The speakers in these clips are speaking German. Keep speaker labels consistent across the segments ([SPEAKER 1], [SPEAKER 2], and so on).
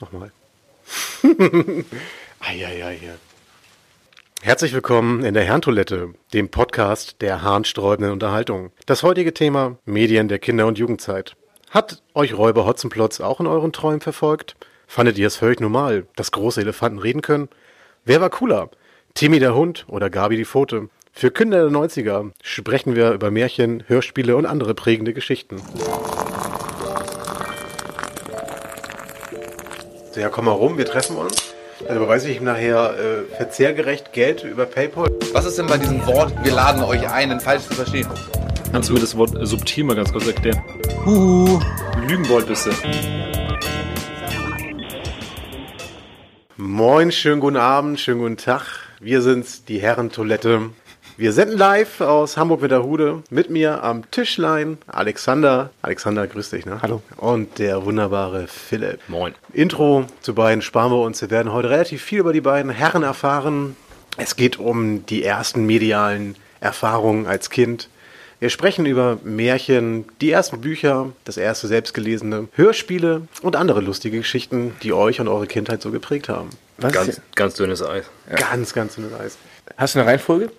[SPEAKER 1] Nochmal. Eieiei. Herzlich willkommen in der Herrentoilette, dem Podcast der harnsträubenden Unterhaltung. Das heutige Thema Medien der Kinder- und Jugendzeit. Hat euch Räuber Hotzenplotz auch in euren Träumen verfolgt? Fandet ihr es völlig normal, dass große Elefanten reden können? Wer war cooler? Timmy der Hund oder Gabi die Pfote? Für Kinder der 90er sprechen wir über Märchen, Hörspiele und andere prägende Geschichten. So, ja, komm mal rum, wir treffen uns. Dann überweise ich ihm nachher äh, verzehrgerecht Geld über PayPal.
[SPEAKER 2] Was ist denn bei diesem Wort, wir laden euch ein, denn falsch zu verstehen?
[SPEAKER 3] Kannst du mir das Wort äh, subtil mal ganz kurz erklären? Huhu, Lügenbold bist du.
[SPEAKER 1] Moin, schönen guten Abend, schönen guten Tag. Wir sind's, die Herrentoilette. Wir senden live aus Hamburg mit der Hude. Mit mir am Tischlein Alexander. Alexander, grüß dich, ne? Hallo. Und der wunderbare Philipp.
[SPEAKER 3] Moin.
[SPEAKER 1] Intro zu beiden sparen wir uns. Wir werden heute relativ viel über die beiden Herren erfahren. Es geht um die ersten medialen Erfahrungen als Kind. Wir sprechen über Märchen, die ersten Bücher, das erste selbstgelesene, Hörspiele und andere lustige Geschichten, die euch und eure Kindheit so geprägt haben.
[SPEAKER 4] Was
[SPEAKER 3] Ganz,
[SPEAKER 4] ist
[SPEAKER 3] ganz dünnes Eis.
[SPEAKER 1] Ganz, ganz dünnes Eis.
[SPEAKER 4] die, hast du eine Reihenfolge?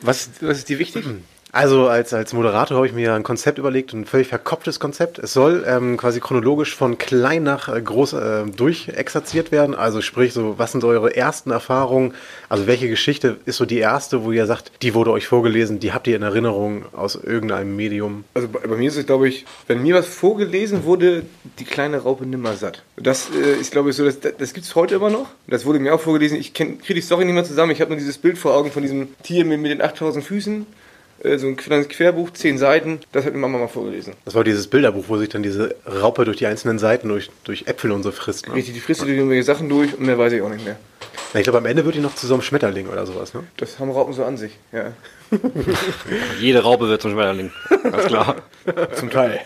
[SPEAKER 4] Was, was ist die wichtig?
[SPEAKER 1] Also als, als Moderator habe ich mir ein Konzept überlegt, ein völlig verkopftes Konzept. Es soll ähm, quasi chronologisch von klein nach äh, groß äh, durchexerziert werden. Also sprich, so was sind eure ersten Erfahrungen? Also welche Geschichte ist so die erste, wo ihr sagt, die wurde euch vorgelesen, die habt ihr in Erinnerung aus irgendeinem Medium?
[SPEAKER 4] Also bei, bei mir ist es, glaube ich, wenn mir was vorgelesen wurde, die kleine Raupe nimmer satt. Das äh, ist, glaube ich, so, das, das, das gibt es heute immer noch. Das wurde mir auch vorgelesen. Ich kenn- kriege die Story nicht mehr zusammen. Ich habe nur dieses Bild vor Augen von diesem Tier mit, mit den 8000 Füßen. Äh, so ein kleines Querbuch, 10 Seiten. Das hat mir Mama mal vorgelesen.
[SPEAKER 1] Das war dieses Bilderbuch, wo sich dann diese Raupe durch die einzelnen Seiten, durch, durch Äpfel und so frisst. Ne?
[SPEAKER 4] Richtig, die frisst die irgendwelche Sachen durch und mehr weiß ich auch nicht mehr.
[SPEAKER 1] Na, Ich glaube, am Ende wird die noch zu so einem Schmetterling oder sowas. Ne?
[SPEAKER 4] Das haben Raupen so an sich, ja.
[SPEAKER 3] Jede Raupe wird zum Schmetterling. Ganz klar.
[SPEAKER 4] Äh, Zum Teil.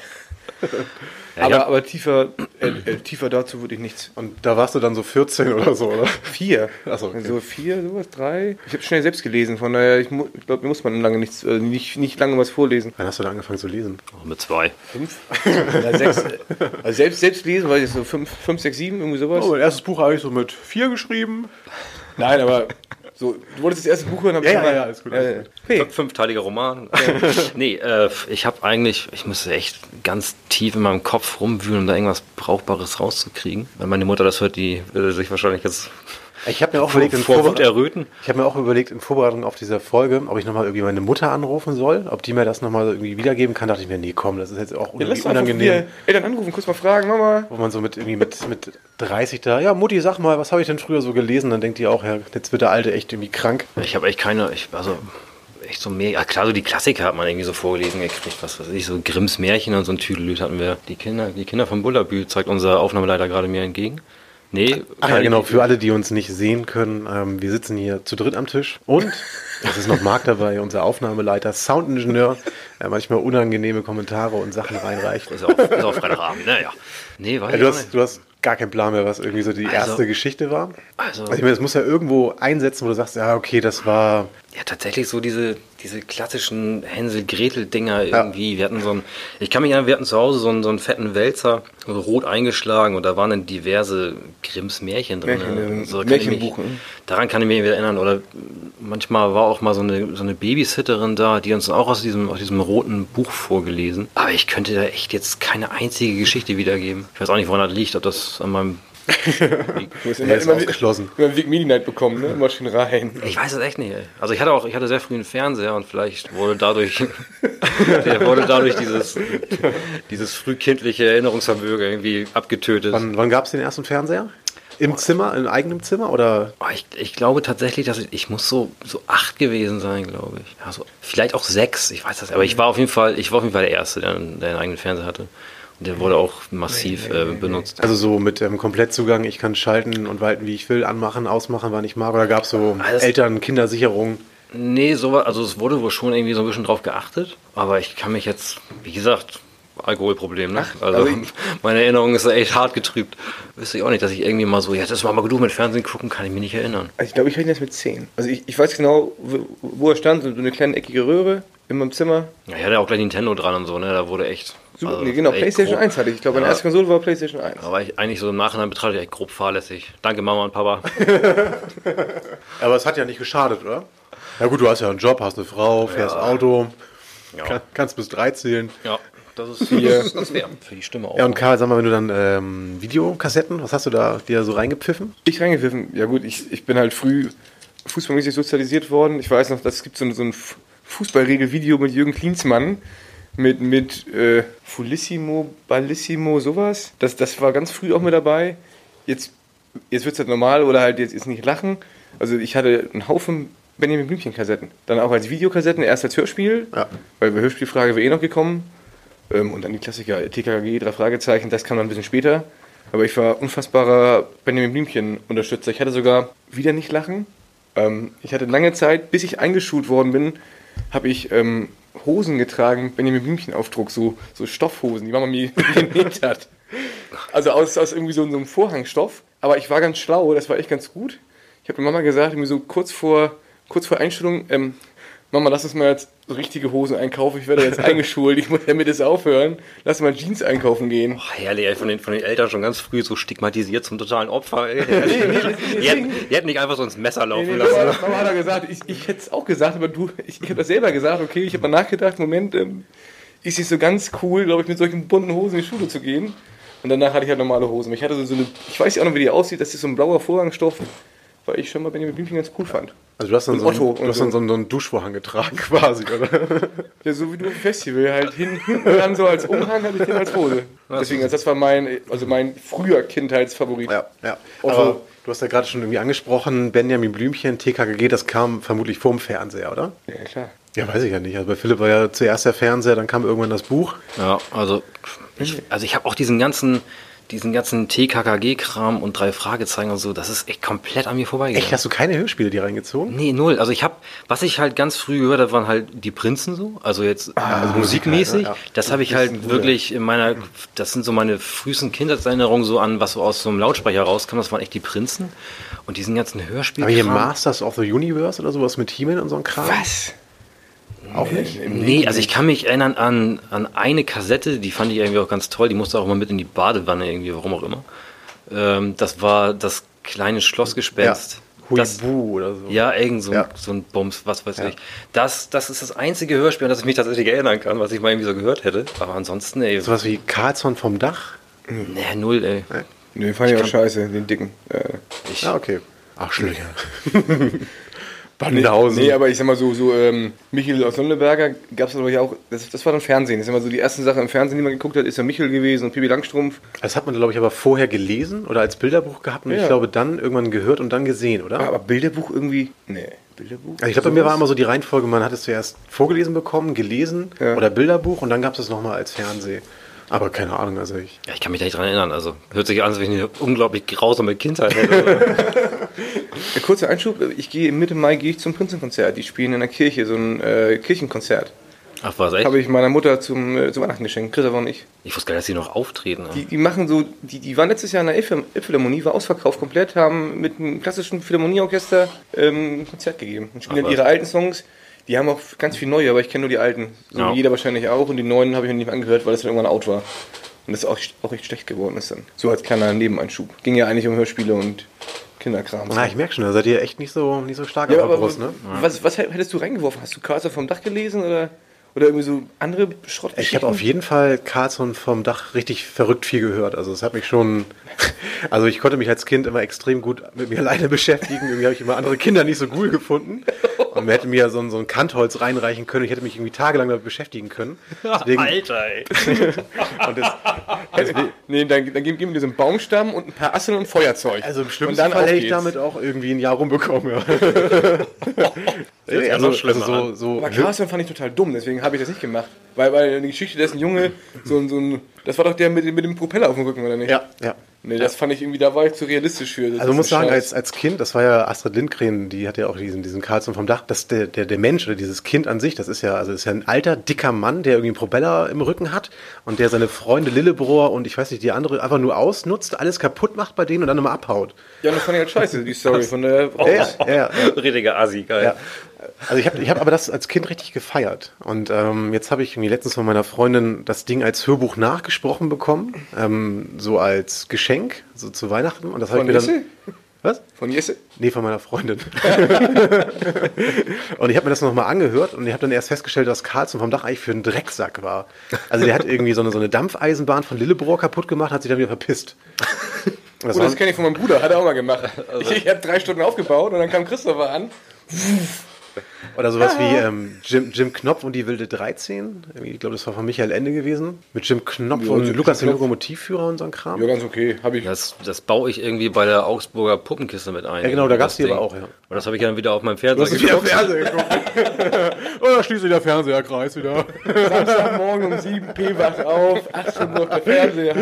[SPEAKER 3] Ja,
[SPEAKER 4] aber,
[SPEAKER 3] ja.
[SPEAKER 4] aber tiefer, äh, äh, tiefer dazu würde ich nichts.
[SPEAKER 1] Und da warst du dann so 14 oder so, oder?
[SPEAKER 4] Vier. Also-
[SPEAKER 1] Ach so, okay.
[SPEAKER 4] So vier, sowas, drei. Ich habe schnell selbst gelesen, von daher, ich, mu- ich glaube, mir muss man lange nichts, äh, nicht, nicht lange was vorlesen.
[SPEAKER 1] Wann hast du da angefangen zu lesen?
[SPEAKER 3] Auch Oh, mit zwei.
[SPEAKER 4] Fünf? Ja, sechs. äh, Also selbst, selbst lesen, weiß ich so fünf, fünf, sechs, sieben, irgendwie sowas.
[SPEAKER 1] Oh, mein erstes Buch habe ich so mit vier geschrieben.
[SPEAKER 4] Nein, aber so, du wolltest das erste Buch hören, hab
[SPEAKER 1] Ja,
[SPEAKER 4] ich
[SPEAKER 1] ja,
[SPEAKER 4] mal-
[SPEAKER 1] ja, alles gut,
[SPEAKER 4] Äh,
[SPEAKER 1] alles
[SPEAKER 4] Hey,
[SPEAKER 3] Fünfteiliger Roman. nee, äh, ich habe eigentlich, ich musste echt ganz tief in meinem Kopf rumwühlen, um da irgendwas Brauchbares rauszukriegen. Wenn meine Mutter das hört, die würde sich wahrscheinlich jetzt
[SPEAKER 1] Ich habe mir auch
[SPEAKER 3] vor,
[SPEAKER 1] überlegt, in
[SPEAKER 3] vor Wut
[SPEAKER 1] Vorbereitung,
[SPEAKER 3] erröten.
[SPEAKER 1] ich habe mir auch überlegt in Vorbereitung auf diese Folge, ob ich nochmal irgendwie meine Mutter anrufen soll, ob die mir das nochmal irgendwie wiedergeben kann. Dachte ich mir, nee, komm, das ist jetzt auch
[SPEAKER 4] ja, lass
[SPEAKER 1] irgendwie
[SPEAKER 4] doch einfach
[SPEAKER 1] unangenehm.
[SPEAKER 4] hier Eltern anrufen, kurz mal fragen, Mama.
[SPEAKER 1] Wo man so mit irgendwie mit, mit 30 da, ja, Mutti, sag mal, was habe ich denn früher so gelesen? Dann denkt die auch, ja, jetzt wird der Alte echt irgendwie krank.
[SPEAKER 3] Ich habe echt keine, ich, also echt so mehr. Ja, klar, so die Klassiker hat man irgendwie so vorgelesen gekriegt, was weiß ich, so Grimms Märchen und so ein Tüdelüt hatten wir. Die Kinder, die Kinder von Bullabü zeigt unser Aufnahmeleiter gerade mir entgegen. Nee,
[SPEAKER 1] Ach ja,
[SPEAKER 3] keine-
[SPEAKER 1] genau, für alle, die uns nicht sehen können, ähm, wir sitzen hier zu dritt am Tisch und es ist noch Marc dabei, unser Aufnahmeleiter, Soundingenieur, der manchmal unangenehme Kommentare und Sachen reinreicht.
[SPEAKER 3] Ist auch, ist auch Freitagabend, naja. Nee, weiß
[SPEAKER 1] Ja,
[SPEAKER 3] ich
[SPEAKER 1] du,
[SPEAKER 3] auch
[SPEAKER 1] hast,
[SPEAKER 3] nicht.
[SPEAKER 1] du hast gar keinen Plan mehr, was irgendwie so die erste Geschichte war. Also,
[SPEAKER 3] also-
[SPEAKER 1] ich meine, das muss ja irgendwo einsetzen, wo du sagst, ja, okay, das war.
[SPEAKER 3] Ja, tatsächlich so diese, diese klassischen Hänsel-Gretel-Dinger irgendwie. Wir hatten so einen, ich kann mich erinnern, wir hatten zu Hause so einen, so einen fetten Wälzer, so rot eingeschlagen und da waren dann diverse Grimms Märchen drin.
[SPEAKER 4] Märchen drin,
[SPEAKER 3] so, kann ich mich,
[SPEAKER 4] Märchenbuch, ne?
[SPEAKER 3] daran kann ich mich wieder erinnern. Oder manchmal war auch mal so eine, so eine Babysitterin da, die uns auch aus diesem, aus diesem roten Buch vorgelesen. Aber ich könnte da echt jetzt keine einzige Geschichte wiedergeben. Ich weiß auch nicht, woran das liegt, ob das an meinem
[SPEAKER 4] Du hast
[SPEAKER 1] Ja, ist ausgeschlossen.
[SPEAKER 4] Immer Big Mini Night bekommen, ne? Immer schön rein.
[SPEAKER 3] Ich weiß es echt nicht. Ey. Also ich hatte auch, ich hatte sehr früh einen Fernseher und vielleicht wurde dadurch, der wurde dadurch dieses, dieses frühkindliche Erinnerungsvermögen irgendwie abgetötet.
[SPEAKER 1] Wann, wann gab es den ersten Fernseher? Im Zimmer, im eigenen Zimmer? Oder
[SPEAKER 3] Oh, Ich, ich glaube tatsächlich, dass ich, ich muss so, so acht gewesen sein, glaube ich. Ja, so, vielleicht auch sechs, ich weiß das nicht. Aber ich war auf jeden Fall, ich war auf jeden Fall der Erste, der, einen- der einen eigenen Fernseher hatte. Und der wurde auch massiv äh, benutzt.
[SPEAKER 1] also so mit ähm, Komplettzugang, ich kann schalten und walten, wie ich will, anmachen, ausmachen, wann ich mag. Oder gab es so
[SPEAKER 3] Alles-
[SPEAKER 1] Eltern-Kindersicherung?
[SPEAKER 3] Nee, sowas, also es wurde wohl schon irgendwie so ein bisschen drauf geachtet, aber ich kann mich jetzt, wie gesagt, Alkoholproblem, ne? also,
[SPEAKER 4] also ich-
[SPEAKER 3] meine Erinnerung ist echt hart getrübt. Wüsste ich auch nicht, dass ich irgendwie mal so, ja, das war mal genug mit Fernsehen gucken, kann ich mich nicht erinnern.
[SPEAKER 4] Also ich glaube, ich rechne jetzt mit 10. Also ich, ich weiß genau, wo, wo er stand, so eine kleine eckige Röhre in meinem Zimmer.
[SPEAKER 3] Ja, ich hatte auch gleich Nintendo dran und so, ne? Da wurde echt
[SPEAKER 4] Super,
[SPEAKER 3] Also,
[SPEAKER 4] nee, genau,
[SPEAKER 3] echt
[SPEAKER 4] PlayStation
[SPEAKER 3] grob.
[SPEAKER 4] 1 hatte ich. Ich glaube, meine
[SPEAKER 3] Ja.
[SPEAKER 4] erste Konsole war PlayStation 1.
[SPEAKER 3] Aber ich, eigentlich so im Nachhinein betrachtet, echt grob fahrlässig. Danke, Mama und Papa.
[SPEAKER 1] Aber es hat ja nicht geschadet, oder? Na gut, du hast ja einen Job, hast eine Frau, fährst Auto,
[SPEAKER 3] Ja,
[SPEAKER 1] kann, kannst bis drei zählen.
[SPEAKER 3] ja das ist hier. Das wäre für die Stimme auch.
[SPEAKER 1] Ja, und Karl, sag mal, wenn du dann ähm, Videokassetten, was hast du da dir so reingepfiffen?
[SPEAKER 4] Ich reingepfiffen. Ja gut, ich, ich bin halt früh fußballmäßig sozialisiert worden. Ich weiß noch, das gibt so, ein- so ein F- Fußballregelvideo mit Jürgen Klinsmann. Mit, mit äh, Fulissimo, Ballissimo, sowas. Das, das war ganz früh auch mit dabei. Jetzt, jetzt wird es halt normal oder halt jetzt, jetzt nicht lachen. Also ich hatte einen Haufen Benjamin Blümchen-Kassetten. Dann auch als Videokassetten, erst als Hörspiel.
[SPEAKER 1] Ja.
[SPEAKER 4] Weil bei Hörspielfrage wäre eh noch gekommen. Ähm, und dann die Klassiker TKKG, drei Fragezeichen, das kam dann ein bisschen später. Aber ich war unfassbarer Benjamin Blümchen-Unterstützer. Ich hatte sogar wieder nicht lachen. Ähm, ich hatte lange Zeit, bis ich eingeschult worden bin, habe ich ähm, Hosen getragen, Benjamin Blümchen-Aufdruck, so, so Stoffhosen, die Mama mir genäht hat. Also aus, aus irgendwie so, so einem Vorhangstoff. Aber ich war ganz schlau, das war echt ganz gut. Ich habe Mama gesagt, irgendwie so kurz vor, kurz vor Einschulung, ähm, Mama, lass uns mal jetzt so richtige Hosen einkaufen. Ich werde jetzt eingeschult, ich muss damit jetzt aufhören. Lass mal Jeans einkaufen gehen.
[SPEAKER 3] Boah, herrlich, ey, von den, von den Eltern schon ganz früh so stigmatisiert zum totalen Opfer. Ey. die, hätten, die hätten nicht einfach so ins Messer laufen
[SPEAKER 4] Nee, nee,
[SPEAKER 3] lassen. ne?
[SPEAKER 4] Mama, Mama hat da gesagt, ich, ich hätte es auch gesagt, aber du, ich, ich habe das selber gesagt, okay, ich habe mal nachgedacht, Moment, ähm, ist nicht so ganz cool, glaube ich, mit solchen bunten Hosen in die Schule zu gehen. Und danach hatte ich halt normale Hosen. Ich hatte so, so eine, ich weiß ja auch noch, wie die aussieht, das ist so ein blauer Vorhangstoff, weil ich schon mal Benjamin Blümchen ganz cool fand.
[SPEAKER 1] Also du hast dann,
[SPEAKER 4] Und
[SPEAKER 1] so, einen-
[SPEAKER 4] Otto
[SPEAKER 1] du
[SPEAKER 4] und
[SPEAKER 1] hast dann so
[SPEAKER 4] so.
[SPEAKER 1] einen, so einen Duschvorhang getragen quasi, oder?
[SPEAKER 4] Ja, so wie du auf dem Festival, halt hin, hinten dann so als Umhang hatte ich den als Hose. Deswegen, also das war mein, also mein früher Kindheitsfavorit. Also,
[SPEAKER 1] ja.
[SPEAKER 4] Otto.
[SPEAKER 1] Aber du hast ja gerade schon irgendwie angesprochen, Benjamin Blümchen, TKKG, das kam vermutlich vorm Fernseher, oder?
[SPEAKER 4] ja klar.
[SPEAKER 1] Ja, weiß ich ja nicht. Also bei Philipp war ja zuerst der Fernseher, dann kam irgendwann das Buch.
[SPEAKER 3] Ja, also ich, also ich habe auch diesen ganzen, diesen ganzen TKKG-Kram und drei Fragezeichen und so, das ist echt komplett an mir
[SPEAKER 1] Echt,
[SPEAKER 3] vorbeigegangen.
[SPEAKER 1] hast du keine Hörspiele die reingezogen?
[SPEAKER 3] Nee, null. Also ich habe, was ich halt ganz früh gehört habe, waren halt die Prinzen so. Also jetzt
[SPEAKER 1] Ah,
[SPEAKER 3] also musikmäßig.
[SPEAKER 1] ja, ja.
[SPEAKER 3] Das habe ich halt wirklich in meiner, das sind so meine frühesten Kindheitserinnerungen so an, was so aus so einem Lautsprecher rauskam. Das waren echt die Prinzen und diesen ganzen Hörspiel.
[SPEAKER 1] Aber hier Masters of the Universe oder sowas mit He-Man und so ein Kram?
[SPEAKER 4] Was?
[SPEAKER 1] Auch nicht?
[SPEAKER 3] Nee, also ich kann mich erinnern an, an eine Kassette, die fand ich irgendwie auch ganz toll, die musste auch mal mit in die Badewanne irgendwie, warum auch immer. Ähm, das war das kleine
[SPEAKER 1] Ja.
[SPEAKER 3] Schlossgespenst. Das,
[SPEAKER 1] Huibu oder so.
[SPEAKER 3] ja, irgend so, ein-
[SPEAKER 1] Ja.
[SPEAKER 3] so ein Bums, was weiß ich. Das, das ist das einzige Hörspiel, an das ich mich tatsächlich erinnern kann, was ich mal irgendwie so gehört hätte. Aber ansonsten, ey,
[SPEAKER 1] Sowas wie Carlson vom Dach?
[SPEAKER 3] nee, null, ey.
[SPEAKER 4] Nee, den fand ich, auch scheiße, den dicken. Äh,
[SPEAKER 3] Ich,
[SPEAKER 1] Ja, okay. Arschlöcher. Bandenhausen.
[SPEAKER 4] Nee, aber ich sag mal so, so ähm, Michael aus Sonneberger gab es natürlich auch, das, das war dann Fernsehen. Das ist immer so die ersten Sachen im Fernsehen, die man geguckt hat, ist ja Michael gewesen und Pibi Langstrumpf.
[SPEAKER 1] das hat man, glaube ich, aber vorher gelesen oder als Bilderbuch gehabt und ich
[SPEAKER 4] Ja.
[SPEAKER 1] glaube dann irgendwann gehört und dann gesehen, oder?
[SPEAKER 4] Aber Bilderbuch irgendwie. Nee, Bilderbuch?
[SPEAKER 1] Also ich glaube, bei mir war immer so die Reihenfolge, man hat es zuerst vorgelesen bekommen, gelesen
[SPEAKER 4] Ja.
[SPEAKER 1] oder Bilderbuch und dann gab es das nochmal als Fernseh. Aber keine Ahnung, also ich.
[SPEAKER 3] ja, ich kann mich da nicht dran erinnern. Also hört sich an, als wenn ich eine unglaublich grausame Kindheit hätte.
[SPEAKER 4] Äh, Kurzer Einschub, ich gehe Mitte Mai gehe ich zum Prinzenkonzert. Die spielen in der Kirche, so ein äh, Kirchenkonzert.
[SPEAKER 3] Ach, was, echt?
[SPEAKER 4] Habe ich meiner Mutter zum, äh, zum Weihnachten geschenkt, Christopher und ich.
[SPEAKER 3] Ich wusste gar nicht, dass die noch auftreten. ey.
[SPEAKER 4] Die, die machen so, die, die waren letztes Jahr in der Iph- Philharmonie, war ausverkauft komplett, haben mit einem klassischen Philharmonieorchester ähm, ein Konzert gegeben und spielen
[SPEAKER 3] Ach
[SPEAKER 4] dann ihre alten Songs. Die haben auch ganz viel neue, aber ich kenne nur die alten. So
[SPEAKER 3] Ja.
[SPEAKER 4] wie jeder wahrscheinlich auch und die neuen habe ich noch nicht mehr angehört, weil das dann irgendwann out war. Und das auch, auch echt schlecht geworden ist dann. So als kleiner Nebeneinschub. Ging ja eigentlich um Hörspiele und Kinderkram.
[SPEAKER 1] Na, ich merke schon, da seid ihr echt nicht so, nicht so stark
[SPEAKER 4] ja,
[SPEAKER 1] auf der
[SPEAKER 4] aber
[SPEAKER 1] Brust, ne?
[SPEAKER 4] was, was hättest du reingeworfen? Hast du Cursor vom Dach gelesen oder, oder irgendwie so andere Schrott?
[SPEAKER 1] Ich habe auf jeden Fall Carlson vom Dach richtig verrückt viel gehört. Also es hat mich schon, also ich konnte mich als Kind immer extrem gut mit mir alleine beschäftigen. Irgendwie habe ich immer andere Kinder nicht so cool gefunden. Und man hätte mir so ein, so ein Kantholz reinreichen können. Ich hätte mich irgendwie tagelang damit beschäftigen können. Deswegen,
[SPEAKER 3] Alter, ey.
[SPEAKER 1] und das,
[SPEAKER 4] Also,
[SPEAKER 1] deswegen,
[SPEAKER 4] Nee, dann, dann geben geben wir dir so einen Baumstamm und ein paar Asseln und Feuerzeug.
[SPEAKER 1] also im
[SPEAKER 4] Und
[SPEAKER 1] schlimmsten
[SPEAKER 4] dann
[SPEAKER 1] Fall
[SPEAKER 4] auf
[SPEAKER 1] hätte ich
[SPEAKER 4] geht's.
[SPEAKER 1] damit auch irgendwie ein Jahr rumbekommen. Ja.
[SPEAKER 3] ja noch schlimmer
[SPEAKER 1] also
[SPEAKER 3] an.
[SPEAKER 1] so, so
[SPEAKER 4] Aber Carson fand ich total dumm, deswegen habe ich das nicht gemacht. Weil, weil die Geschichte, dessen Junge, so ein, so ein, das war doch der mit, dem- mit dem Propeller auf dem Rücken, oder nicht?
[SPEAKER 1] ja, ja.
[SPEAKER 4] Nee, das fand ich irgendwie, da war ich zu realistisch für. Das
[SPEAKER 1] Also
[SPEAKER 4] ist
[SPEAKER 1] muss
[SPEAKER 4] ein
[SPEAKER 1] sagen, als,
[SPEAKER 4] Scheiß.
[SPEAKER 1] als Kind, das war ja Astrid Lindgren, die hat ja auch diesen, diesen Karlsson vom Dach, dass der, der, der Mensch oder dieses Kind an sich, das ist ja, also ist ja ein alter, dicker Mann, der irgendwie einen Propeller im Rücken hat und der seine Freunde Lillebrohr und ich weiß nicht, die andere einfach nur ausnutzt, alles kaputt macht bei denen und dann immer abhaut. Oh.
[SPEAKER 4] Ja, und das fand ich halt scheiße, die Story von der
[SPEAKER 1] Ja, ja, ja.
[SPEAKER 3] Richtiger Assi, geil.
[SPEAKER 1] ja. Also ich habe ich hab aber das als Kind richtig gefeiert. Und ähm, jetzt habe ich irgendwie letztens von meiner Freundin das Ding als Hörbuch nachgesprochen bekommen, ähm, so als Geschenk, so zu Weihnachten. Und das habe ich
[SPEAKER 4] Von
[SPEAKER 1] mir dann.
[SPEAKER 4] Jesse?
[SPEAKER 1] Was?
[SPEAKER 4] Von Jesse?
[SPEAKER 1] Nee, von meiner Freundin. und ich habe mir das nochmal angehört und ich habe dann erst festgestellt, dass Carlson vom Dach eigentlich für einen Drecksack war. Also der hat irgendwie so eine, so eine Dampfeisenbahn von Lillebrohr kaputt gemacht, hat sich dann wieder verpisst. Und Das Also-
[SPEAKER 4] Oh,
[SPEAKER 1] war,
[SPEAKER 4] das kenne ich von meinem Bruder, hat er auch mal gemacht. Ich, ich habe drei Stunden aufgebaut und dann kam Christopher an.
[SPEAKER 1] oder sowas wie ähm, Jim, Jim Knopf und die wilde 13. Irgendwie, Ich glaube, das war von Michael Ende gewesen. Mit Jim Knopf
[SPEAKER 4] Ja,
[SPEAKER 1] und
[SPEAKER 4] Jim
[SPEAKER 1] Lukas den
[SPEAKER 4] Knopf.
[SPEAKER 1] Lokomotivführer und so ein Kram.
[SPEAKER 4] Ja, ganz okay. Habe ich.
[SPEAKER 3] Das, das baue ich irgendwie bei der Augsburger Puppenkiste mit ein.
[SPEAKER 1] Ja, genau, da gab's
[SPEAKER 3] Das
[SPEAKER 1] die aber
[SPEAKER 3] Ding.
[SPEAKER 1] auch, ja.
[SPEAKER 3] Und das habe ich dann wieder auf meinem Fernseher
[SPEAKER 1] Das ist
[SPEAKER 3] geguckt.
[SPEAKER 1] wieder Fernseher geguckt. Oder schließlich der Fernseherkreis wieder.
[SPEAKER 4] Samstagmorgen um 7 P wacht auf, 18 Uhr auf der Fernseher.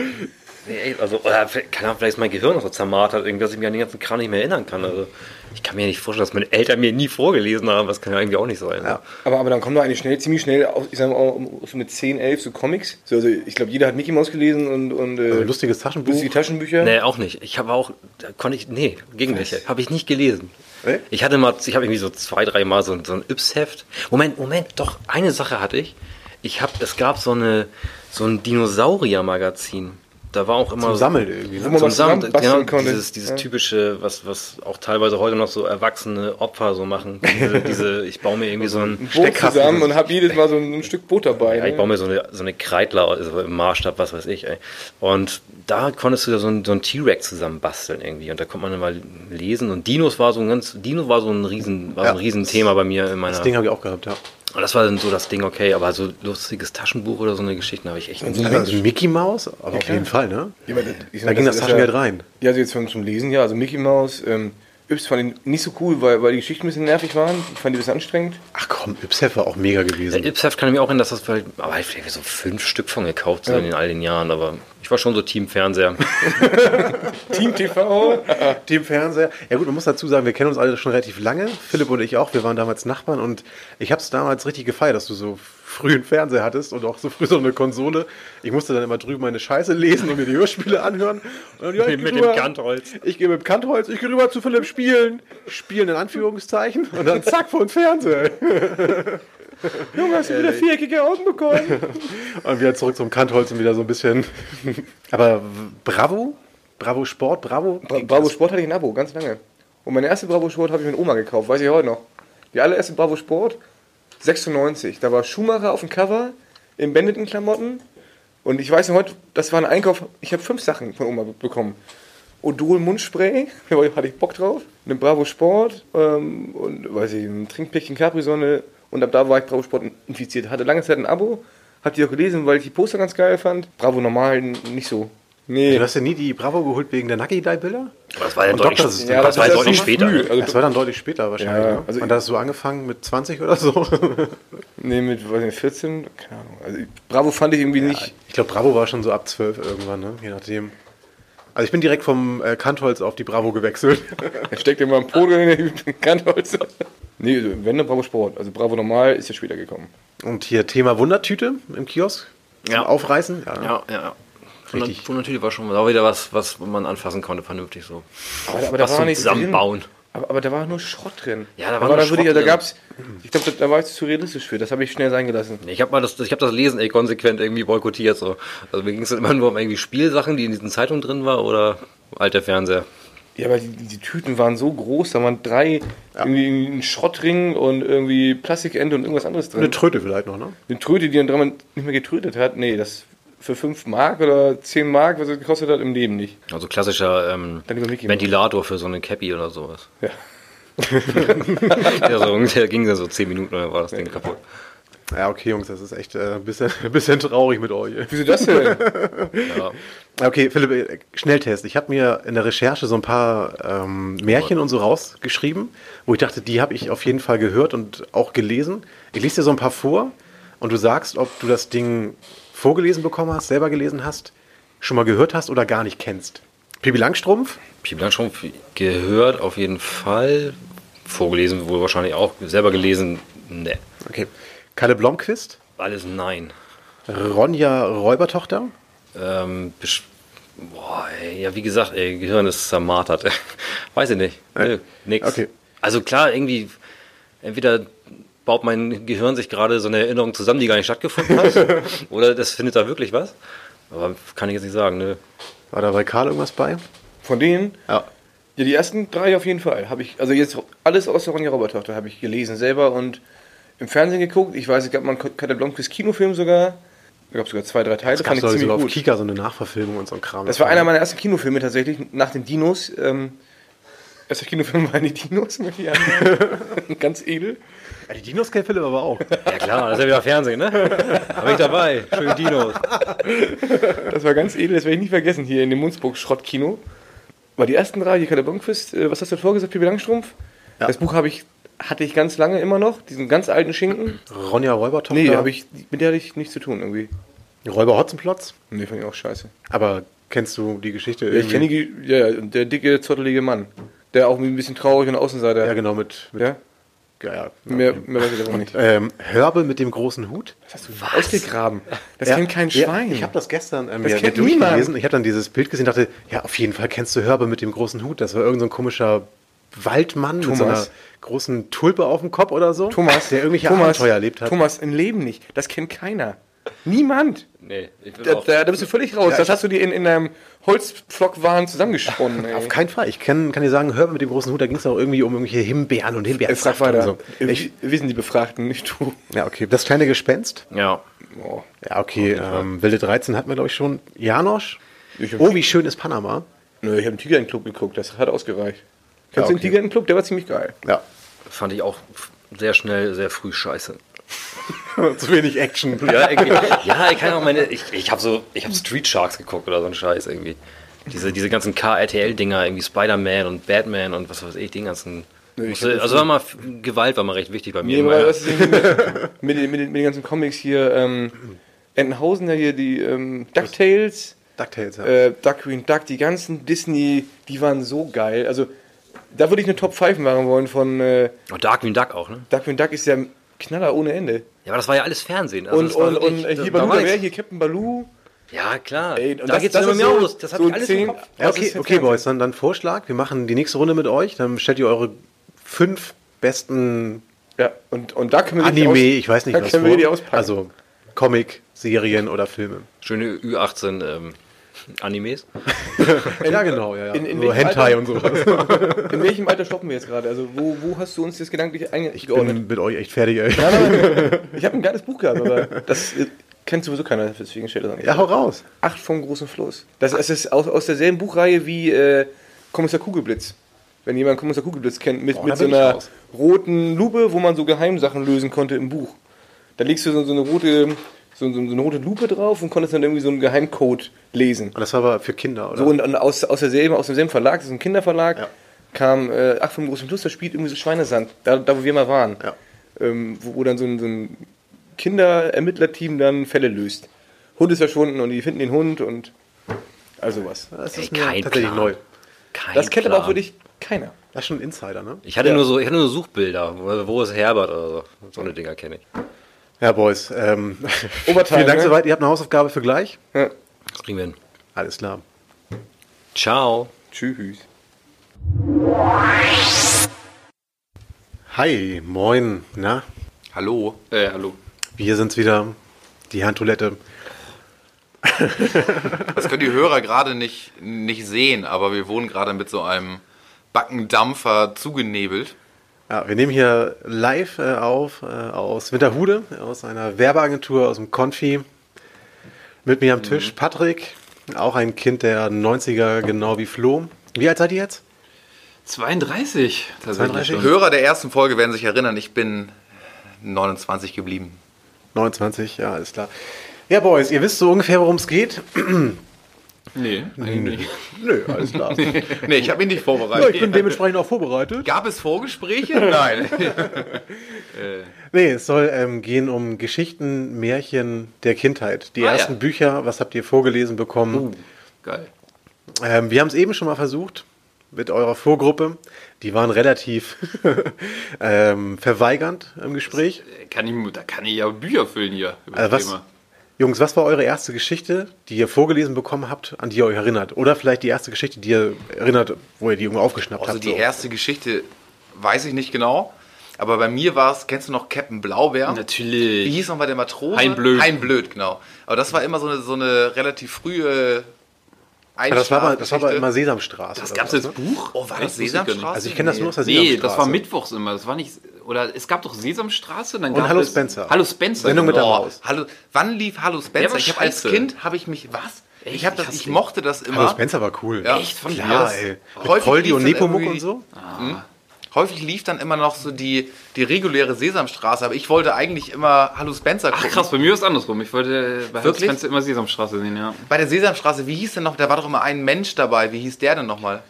[SPEAKER 3] Nee, echt, also, oder vielleicht- keine Ahnung, vielleicht ist mein Gehirn noch so zermartert, irgendwie, dass ich mich an den ganzen Kram nicht mehr erinnern kann. Also, ich kann mir nicht vorstellen, dass meine Eltern mir nie vorgelesen haben. Das kann ja irgendwie auch nicht sein.
[SPEAKER 1] Ja.
[SPEAKER 4] Aber, aber dann kommen da eigentlich schnell, ziemlich schnell, auf, ich sag mal, um- so mit 10, 11 so Comics. So, also ich glaube, jeder hat Mickey Mouse gelesen und, und äh,
[SPEAKER 1] Also lustiges Taschenbuch.
[SPEAKER 4] lustige Taschenbücher.
[SPEAKER 3] Nee, auch nicht. Ich habe auch, da konnte ich, nee, gegen welche. Habe ich nicht gelesen.
[SPEAKER 1] Nee?
[SPEAKER 3] Ich hatte mal, ich habe irgendwie so zwei, drei Mal so, ein- so ein Yps-Heft. Moment, Moment, doch, eine Sache hatte ich. Ich habe, es gab so eine, so ein Dinosaurier-Magazin. Da war auch immer.
[SPEAKER 1] Zum
[SPEAKER 3] so-
[SPEAKER 1] Sammeln irgendwie, ne?
[SPEAKER 4] Wo man
[SPEAKER 3] Zum
[SPEAKER 4] was
[SPEAKER 3] Sammeln,
[SPEAKER 4] zusammenbasteln
[SPEAKER 3] genau,
[SPEAKER 4] konnte.
[SPEAKER 3] dieses, dieses
[SPEAKER 4] Ja.
[SPEAKER 3] typische, was, was auch teilweise heute noch so erwachsene Opfer so machen. Diese, diese ich baue mir irgendwie so ein.
[SPEAKER 4] Boot
[SPEAKER 1] Steckkasten.
[SPEAKER 4] zusammen und hab jedes Mal so ein, ein Stück Boot dabei.
[SPEAKER 3] Ja, ich
[SPEAKER 4] ne?
[SPEAKER 3] baue mir so eine, so eine Kreidler also im Maßstab, was weiß ich. Ey. Und da konntest du da so einen, so einen T-Rex zusammen basteln irgendwie. Und da konnte man dann mal lesen. Und Dinos war so ein ganz, Dino war so ein riesen, war so ein
[SPEAKER 1] Ja.
[SPEAKER 3] Riesenthema bei mir in meiner.
[SPEAKER 1] Das Ding habe ich auch gehabt, ja.
[SPEAKER 3] Und das war dann so das Ding, okay, aber so lustiges Taschenbuch oder so eine Geschichte habe ich echt nicht.
[SPEAKER 1] Also, also Mickey Mouse, aber auf jeden Fall, ne?
[SPEAKER 4] Ja, aber das- ich
[SPEAKER 1] Da
[SPEAKER 4] sag,
[SPEAKER 1] ging das
[SPEAKER 4] ist
[SPEAKER 1] Taschengeld
[SPEAKER 4] ja-
[SPEAKER 1] rein.
[SPEAKER 4] Ja, also jetzt zum, zum Lesen, ja. Also Mickey Mouse, ähm, Yps fand ich nicht so cool, weil, weil die Geschichten ein bisschen nervig waren. Ich fand die ein bisschen anstrengend.
[SPEAKER 1] Ach komm, Yps-Heft war auch mega gewesen.
[SPEAKER 3] Der Ipsheft kann ich mir auch erinnern, dass das vielleicht, aber ich vielleicht so fünf Stück von gekauft sind in all den Jahren, aber ich war schon so Team Fernseher.
[SPEAKER 4] Team TV.
[SPEAKER 1] Dem Fernseher. Ja gut, man muss dazu sagen, wir kennen uns alle schon relativ lange. Philipp und ich auch. Wir waren damals Nachbarn und ich habe es damals richtig gefeiert, dass du so früh einen Fernseher hattest und auch so früh so eine Konsole. Ich musste dann immer drüben meine Scheiße lesen und mir die Hörspiele anhören. Und dann, ja, ich geh
[SPEAKER 3] Mit dem
[SPEAKER 1] rüber.
[SPEAKER 3] Kantholz.
[SPEAKER 1] Ich gehe mit dem Kantholz, ich gehe rüber zu Philipp spielen. Spielen in Anführungszeichen und dann zack, vor den Fernseher.
[SPEAKER 4] Junge, hast du wieder viereckige Augen bekommen?
[SPEAKER 1] Und wieder zurück zum Kantholz und wieder so ein bisschen. Aber Bravo? Bravo Sport? Bravo?
[SPEAKER 4] Bra Bravo Sport hatte ich ein Abo, ganz lange. Und meine erste Bravo Sport habe ich mit Oma gekauft, weiß ich heute noch. Die allererste Bravo Sport, 96. Da war Schumacher auf dem Cover, in Banditen-Klamotten. Und ich weiß noch heute, das war ein Einkauf. Ich habe fünf Sachen von Oma be- bekommen. Odol Mundspray, da hatte ich Bock drauf. Eine Bravo Sport ähm, und weiß ich, ein Trinkpäckchen Capri-Sonne. Und ab da war ich Bravo Sport infiziert. Hatte lange Zeit ein Abo. Hab die auch gelesen, weil ich die Poster ganz geil fand. Bravo normal nicht so. Nee.
[SPEAKER 1] Du hast ja nie die Bravo geholt wegen der Nucky Die Bilder?
[SPEAKER 3] Aber das war ja
[SPEAKER 1] Und
[SPEAKER 3] deutlich,
[SPEAKER 1] Dr. Seuss-
[SPEAKER 3] das war ja
[SPEAKER 4] erst
[SPEAKER 3] deutlich
[SPEAKER 4] so
[SPEAKER 3] später.
[SPEAKER 4] früh. Also,
[SPEAKER 1] ne? das war dann deutlich später wahrscheinlich.
[SPEAKER 4] Ja,
[SPEAKER 1] ne?
[SPEAKER 4] also
[SPEAKER 1] und da hast du angefangen mit 20 oder so.
[SPEAKER 4] Nee, mit weiß nicht, 14, keine Ahnung. Also Bravo fand ich irgendwie nicht.
[SPEAKER 1] ich glaube, Bravo war schon so ab 12 irgendwann, ne? je nachdem. Also ich bin direkt vom äh, Kantholz auf die Bravo gewechselt.
[SPEAKER 4] Er steckt immer im Polo in den Kantholz. Nee, also, wenn dann Bravo Sport. Also Bravo normal ist ja später gekommen.
[SPEAKER 1] Und hier Thema Wundertüte im Kiosk. Zum
[SPEAKER 3] Ja.
[SPEAKER 1] Aufreißen. Ja.
[SPEAKER 3] Ja, ja, ja. Von der-
[SPEAKER 1] Richtig.
[SPEAKER 3] Von natürlich war schon auch wieder was, was man anfassen konnte, vernünftig so.
[SPEAKER 4] Aber, aber
[SPEAKER 3] Was zum Zusammenbauen.
[SPEAKER 4] Aber, aber da war nur Schrott drin.
[SPEAKER 3] Ja, da war
[SPEAKER 4] Aber
[SPEAKER 3] nur
[SPEAKER 4] da würde ich,
[SPEAKER 3] Schrott
[SPEAKER 4] Da
[SPEAKER 3] drin.
[SPEAKER 4] gab's, ich glaube, da, da war ich zu realistisch für. Das habe ich schnell sein gelassen.
[SPEAKER 3] Ich habe mal das, ich habe das Lesen ey, konsequent irgendwie boykottiert so. Also mir ging es immer nur um irgendwie Spielsachen, die in diesen Zeitungen drin war oder alter Fernseher.
[SPEAKER 4] Ja, aber die, die Tüten waren so groß. Da waren drei, irgendwie ein Schrottring und irgendwie Plastikende und irgendwas anderes drin.
[SPEAKER 1] Eine Tröte vielleicht noch, ne?
[SPEAKER 4] Eine Tröte, die dann dreimal nicht mehr getrötet hat. Nee, das für 5 Mark oder 10 Mark, was es gekostet hat, im Leben nicht.
[SPEAKER 3] Also klassischer ähm,
[SPEAKER 4] Dann lieber Mickey Mouse.
[SPEAKER 3] Ventilator für so eine Cappy oder sowas.
[SPEAKER 4] Ja.
[SPEAKER 3] ja, so ungefähr ging dann so zehn Minuten und dann war das Ding kaputt.
[SPEAKER 1] Ja, okay, Jungs, das ist echt äh, ein bisschen, ein bisschen traurig mit euch.
[SPEAKER 4] Wieso das denn?
[SPEAKER 3] Ja.
[SPEAKER 1] Okay, Philipp, äh, Schnelltest. Ich habe mir in der Recherche so ein paar ähm, Märchen und so rausgeschrieben, wo ich dachte, die habe ich auf jeden Fall gehört und auch gelesen. Ich lese dir so ein paar vor und du sagst, ob du das Ding vorgelesen bekommen hast, selber gelesen hast, schon mal gehört hast oder gar nicht kennst. Pippi Langstrumpf?
[SPEAKER 3] Piep Langstrumpf gehört auf jeden Fall. Vorgelesen, wohl wahrscheinlich auch. Selber gelesen, ne.
[SPEAKER 1] Okay. Kalle Blomquist?
[SPEAKER 3] Alles nein.
[SPEAKER 1] Ronja Räubertochter?
[SPEAKER 3] Ähm, besch- boah, ey, ja, wie gesagt, ey, Gehirn ist zermartert. Weiß ich nicht. Nö, nix.
[SPEAKER 1] Okay.
[SPEAKER 3] Also klar, irgendwie entweder baut mein Gehirn sich gerade so eine Erinnerung zusammen, die gar nicht stattgefunden hat, oder das findet da wirklich was. Aber kann ich jetzt nicht sagen, ne?
[SPEAKER 1] War da bei Karl irgendwas bei?
[SPEAKER 4] Von denen?
[SPEAKER 1] Ja.
[SPEAKER 4] Ja, die ersten drei auf jeden Fall. Habe ich, also jetzt alles außer Ronja Robertochter habe ich gelesen selber und im Fernsehen geguckt. Ich weiß, es gab mal einen Katalonquist Kinofilm sogar. Da gab sogar zwei, drei Teile.
[SPEAKER 1] Das gab
[SPEAKER 4] ich
[SPEAKER 1] sogar auf Kika so eine Nachverfilmung und so ein Kram.
[SPEAKER 4] Das war einer meiner ersten Kinofilme tatsächlich, nach den Dinos. Ähm, erster Kinofilm waren die Dinos, möchte ich anmerken. Ganz edel.
[SPEAKER 1] Ja, die Dinos kennt Philipp aber auch.
[SPEAKER 3] Ja klar, das ist ja wieder Fernsehen, ne? Habe ich dabei. Schön Dinos.
[SPEAKER 4] Das war ganz edel, das werde ich nie vergessen, hier in dem Munzburg-Schrottkino. War die ersten drei, die Katalonquist, äh, was hast du vorgesagt, Pippi Langstrumpf? Das Buch habe ich, hatte ich ganz lange immer noch, diesen ganz alten Schinken.
[SPEAKER 1] Ronja Räubertochter.
[SPEAKER 4] Nee, hab ich, mit der hatte ich nichts zu tun irgendwie.
[SPEAKER 1] Räuber Hotzenplotz.
[SPEAKER 4] Nee, fand ich auch scheiße.
[SPEAKER 1] Aber kennst du die Geschichte?
[SPEAKER 4] Ja, ich kenne die, ja, ja, und der dicke, zottelige Mann, der auch ein bisschen traurig und Außenseiter.
[SPEAKER 1] Ja, genau, mit. mit
[SPEAKER 4] Ja?
[SPEAKER 1] ja, ja, genau.
[SPEAKER 4] Mehr, mehr weiß ich davon nicht.
[SPEAKER 1] Ähm, Hörbe mit dem großen Hut.
[SPEAKER 4] hast du ausgegraben? Das
[SPEAKER 1] Ja,
[SPEAKER 4] kennt kein
[SPEAKER 1] ja,
[SPEAKER 4] Schwein.
[SPEAKER 1] Ich habe das gestern ähm,
[SPEAKER 4] Das
[SPEAKER 1] ja,
[SPEAKER 4] kennt
[SPEAKER 1] mir
[SPEAKER 4] niemand.
[SPEAKER 1] durchgelesen. Ich habe dann dieses Bild gesehen und dachte, ja, auf jeden Fall kennst du Hörbe mit dem großen Hut. Das war irgendein so ein komischer Waldmann mit so einer
[SPEAKER 4] Thomas.
[SPEAKER 1] großen Tulpe auf dem Kopf oder so.
[SPEAKER 4] Thomas,
[SPEAKER 1] der irgendwelche
[SPEAKER 4] Thomas,
[SPEAKER 1] Abenteuer erlebt hat.
[SPEAKER 4] Thomas, im Leben nicht. Das kennt keiner. Niemand.
[SPEAKER 3] Nee, ich bin
[SPEAKER 4] Da,
[SPEAKER 3] auch.
[SPEAKER 4] da, da bist du völlig raus. das hast du dir in, in einem Holzpflock-Wahn zusammengesponnen. Ey.
[SPEAKER 1] Auf keinen Fall. Ich kann, kann dir sagen, Hörbe mit dem großen Hut, da ging es auch irgendwie um irgendwelche Himbeeren und
[SPEAKER 4] Äh,
[SPEAKER 1] Himbeeren.
[SPEAKER 4] Frag weiter.
[SPEAKER 1] So.
[SPEAKER 4] Äh,
[SPEAKER 1] Also, Ich,
[SPEAKER 4] wir sind die Befragten, nicht du.
[SPEAKER 1] ja, okay. Das kleine Gespenst.
[SPEAKER 3] Ja.
[SPEAKER 4] Oh.
[SPEAKER 1] Ja, okay. Ähm, Wilde 13 hatten wir, glaube ich, schon. Janosch.
[SPEAKER 4] Ich hab-
[SPEAKER 1] Oh, wie schön ist Panama.
[SPEAKER 4] Nö, ich habe den Tiger in den Club geguckt. Das hat ausgereicht. Kennst du den
[SPEAKER 1] okay.
[SPEAKER 4] Tiger in den Club? Der war ziemlich geil.
[SPEAKER 1] Ja.
[SPEAKER 3] Fand ich auch sehr schnell, sehr früh scheiße.
[SPEAKER 1] Zu wenig Action.
[SPEAKER 3] Ja, irgendwie. ja ich kann auch meine. Ich, ich habe so, ich habe Street Sharks geguckt oder so ein Scheiß irgendwie. Diese, diese ganzen K-RTL-Dinger, irgendwie Spider-Man und Batman und was weiß ich, den ganzen. musste, also war mal Gewalt war mal recht wichtig bei mir.
[SPEAKER 4] Nee,
[SPEAKER 3] in
[SPEAKER 4] aber
[SPEAKER 3] meiner-
[SPEAKER 4] das ist irgendwie mit, mit, den- mit, den- mit den ganzen Comics hier. Ähm, Entenhausen, da hier die ähm, DuckTales.
[SPEAKER 1] DuckTales, ja.
[SPEAKER 4] äh, Duck Green Duck, die ganzen Disney, die waren so geil. Also da würde ich eine Top 5 machen wollen von äh,
[SPEAKER 3] und Darkwing Duck auch, ne?
[SPEAKER 4] Duck Green Duck ist ja ein Knaller ohne Ende.
[SPEAKER 3] Ja, aber das war ja alles Fernsehen. Also
[SPEAKER 4] Und,
[SPEAKER 3] das war
[SPEAKER 4] und,
[SPEAKER 3] wirklich-
[SPEAKER 4] und äh,
[SPEAKER 3] da-
[SPEAKER 4] hier
[SPEAKER 3] da
[SPEAKER 4] Baloo,
[SPEAKER 3] war
[SPEAKER 4] der Bär,
[SPEAKER 3] nix.
[SPEAKER 4] hier Captain Baloo.
[SPEAKER 3] Ja, klar.
[SPEAKER 4] Ey, und
[SPEAKER 3] da
[SPEAKER 4] das-
[SPEAKER 3] geht es
[SPEAKER 4] das
[SPEAKER 3] immer
[SPEAKER 4] ist
[SPEAKER 3] mehr
[SPEAKER 4] so-
[SPEAKER 3] los. Das hab
[SPEAKER 4] so
[SPEAKER 3] ich alles
[SPEAKER 4] zehn-
[SPEAKER 3] im Kopf.
[SPEAKER 1] Ja,
[SPEAKER 4] Das
[SPEAKER 1] okay,
[SPEAKER 4] ist für
[SPEAKER 1] okay,
[SPEAKER 4] Fernsehen.
[SPEAKER 1] Boys, dann, dann Vorschlag. Wir machen die nächste Runde mit euch. Dann stellt ihr eure fünf besten
[SPEAKER 4] Ja, und, und da können wir die
[SPEAKER 1] Anime,
[SPEAKER 4] aus-
[SPEAKER 1] ich weiß nicht,
[SPEAKER 4] da
[SPEAKER 1] was
[SPEAKER 4] können wir die auspacken.
[SPEAKER 1] Also Comic, Serien oder Filme.
[SPEAKER 3] Schöne Ü18 ähm, Animes.
[SPEAKER 1] ja, genau, ja, ja.
[SPEAKER 4] in- in
[SPEAKER 1] so
[SPEAKER 4] welchem
[SPEAKER 1] Hentai
[SPEAKER 4] Alter?
[SPEAKER 1] und sowas.
[SPEAKER 4] In welchem Alter stoppen wir jetzt gerade? Also wo, wo hast du uns das gedanklich
[SPEAKER 1] Ich bin
[SPEAKER 4] eingeordnet?
[SPEAKER 1] mit euch echt fertig, ey.
[SPEAKER 4] Ich, habe ein geiles Buch gehabt, aber das äh, kennt sowieso keiner, deswegen steht das auch nicht.
[SPEAKER 1] Ja, hau raus.
[SPEAKER 4] Acht vom großen Floß. Das, das ist aus, aus derselben Buchreihe wie äh, Kommissar Kugelblitz. Wenn jemand Kommissar Kugelblitz kennt, mit,
[SPEAKER 1] Boah, da
[SPEAKER 4] mit so
[SPEAKER 1] bin ich
[SPEAKER 4] einer
[SPEAKER 1] raus.
[SPEAKER 4] roten Lupe, wo man so Geheimsachen lösen konnte im Buch. Da legst du so, so, eine, rote, so, so, so eine rote Lupe drauf und konntest dann irgendwie so einen Geheimcode lesen.
[SPEAKER 1] Und das war aber für Kinder, oder?
[SPEAKER 4] So und, und aus, aus, derselben, aus demselben Verlag, das ist ein Kinderverlag,
[SPEAKER 1] Ja.
[SPEAKER 4] kam äh, Acht vom großen Fluss, das spielt irgendwie so Schweinesand, da, da wo wir mal waren.
[SPEAKER 1] Ja.
[SPEAKER 4] Ähm, wo, wo dann so ein, so ein Kinderermittlerteam dann Fälle löst. Hund ist verschwunden und die finden den Hund und also was.
[SPEAKER 1] das ist
[SPEAKER 3] Ey,
[SPEAKER 1] mir
[SPEAKER 3] kein
[SPEAKER 1] tatsächlich
[SPEAKER 3] Plan.
[SPEAKER 1] neu.
[SPEAKER 3] Kein
[SPEAKER 4] Das kennt aber auch
[SPEAKER 3] Plan.
[SPEAKER 4] wirklich keiner.
[SPEAKER 1] Das ist schon ein Insider, ne?
[SPEAKER 3] Ich hatte,
[SPEAKER 4] Ja.
[SPEAKER 3] nur so, ich hatte nur Suchbilder. Wo, wo ist Herbert oder so? So eine Dinger kenne ich.
[SPEAKER 1] Ja, Boys. Ähm,
[SPEAKER 4] Oberteil,
[SPEAKER 1] vielen Dank
[SPEAKER 4] ne?
[SPEAKER 1] soweit. Ihr habt eine Hausaufgabe für gleich.
[SPEAKER 4] Ja.
[SPEAKER 3] Das kriegen wir hin.
[SPEAKER 1] Alles klar.
[SPEAKER 3] Ciao.
[SPEAKER 4] Tschüss.
[SPEAKER 1] Hi, moin. Na,
[SPEAKER 2] Hallo?
[SPEAKER 3] Äh, hallo.
[SPEAKER 1] wir sind's wieder. Die Handtoilette.
[SPEAKER 2] Das können die Hörer gerade nicht, nicht sehen, aber wir wurden gerade mit so einem Backendampfer zugenebelt.
[SPEAKER 1] Ja, wir nehmen hier live äh, auf äh, aus Winterhude, aus einer Werbeagentur, aus dem Konfi. Mit mir am Tisch Patrick, auch ein Kind der 90er, genau wie Flo. Wie alt seid ihr jetzt?
[SPEAKER 5] 32 tatsächlich
[SPEAKER 1] 32?
[SPEAKER 5] schon.
[SPEAKER 2] Hörer der ersten Folge werden sich erinnern, ich bin 29 geblieben.
[SPEAKER 1] 29, ja, alles klar. Ja, Boys, ihr wisst so ungefähr, worum es geht. Hm,
[SPEAKER 5] Nee, eigentlich nicht.
[SPEAKER 1] Nö, alles klar.
[SPEAKER 2] Nee, ich habe ihn nicht
[SPEAKER 1] ich bin
[SPEAKER 2] vorbereitet.
[SPEAKER 1] dementsprechend auch vorbereitet.
[SPEAKER 2] Gab es Vorgespräche? Nein.
[SPEAKER 1] Nee, es soll ähm, gehen um Geschichten, Märchen der Kindheit. Die
[SPEAKER 5] Ah,
[SPEAKER 1] ersten
[SPEAKER 5] ja. Uh.
[SPEAKER 1] Bücher, was habt ihr vorgelesen bekommen?
[SPEAKER 5] Geil.
[SPEAKER 1] Ähm, wir haben es eben schon mal versucht mit eurer Vorgruppe. Die waren relativ ähm, verweigernd im Gespräch.
[SPEAKER 5] Kann ich, da kann ich ja Bücher füllen hier über
[SPEAKER 2] Äh,
[SPEAKER 1] Also
[SPEAKER 5] das
[SPEAKER 1] was,
[SPEAKER 5] Thema.
[SPEAKER 1] Jungs, was war eure erste Geschichte, die ihr vorgelesen bekommen habt, an die ihr euch erinnert? Oder vielleicht die erste Geschichte, die ihr erinnert, wo ihr die irgendwo aufgeschnappt
[SPEAKER 2] Also
[SPEAKER 1] habt?
[SPEAKER 2] die
[SPEAKER 1] so.
[SPEAKER 2] erste Geschichte weiß ich nicht genau. Aber bei mir war es, kennst du noch Captain Blaubeer? Wie
[SPEAKER 5] Natürlich.
[SPEAKER 2] hieß nochmal der Matrose?
[SPEAKER 5] Hein Blöd.
[SPEAKER 2] Hein Blöd, genau. Aber das war immer so eine, so eine relativ frühe
[SPEAKER 1] Aber das war aber, das war aber
[SPEAKER 2] Einschlafgeschichte.
[SPEAKER 1] immer Sesamstraße.
[SPEAKER 5] Das
[SPEAKER 1] oder
[SPEAKER 5] gab's
[SPEAKER 1] was,
[SPEAKER 5] als
[SPEAKER 1] ne?
[SPEAKER 5] Buch?
[SPEAKER 2] Oh, war
[SPEAKER 5] Echt?
[SPEAKER 2] das
[SPEAKER 5] Wusste ich gar nicht.
[SPEAKER 2] Sesamstraße?
[SPEAKER 1] Also ich kenne das nur aus der
[SPEAKER 5] Nee,
[SPEAKER 1] Sesamstraße.
[SPEAKER 5] das war mittwochs immer. Das war nicht. Oder es gab doch Sesamstraße, dann
[SPEAKER 1] Und
[SPEAKER 5] gab
[SPEAKER 1] Hallo
[SPEAKER 5] es-
[SPEAKER 1] Spencer.
[SPEAKER 5] Hallo Spencer.
[SPEAKER 1] Sendung mit der
[SPEAKER 5] genau.
[SPEAKER 1] Maus.
[SPEAKER 2] Hallo, wann lief Hallo Spencer?
[SPEAKER 5] war
[SPEAKER 2] Ich habe als
[SPEAKER 5] scheiße.
[SPEAKER 2] Kind habe ich mich was? Ich habe
[SPEAKER 5] Ich
[SPEAKER 2] das,
[SPEAKER 5] hasse
[SPEAKER 2] ich
[SPEAKER 5] den.
[SPEAKER 2] mochte das immer.
[SPEAKER 1] Hallo Spencer war cool.
[SPEAKER 2] Ja.
[SPEAKER 5] Echt von
[SPEAKER 1] Klar,
[SPEAKER 5] mir?
[SPEAKER 1] ey. Mit
[SPEAKER 2] Häufig
[SPEAKER 1] Poldi und
[SPEAKER 2] lief dann
[SPEAKER 1] Nepomuk
[SPEAKER 2] irgendwie-
[SPEAKER 1] und so.
[SPEAKER 2] Häufig lief dann immer noch so die, die reguläre Sesamstraße, aber ich wollte eigentlich immer Hallo Spencer gucken.
[SPEAKER 5] Ach krass, bei mir ist es andersrum. Ich wollte bei Hallo
[SPEAKER 2] Wirklich?
[SPEAKER 5] Spencer immer Sesamstraße sehen, ja.
[SPEAKER 2] Bei der Sesamstraße, wie hieß denn noch? Da war doch immer ein Mensch dabei. Wie hieß der denn nochmal?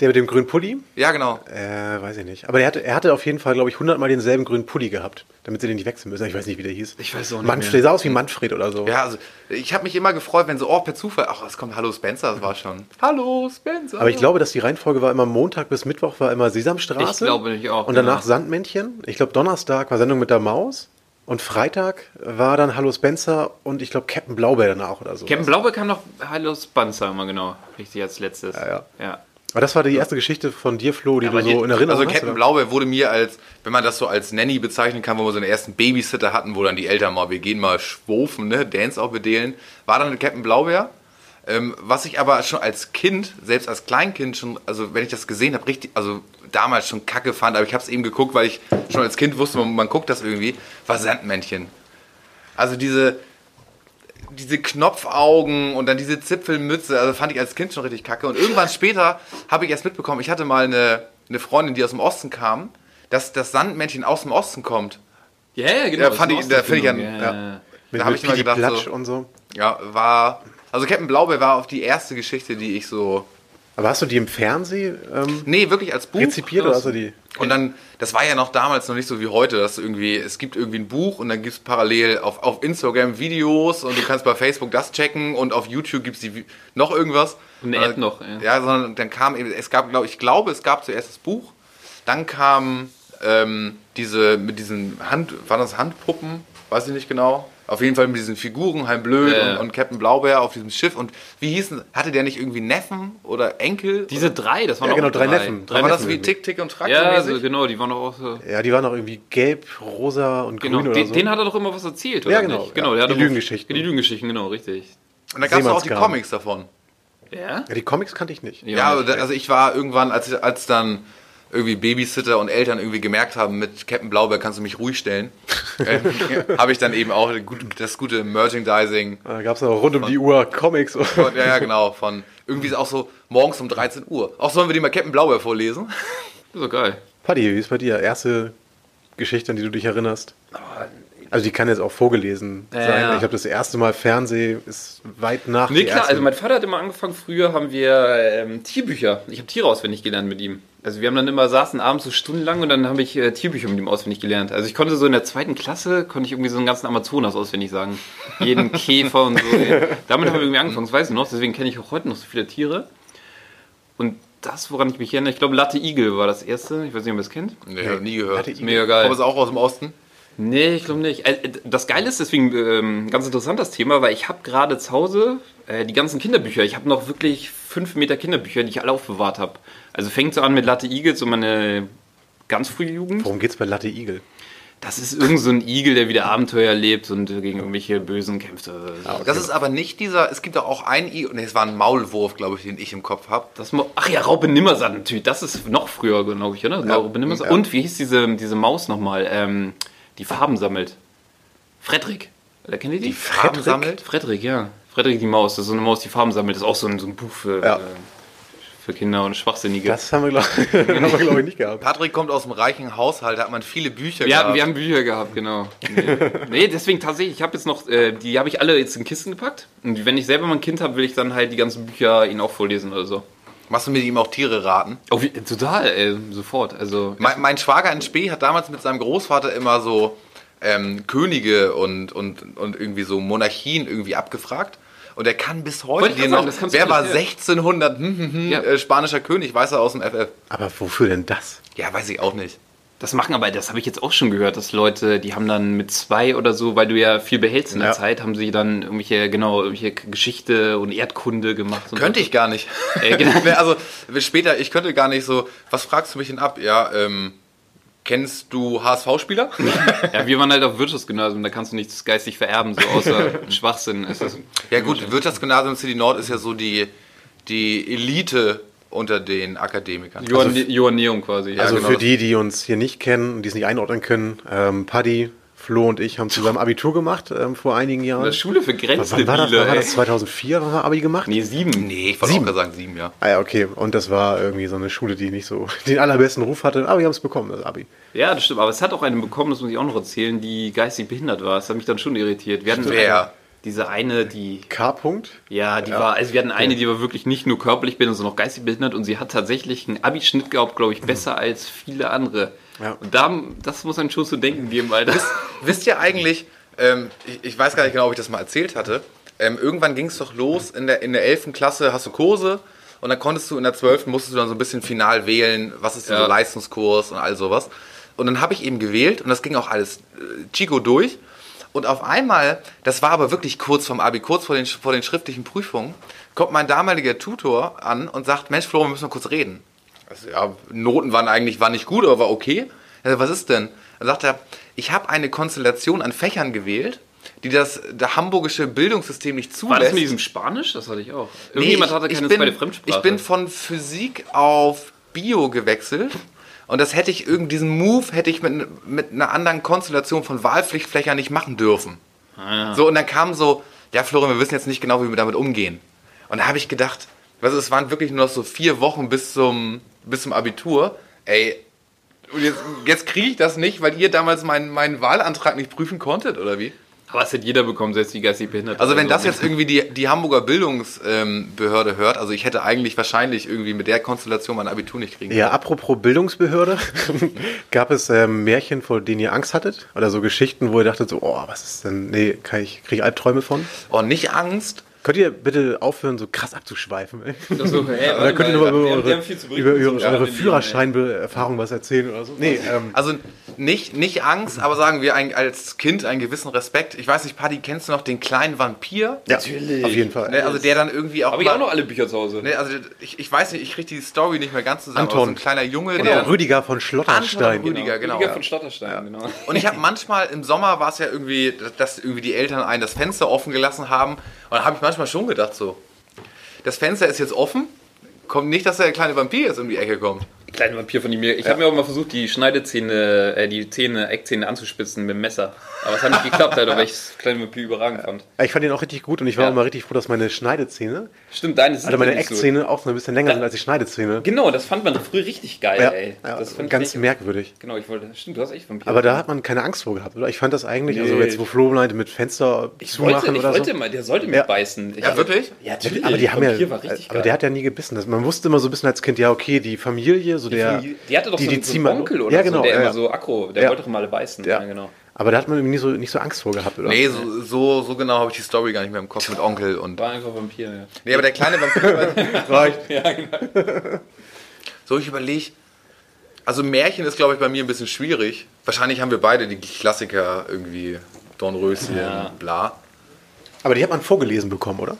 [SPEAKER 1] Der mit dem grünen Pulli?
[SPEAKER 2] Ja, genau.
[SPEAKER 1] Äh, weiß ich nicht. Aber er hatte, er hatte auf jeden Fall, glaube ich, hundertmal denselben grünen Pulli gehabt, damit sie den nicht wechseln müssen. Ich weiß nicht, wie der hieß.
[SPEAKER 5] Ich weiß auch nicht
[SPEAKER 1] Manfred,
[SPEAKER 5] mehr.
[SPEAKER 1] der sah aus wie Manfred oder so.
[SPEAKER 2] Ja, also ich habe mich immer gefreut, wenn so, oh, per Zufall, ach, es kommt Hallo Spencer, das war schon. Hallo Spencer.
[SPEAKER 1] Aber ich glaube, dass die Reihenfolge war immer Montag bis Mittwoch war immer Sesamstraße.
[SPEAKER 5] Ich glaube nämlich auch,
[SPEAKER 1] Und danach
[SPEAKER 5] genau.
[SPEAKER 1] Sandmännchen. Ich glaube, Donnerstag war Sendung mit der Maus. Und Freitag war dann Hallo Spencer und ich glaube Captain Blaubeer danach oder so.
[SPEAKER 5] Captain Blaube kam noch Hallo Spencer immer genau. Richtig als letztes. Ja,
[SPEAKER 1] ja. Aber das war die erste Geschichte von dir, Flo, die du so
[SPEAKER 5] die-
[SPEAKER 1] in Erinnerung
[SPEAKER 2] also
[SPEAKER 1] hast.
[SPEAKER 2] Captain
[SPEAKER 1] oder?
[SPEAKER 2] Blaubeer wurde mir als, wenn man das so als Nanny bezeichnen kann, wo wir so einen ersten Babysitter hatten, wo dann die Eltern mal, wir gehen mal schwofen, ne, Dance auch bedeelen, war dann Captain Blaubeer. Ähm, was ich aber schon als Kind, selbst als Kleinkind schon, also wenn ich das gesehen habe, richtig, also damals schon kacke fand, aber ich habe es eben geguckt, weil ich schon als Kind wusste, man, man guckt das irgendwie, war Sandmännchen. Also diese, diese Knopfaugen und dann diese Zipfelmütze, also fand ich als Kind schon richtig kacke. Und irgendwann später habe ich erst mitbekommen, ich hatte mal eine, eine Freundin, die aus dem Osten kam, dass das Sandmännchen aus dem Osten kommt.
[SPEAKER 5] Ja, ja, genau.
[SPEAKER 2] Ja,
[SPEAKER 5] das
[SPEAKER 2] fand
[SPEAKER 5] ist
[SPEAKER 2] ich-
[SPEAKER 5] eine
[SPEAKER 2] da finde ich
[SPEAKER 5] Ostfindung,
[SPEAKER 2] an-
[SPEAKER 5] ja,
[SPEAKER 2] ja.
[SPEAKER 5] ja.
[SPEAKER 1] Mit,
[SPEAKER 2] da habe
[SPEAKER 1] mit
[SPEAKER 2] ich immer
[SPEAKER 1] Pidi
[SPEAKER 2] gedacht,
[SPEAKER 1] Platsch
[SPEAKER 2] so,
[SPEAKER 1] und so.
[SPEAKER 2] ja, war. Also Captain Blaubeer war auch die erste Geschichte, die ich so.
[SPEAKER 1] Aber hast du die im Fernsehen ähm,
[SPEAKER 2] Nee, wirklich als Buch.
[SPEAKER 1] rezipiert oder hast du die?
[SPEAKER 2] Und dann, das war ja noch damals noch nicht so wie heute, dass du irgendwie, es gibt irgendwie ein Buch und dann gibt es parallel auf, auf Instagram Videos und du kannst bei Facebook das checken und auf YouTube gibt es die, Vi- noch irgendwas.
[SPEAKER 5] Und eine
[SPEAKER 2] Äh,
[SPEAKER 5] App noch, ja.
[SPEAKER 2] Ja, sondern dann kam eben, es gab, glaube ich, glaube, es gab zuerst das Buch, dann kam ähm, diese, mit diesen Hand, waren das Handpuppen? Weiß ich nicht genau. Auf jeden Fall mit diesen Figuren, Hein Blöd
[SPEAKER 5] Ja, ja.
[SPEAKER 2] und, und Captain Blaubeer auf diesem Schiff. Und wie hießen, hatte der nicht irgendwie Neffen oder Enkel?
[SPEAKER 5] Diese drei, das waren
[SPEAKER 1] Ja,
[SPEAKER 5] auch
[SPEAKER 1] genau,
[SPEAKER 5] noch
[SPEAKER 1] drei Neffen.
[SPEAKER 5] drei
[SPEAKER 2] war
[SPEAKER 5] Neffen.
[SPEAKER 2] das wie Tick, Tick und Track? so
[SPEAKER 5] Ja,
[SPEAKER 2] mäßig?
[SPEAKER 5] so, genau, die waren doch auch so.
[SPEAKER 1] Ja, die waren auch irgendwie gelb, rosa und
[SPEAKER 5] Genau,
[SPEAKER 1] grün oder
[SPEAKER 5] den,
[SPEAKER 1] so.
[SPEAKER 5] den hat er doch immer was erzählt, oder?
[SPEAKER 1] Ja, genau,
[SPEAKER 5] Nicht? genau
[SPEAKER 1] ja.
[SPEAKER 5] der hat
[SPEAKER 1] Die
[SPEAKER 5] immer-
[SPEAKER 1] Lügengeschichten.
[SPEAKER 5] Die Lügengeschichten, genau, richtig.
[SPEAKER 2] Und da gab es auch die
[SPEAKER 1] Seemannsgarn.
[SPEAKER 2] Comics davon.
[SPEAKER 5] Ja?
[SPEAKER 1] ja, die Comics kannte ich nicht.
[SPEAKER 2] Ja,
[SPEAKER 5] nicht
[SPEAKER 2] also, also ich war irgendwann, als, als dann irgendwie Babysitter und Eltern irgendwie gemerkt haben, mit Captain Blaubeer kannst du mich ruhig stellen, ähm, habe ich dann eben auch gut, das gute Merchandising.
[SPEAKER 1] Da gab es auch rund um die Uhr Comics.
[SPEAKER 2] Und, ja, ja, genau, von irgendwie auch so morgens um 13 Uhr. Auch sollen wir die mal Captain Blaubeer vorlesen?
[SPEAKER 5] So geil.
[SPEAKER 1] Paddy, wie ist bei dir? Erste Geschichte, an die du dich erinnerst? Also die kann jetzt auch vorgelesen sein.
[SPEAKER 5] ja.
[SPEAKER 1] Ich glaube, das erste Mal Fernsehen ist weit nach
[SPEAKER 5] Nee,
[SPEAKER 1] der
[SPEAKER 5] klar,
[SPEAKER 1] ersten.
[SPEAKER 5] also mein Vater hat immer angefangen, früher haben wir ähm, Tierbücher. Ich habe Tiere auswendig gelernt mit ihm. Also wir haben dann immer saßen abends so stundenlang und dann habe ich äh, Tierbücher mit ihm auswendig gelernt. Also ich konnte so in der zweiten Klasse, konnte ich irgendwie so einen ganzen Amazonas auswendig sagen. Jeden Käfer und so. Ey. Damit haben wir irgendwie angefangen, das weiß ich noch. Deswegen kenne ich auch heute noch so viele Tiere. Und das, woran ich mich erinnere, ich glaube Latte Igel war das erste. Ich weiß nicht, ob ihr das kennt.
[SPEAKER 2] Nee, hab ich nie gehört.
[SPEAKER 1] Hatte ich-
[SPEAKER 5] Mega
[SPEAKER 2] Kommt
[SPEAKER 5] geil.
[SPEAKER 2] es auch aus dem Osten?
[SPEAKER 5] Nee, ich glaube nicht. Äh, Das Geile ist deswegen ähm, ganz interessant das Thema, weil ich habe gerade zu Hause äh, die ganzen Kinderbücher. Ich habe noch wirklich fünf Meter Kinderbücher, die ich alle aufbewahrt habe. Also fängt so an mit Latte Igel, so meine ganz frühe Jugend.
[SPEAKER 1] Worum geht's bei Latte Igel?
[SPEAKER 5] Das ist irgend so ein Igel, der wieder Abenteuer lebt und gegen irgendwelche Bösen kämpft. Das,
[SPEAKER 2] Das ist aber nicht dieser, es gibt doch auch einen, I- nee, es war ein Maulwurf, glaube ich, den ich im Kopf habe.
[SPEAKER 5] das mo- Ach ja, Raupe Nimmersatt natürlich. Das ist noch früher, glaube ich, oder? Raupe Nimmersatt.
[SPEAKER 1] ja.
[SPEAKER 5] Und wie hieß diese, diese Maus nochmal, ähm, die Farben sammelt? Fredrik. Oder kennt ihr die?
[SPEAKER 2] Die Farben
[SPEAKER 1] Fredrik?
[SPEAKER 2] sammelt.
[SPEAKER 5] Frederik, ja. Frederik die Maus, das ist so eine Maus, die Farben sammelt. Das ist auch so ein, so ein Buch für,
[SPEAKER 1] Ja.
[SPEAKER 5] äh, für Kinder und Schwachsinnige.
[SPEAKER 1] Das haben wir, glaube haben wir, glaub ich, nicht gehabt.
[SPEAKER 2] Patrick kommt aus einem reichen Haushalt, da hat man viele Bücher
[SPEAKER 5] wir,
[SPEAKER 2] gehabt.
[SPEAKER 5] haben, wir haben Bücher gehabt, genau. Nee, nee deswegen tatsächlich, ich habe jetzt noch, äh, die habe ich alle jetzt in Kisten gepackt. Und wenn ich selber mal ein Kind habe, will ich dann halt die ganzen Bücher ihnen auch vorlesen oder so.
[SPEAKER 2] Machst du mit ihm auch Tiere raten?
[SPEAKER 5] Oh, wie, total, ey, sofort. Also,
[SPEAKER 2] Mein, mein Schwager in Spee hat damals mit seinem Großvater immer so ähm, Könige und, und, und irgendwie so Monarchien irgendwie abgefragt. Und er kann bis heute
[SPEAKER 5] Wollte ich
[SPEAKER 2] dir
[SPEAKER 5] grad sagen,
[SPEAKER 2] noch,
[SPEAKER 5] das kannst du
[SPEAKER 2] wer war
[SPEAKER 5] nicht, ja.
[SPEAKER 2] 1600 hm, hm, hm,
[SPEAKER 5] Ja.
[SPEAKER 2] äh, spanischer König, weiß er aus dem FF.
[SPEAKER 1] Aber wofür denn das?
[SPEAKER 2] Ja, weiß ich auch nicht.
[SPEAKER 5] das machen aber, das habe ich jetzt auch schon gehört, dass Leute, die haben dann mit zwei oder so, weil du ja viel behältst in der
[SPEAKER 1] Ja.
[SPEAKER 5] Zeit, haben sie dann irgendwelche, genau, irgendwelche Geschichte und Erdkunde gemacht. Und
[SPEAKER 2] Könnte ich gar nicht.
[SPEAKER 5] Äh, genau.
[SPEAKER 2] also später, ich könnte gar nicht so, was fragst du mich denn ab? Ja, ähm, Kennst du HSV-Spieler?
[SPEAKER 5] Ja, wir waren halt auf Wirtschaftsgymnasium, da kannst du nichts geistig vererben, so außer Schwachsinn ist das.
[SPEAKER 2] Ja gut, Wirtschaftsgymnasium City Nord ist ja so die, die Elite unter den Akademikern.
[SPEAKER 5] Johann- Johanneum quasi. Ja,
[SPEAKER 2] Also
[SPEAKER 1] Also
[SPEAKER 2] genau
[SPEAKER 1] für
[SPEAKER 2] das-
[SPEAKER 1] die, die uns hier nicht kennen und die es nicht einordnen können, ähm, Paddy, Flo und ich haben zusammen Abitur gemacht ähm, vor einigen
[SPEAKER 5] in der
[SPEAKER 1] Jahren.
[SPEAKER 5] Schule für
[SPEAKER 1] Wann war das?
[SPEAKER 5] Grenzdebile,
[SPEAKER 1] Wann war
[SPEAKER 5] ey.
[SPEAKER 1] das 2004 haben wir Abi gemacht?
[SPEAKER 5] Nee, sieben.
[SPEAKER 2] Nee, ich wollte auch gerade sagen sieben, ja.
[SPEAKER 1] Ah ja, okay. Und das war irgendwie so eine Schule, die nicht so den allerbesten Ruf hatte. Aber wir haben es bekommen, das Abi.
[SPEAKER 5] Ja, das stimmt. Aber es hat auch eine bekommen, das muss ich auch noch erzählen, die geistig behindert war. Das hat mich dann schon irritiert. Wir hatten
[SPEAKER 2] Wer?
[SPEAKER 5] diese eine, die.
[SPEAKER 1] K-Punkt.
[SPEAKER 5] Ja, die war. Also wir hatten eine, die war wirklich nicht nur körperlich behindert, sondern auch geistig behindert und sie hat tatsächlich einen Abischnitt gehabt, glaube ich,
[SPEAKER 2] Mhm.
[SPEAKER 5] besser als viele andere.
[SPEAKER 1] Ja.
[SPEAKER 5] Und da, das muss einem schon zu denken geben, weil das.
[SPEAKER 2] Wisst ihr eigentlich, ähm, ich, ich weiß gar nicht genau, ob ich das mal erzählt hatte, ähm, irgendwann ging es doch los, in der, in der 11. Klasse hast du Kurse und dann konntest du in der 12. musstest du dann so ein bisschen final wählen, was ist denn
[SPEAKER 5] Ja.
[SPEAKER 2] so Leistungskurs und all sowas. Und dann habe ich eben gewählt und das ging auch alles äh, Chico durch. Und auf einmal, das war aber wirklich kurz vom Abi, kurz vor den, vor den schriftlichen Prüfungen, kommt mein damaliger Tutor an und sagt, Mensch, Flo, wir müssen mal kurz reden. Also, ja, Noten waren eigentlich waren nicht gut, aber war okay. Also, was ist denn? Dann sagt er, ich habe eine Konstellation an Fächern gewählt, die das der hamburgische Bildungssystem nicht zulässt.
[SPEAKER 5] War das mit diesem Spanisch? Das hatte ich auch.
[SPEAKER 2] Nee,
[SPEAKER 5] Irgendjemand
[SPEAKER 2] ich-
[SPEAKER 5] hatte keine
[SPEAKER 2] ich bin,
[SPEAKER 5] zweite Fremdsprache.
[SPEAKER 2] Ich bin von Physik auf Bio gewechselt. Und das hätte ich irgend diesen Move hätte ich mit, mit einer anderen Konstellation von Wahlpflichtfächern nicht machen dürfen.
[SPEAKER 5] Ah,
[SPEAKER 2] So, und dann kam so, ja, Florian, wir wissen jetzt nicht genau, wie wir damit umgehen. Und da habe ich gedacht, was es waren wirklich nur noch so vier Wochen bis zum, bis zum Abitur. Ey, und jetzt, jetzt kriege ich das nicht, weil ihr damals meinen, meinen Wahlantrag nicht prüfen konntet, oder wie?
[SPEAKER 5] Aber es hat jeder bekommen, selbst die geistig behindert.
[SPEAKER 2] Also wenn das jetzt irgendwie die, die Hamburger Bildungsbehörde ähm, Behörde hört, also ich hätte eigentlich wahrscheinlich irgendwie mit der Konstellation mein Abitur nicht kriegen
[SPEAKER 1] Ja, apropos Bildungsbehörde. Gab es ähm, Märchen, vor denen ihr Angst hattet? Oder so Geschichten, wo ihr dachtet, so, oh, was ist denn? Nee, kann ich, kriege ich Albträume von?
[SPEAKER 2] können. Und nicht Angst.
[SPEAKER 1] Könnt ihr bitte aufhören, so krass abzuschweifen? ey?
[SPEAKER 5] so, hey,
[SPEAKER 1] Oder könnt ihr nochmal
[SPEAKER 5] mal, wir
[SPEAKER 1] über
[SPEAKER 5] haben- wir
[SPEAKER 1] eure,
[SPEAKER 5] haben viel zu berichten
[SPEAKER 1] über, über
[SPEAKER 5] zum
[SPEAKER 1] eure
[SPEAKER 5] Start in die-
[SPEAKER 1] Führerscheinbe-Erfahrung was erzählen oder so? Nee, ähm,
[SPEAKER 2] Also nicht, nicht Angst, aber sagen wir ein, als Kind einen gewissen Respekt. Ich weiß nicht, Paddy, kennst du noch den kleinen Vampir?
[SPEAKER 1] ja, natürlich. Auf jeden Fall.
[SPEAKER 2] Ne, also der dann irgendwie auch.
[SPEAKER 5] Habe ich
[SPEAKER 2] mal-
[SPEAKER 5] auch noch alle Bücher zu Hause.
[SPEAKER 2] ne, also ich, ich weiß nicht, ich kriege die Story nicht mehr ganz zusammen. aber
[SPEAKER 1] Anton.
[SPEAKER 2] So ein kleiner Junge,
[SPEAKER 1] Genau,
[SPEAKER 2] der.
[SPEAKER 1] Rüdiger von Schlotterstein.
[SPEAKER 2] Anton Rüdiger, genau.
[SPEAKER 5] Rüdiger von Stotterstein, genau.
[SPEAKER 2] Und ich habe manchmal im Sommer war es ja irgendwie, dass irgendwie die Eltern einen das Fenster offen gelassen haben. Und dann habe ich manchmal schon gedacht so, das Fenster ist jetzt offen. Kommt nicht, dass da der kleine Vampir jetzt um die Ecke kommt.
[SPEAKER 5] Kleine Vampir von ihm. Ich habe mir auch mal versucht, die Schneidezähne, äh, die Zähne, Eckzähne anzuspitzen mit dem Messer. Aber es hat nicht geklappt, halt, weil ich das kleine Vampir überragend fand.
[SPEAKER 1] Genau. Ich fand ihn auch richtig gut und ich war
[SPEAKER 5] Ja.
[SPEAKER 1] auch mal richtig froh, dass meine Schneidezähne,
[SPEAKER 5] Stimmt, deine sind
[SPEAKER 1] also meine
[SPEAKER 5] ja nicht so-
[SPEAKER 1] Eckzähne auch so ein bisschen länger sind als die Schneidezähne.
[SPEAKER 5] Genau, das fand man früher richtig geil,
[SPEAKER 1] Ja,
[SPEAKER 5] ey.
[SPEAKER 1] ja,
[SPEAKER 5] Das fand
[SPEAKER 1] ganz
[SPEAKER 5] ich echt-
[SPEAKER 1] merkwürdig.
[SPEAKER 5] Genau, ich wollte. Stimmt, du hast echt Vampir.
[SPEAKER 1] Aber da hat man keine Angst vor gehabt, oder? Ich fand das eigentlich, also
[SPEAKER 5] Nee.
[SPEAKER 1] jetzt wo Flo meinte, mit Fenster
[SPEAKER 5] ich
[SPEAKER 1] zumachen
[SPEAKER 5] wollte, ich
[SPEAKER 1] oder
[SPEAKER 5] wollte
[SPEAKER 1] so.
[SPEAKER 5] mal, der sollte mich
[SPEAKER 1] Ja.
[SPEAKER 5] beißen. Ich
[SPEAKER 2] Ja, wirklich?
[SPEAKER 5] Ja, natürlich.
[SPEAKER 1] aber die haben ja, äh,
[SPEAKER 5] Vampir war richtig
[SPEAKER 1] aber
[SPEAKER 5] geil.
[SPEAKER 1] der hat ja nie gebissen. Das- Man wusste immer so ein bisschen als Kind, ja okay, die Familie, so der,
[SPEAKER 5] die, die hatte doch so, einen- so
[SPEAKER 1] ziehen
[SPEAKER 5] einen
[SPEAKER 1] man-
[SPEAKER 5] Onkel oder
[SPEAKER 1] ja, genau,
[SPEAKER 5] so, der
[SPEAKER 1] ja,
[SPEAKER 5] immer
[SPEAKER 1] ja.
[SPEAKER 5] so aggro, der
[SPEAKER 1] Ja.
[SPEAKER 5] wollte doch mal alle beißen.
[SPEAKER 1] Ja.
[SPEAKER 5] genau.
[SPEAKER 1] Aber da hat man irgendwie nie so, nicht so Angst vor gehabt, oder?
[SPEAKER 2] Nee, so, so, so genau habe ich die Story gar nicht mehr im Kopf mit Onkel und.
[SPEAKER 5] War einfach Vampir, ja. genau.
[SPEAKER 2] Nee, aber der kleine Vampir.
[SPEAKER 1] reicht.
[SPEAKER 2] So, ich überlege. Also Märchen ist, glaube ich, bei mir ein bisschen schwierig. Wahrscheinlich haben wir beide die Klassiker irgendwie Dornröschen,
[SPEAKER 5] Ja.
[SPEAKER 2] bla.
[SPEAKER 1] Aber die hat man vorgelesen bekommen, oder?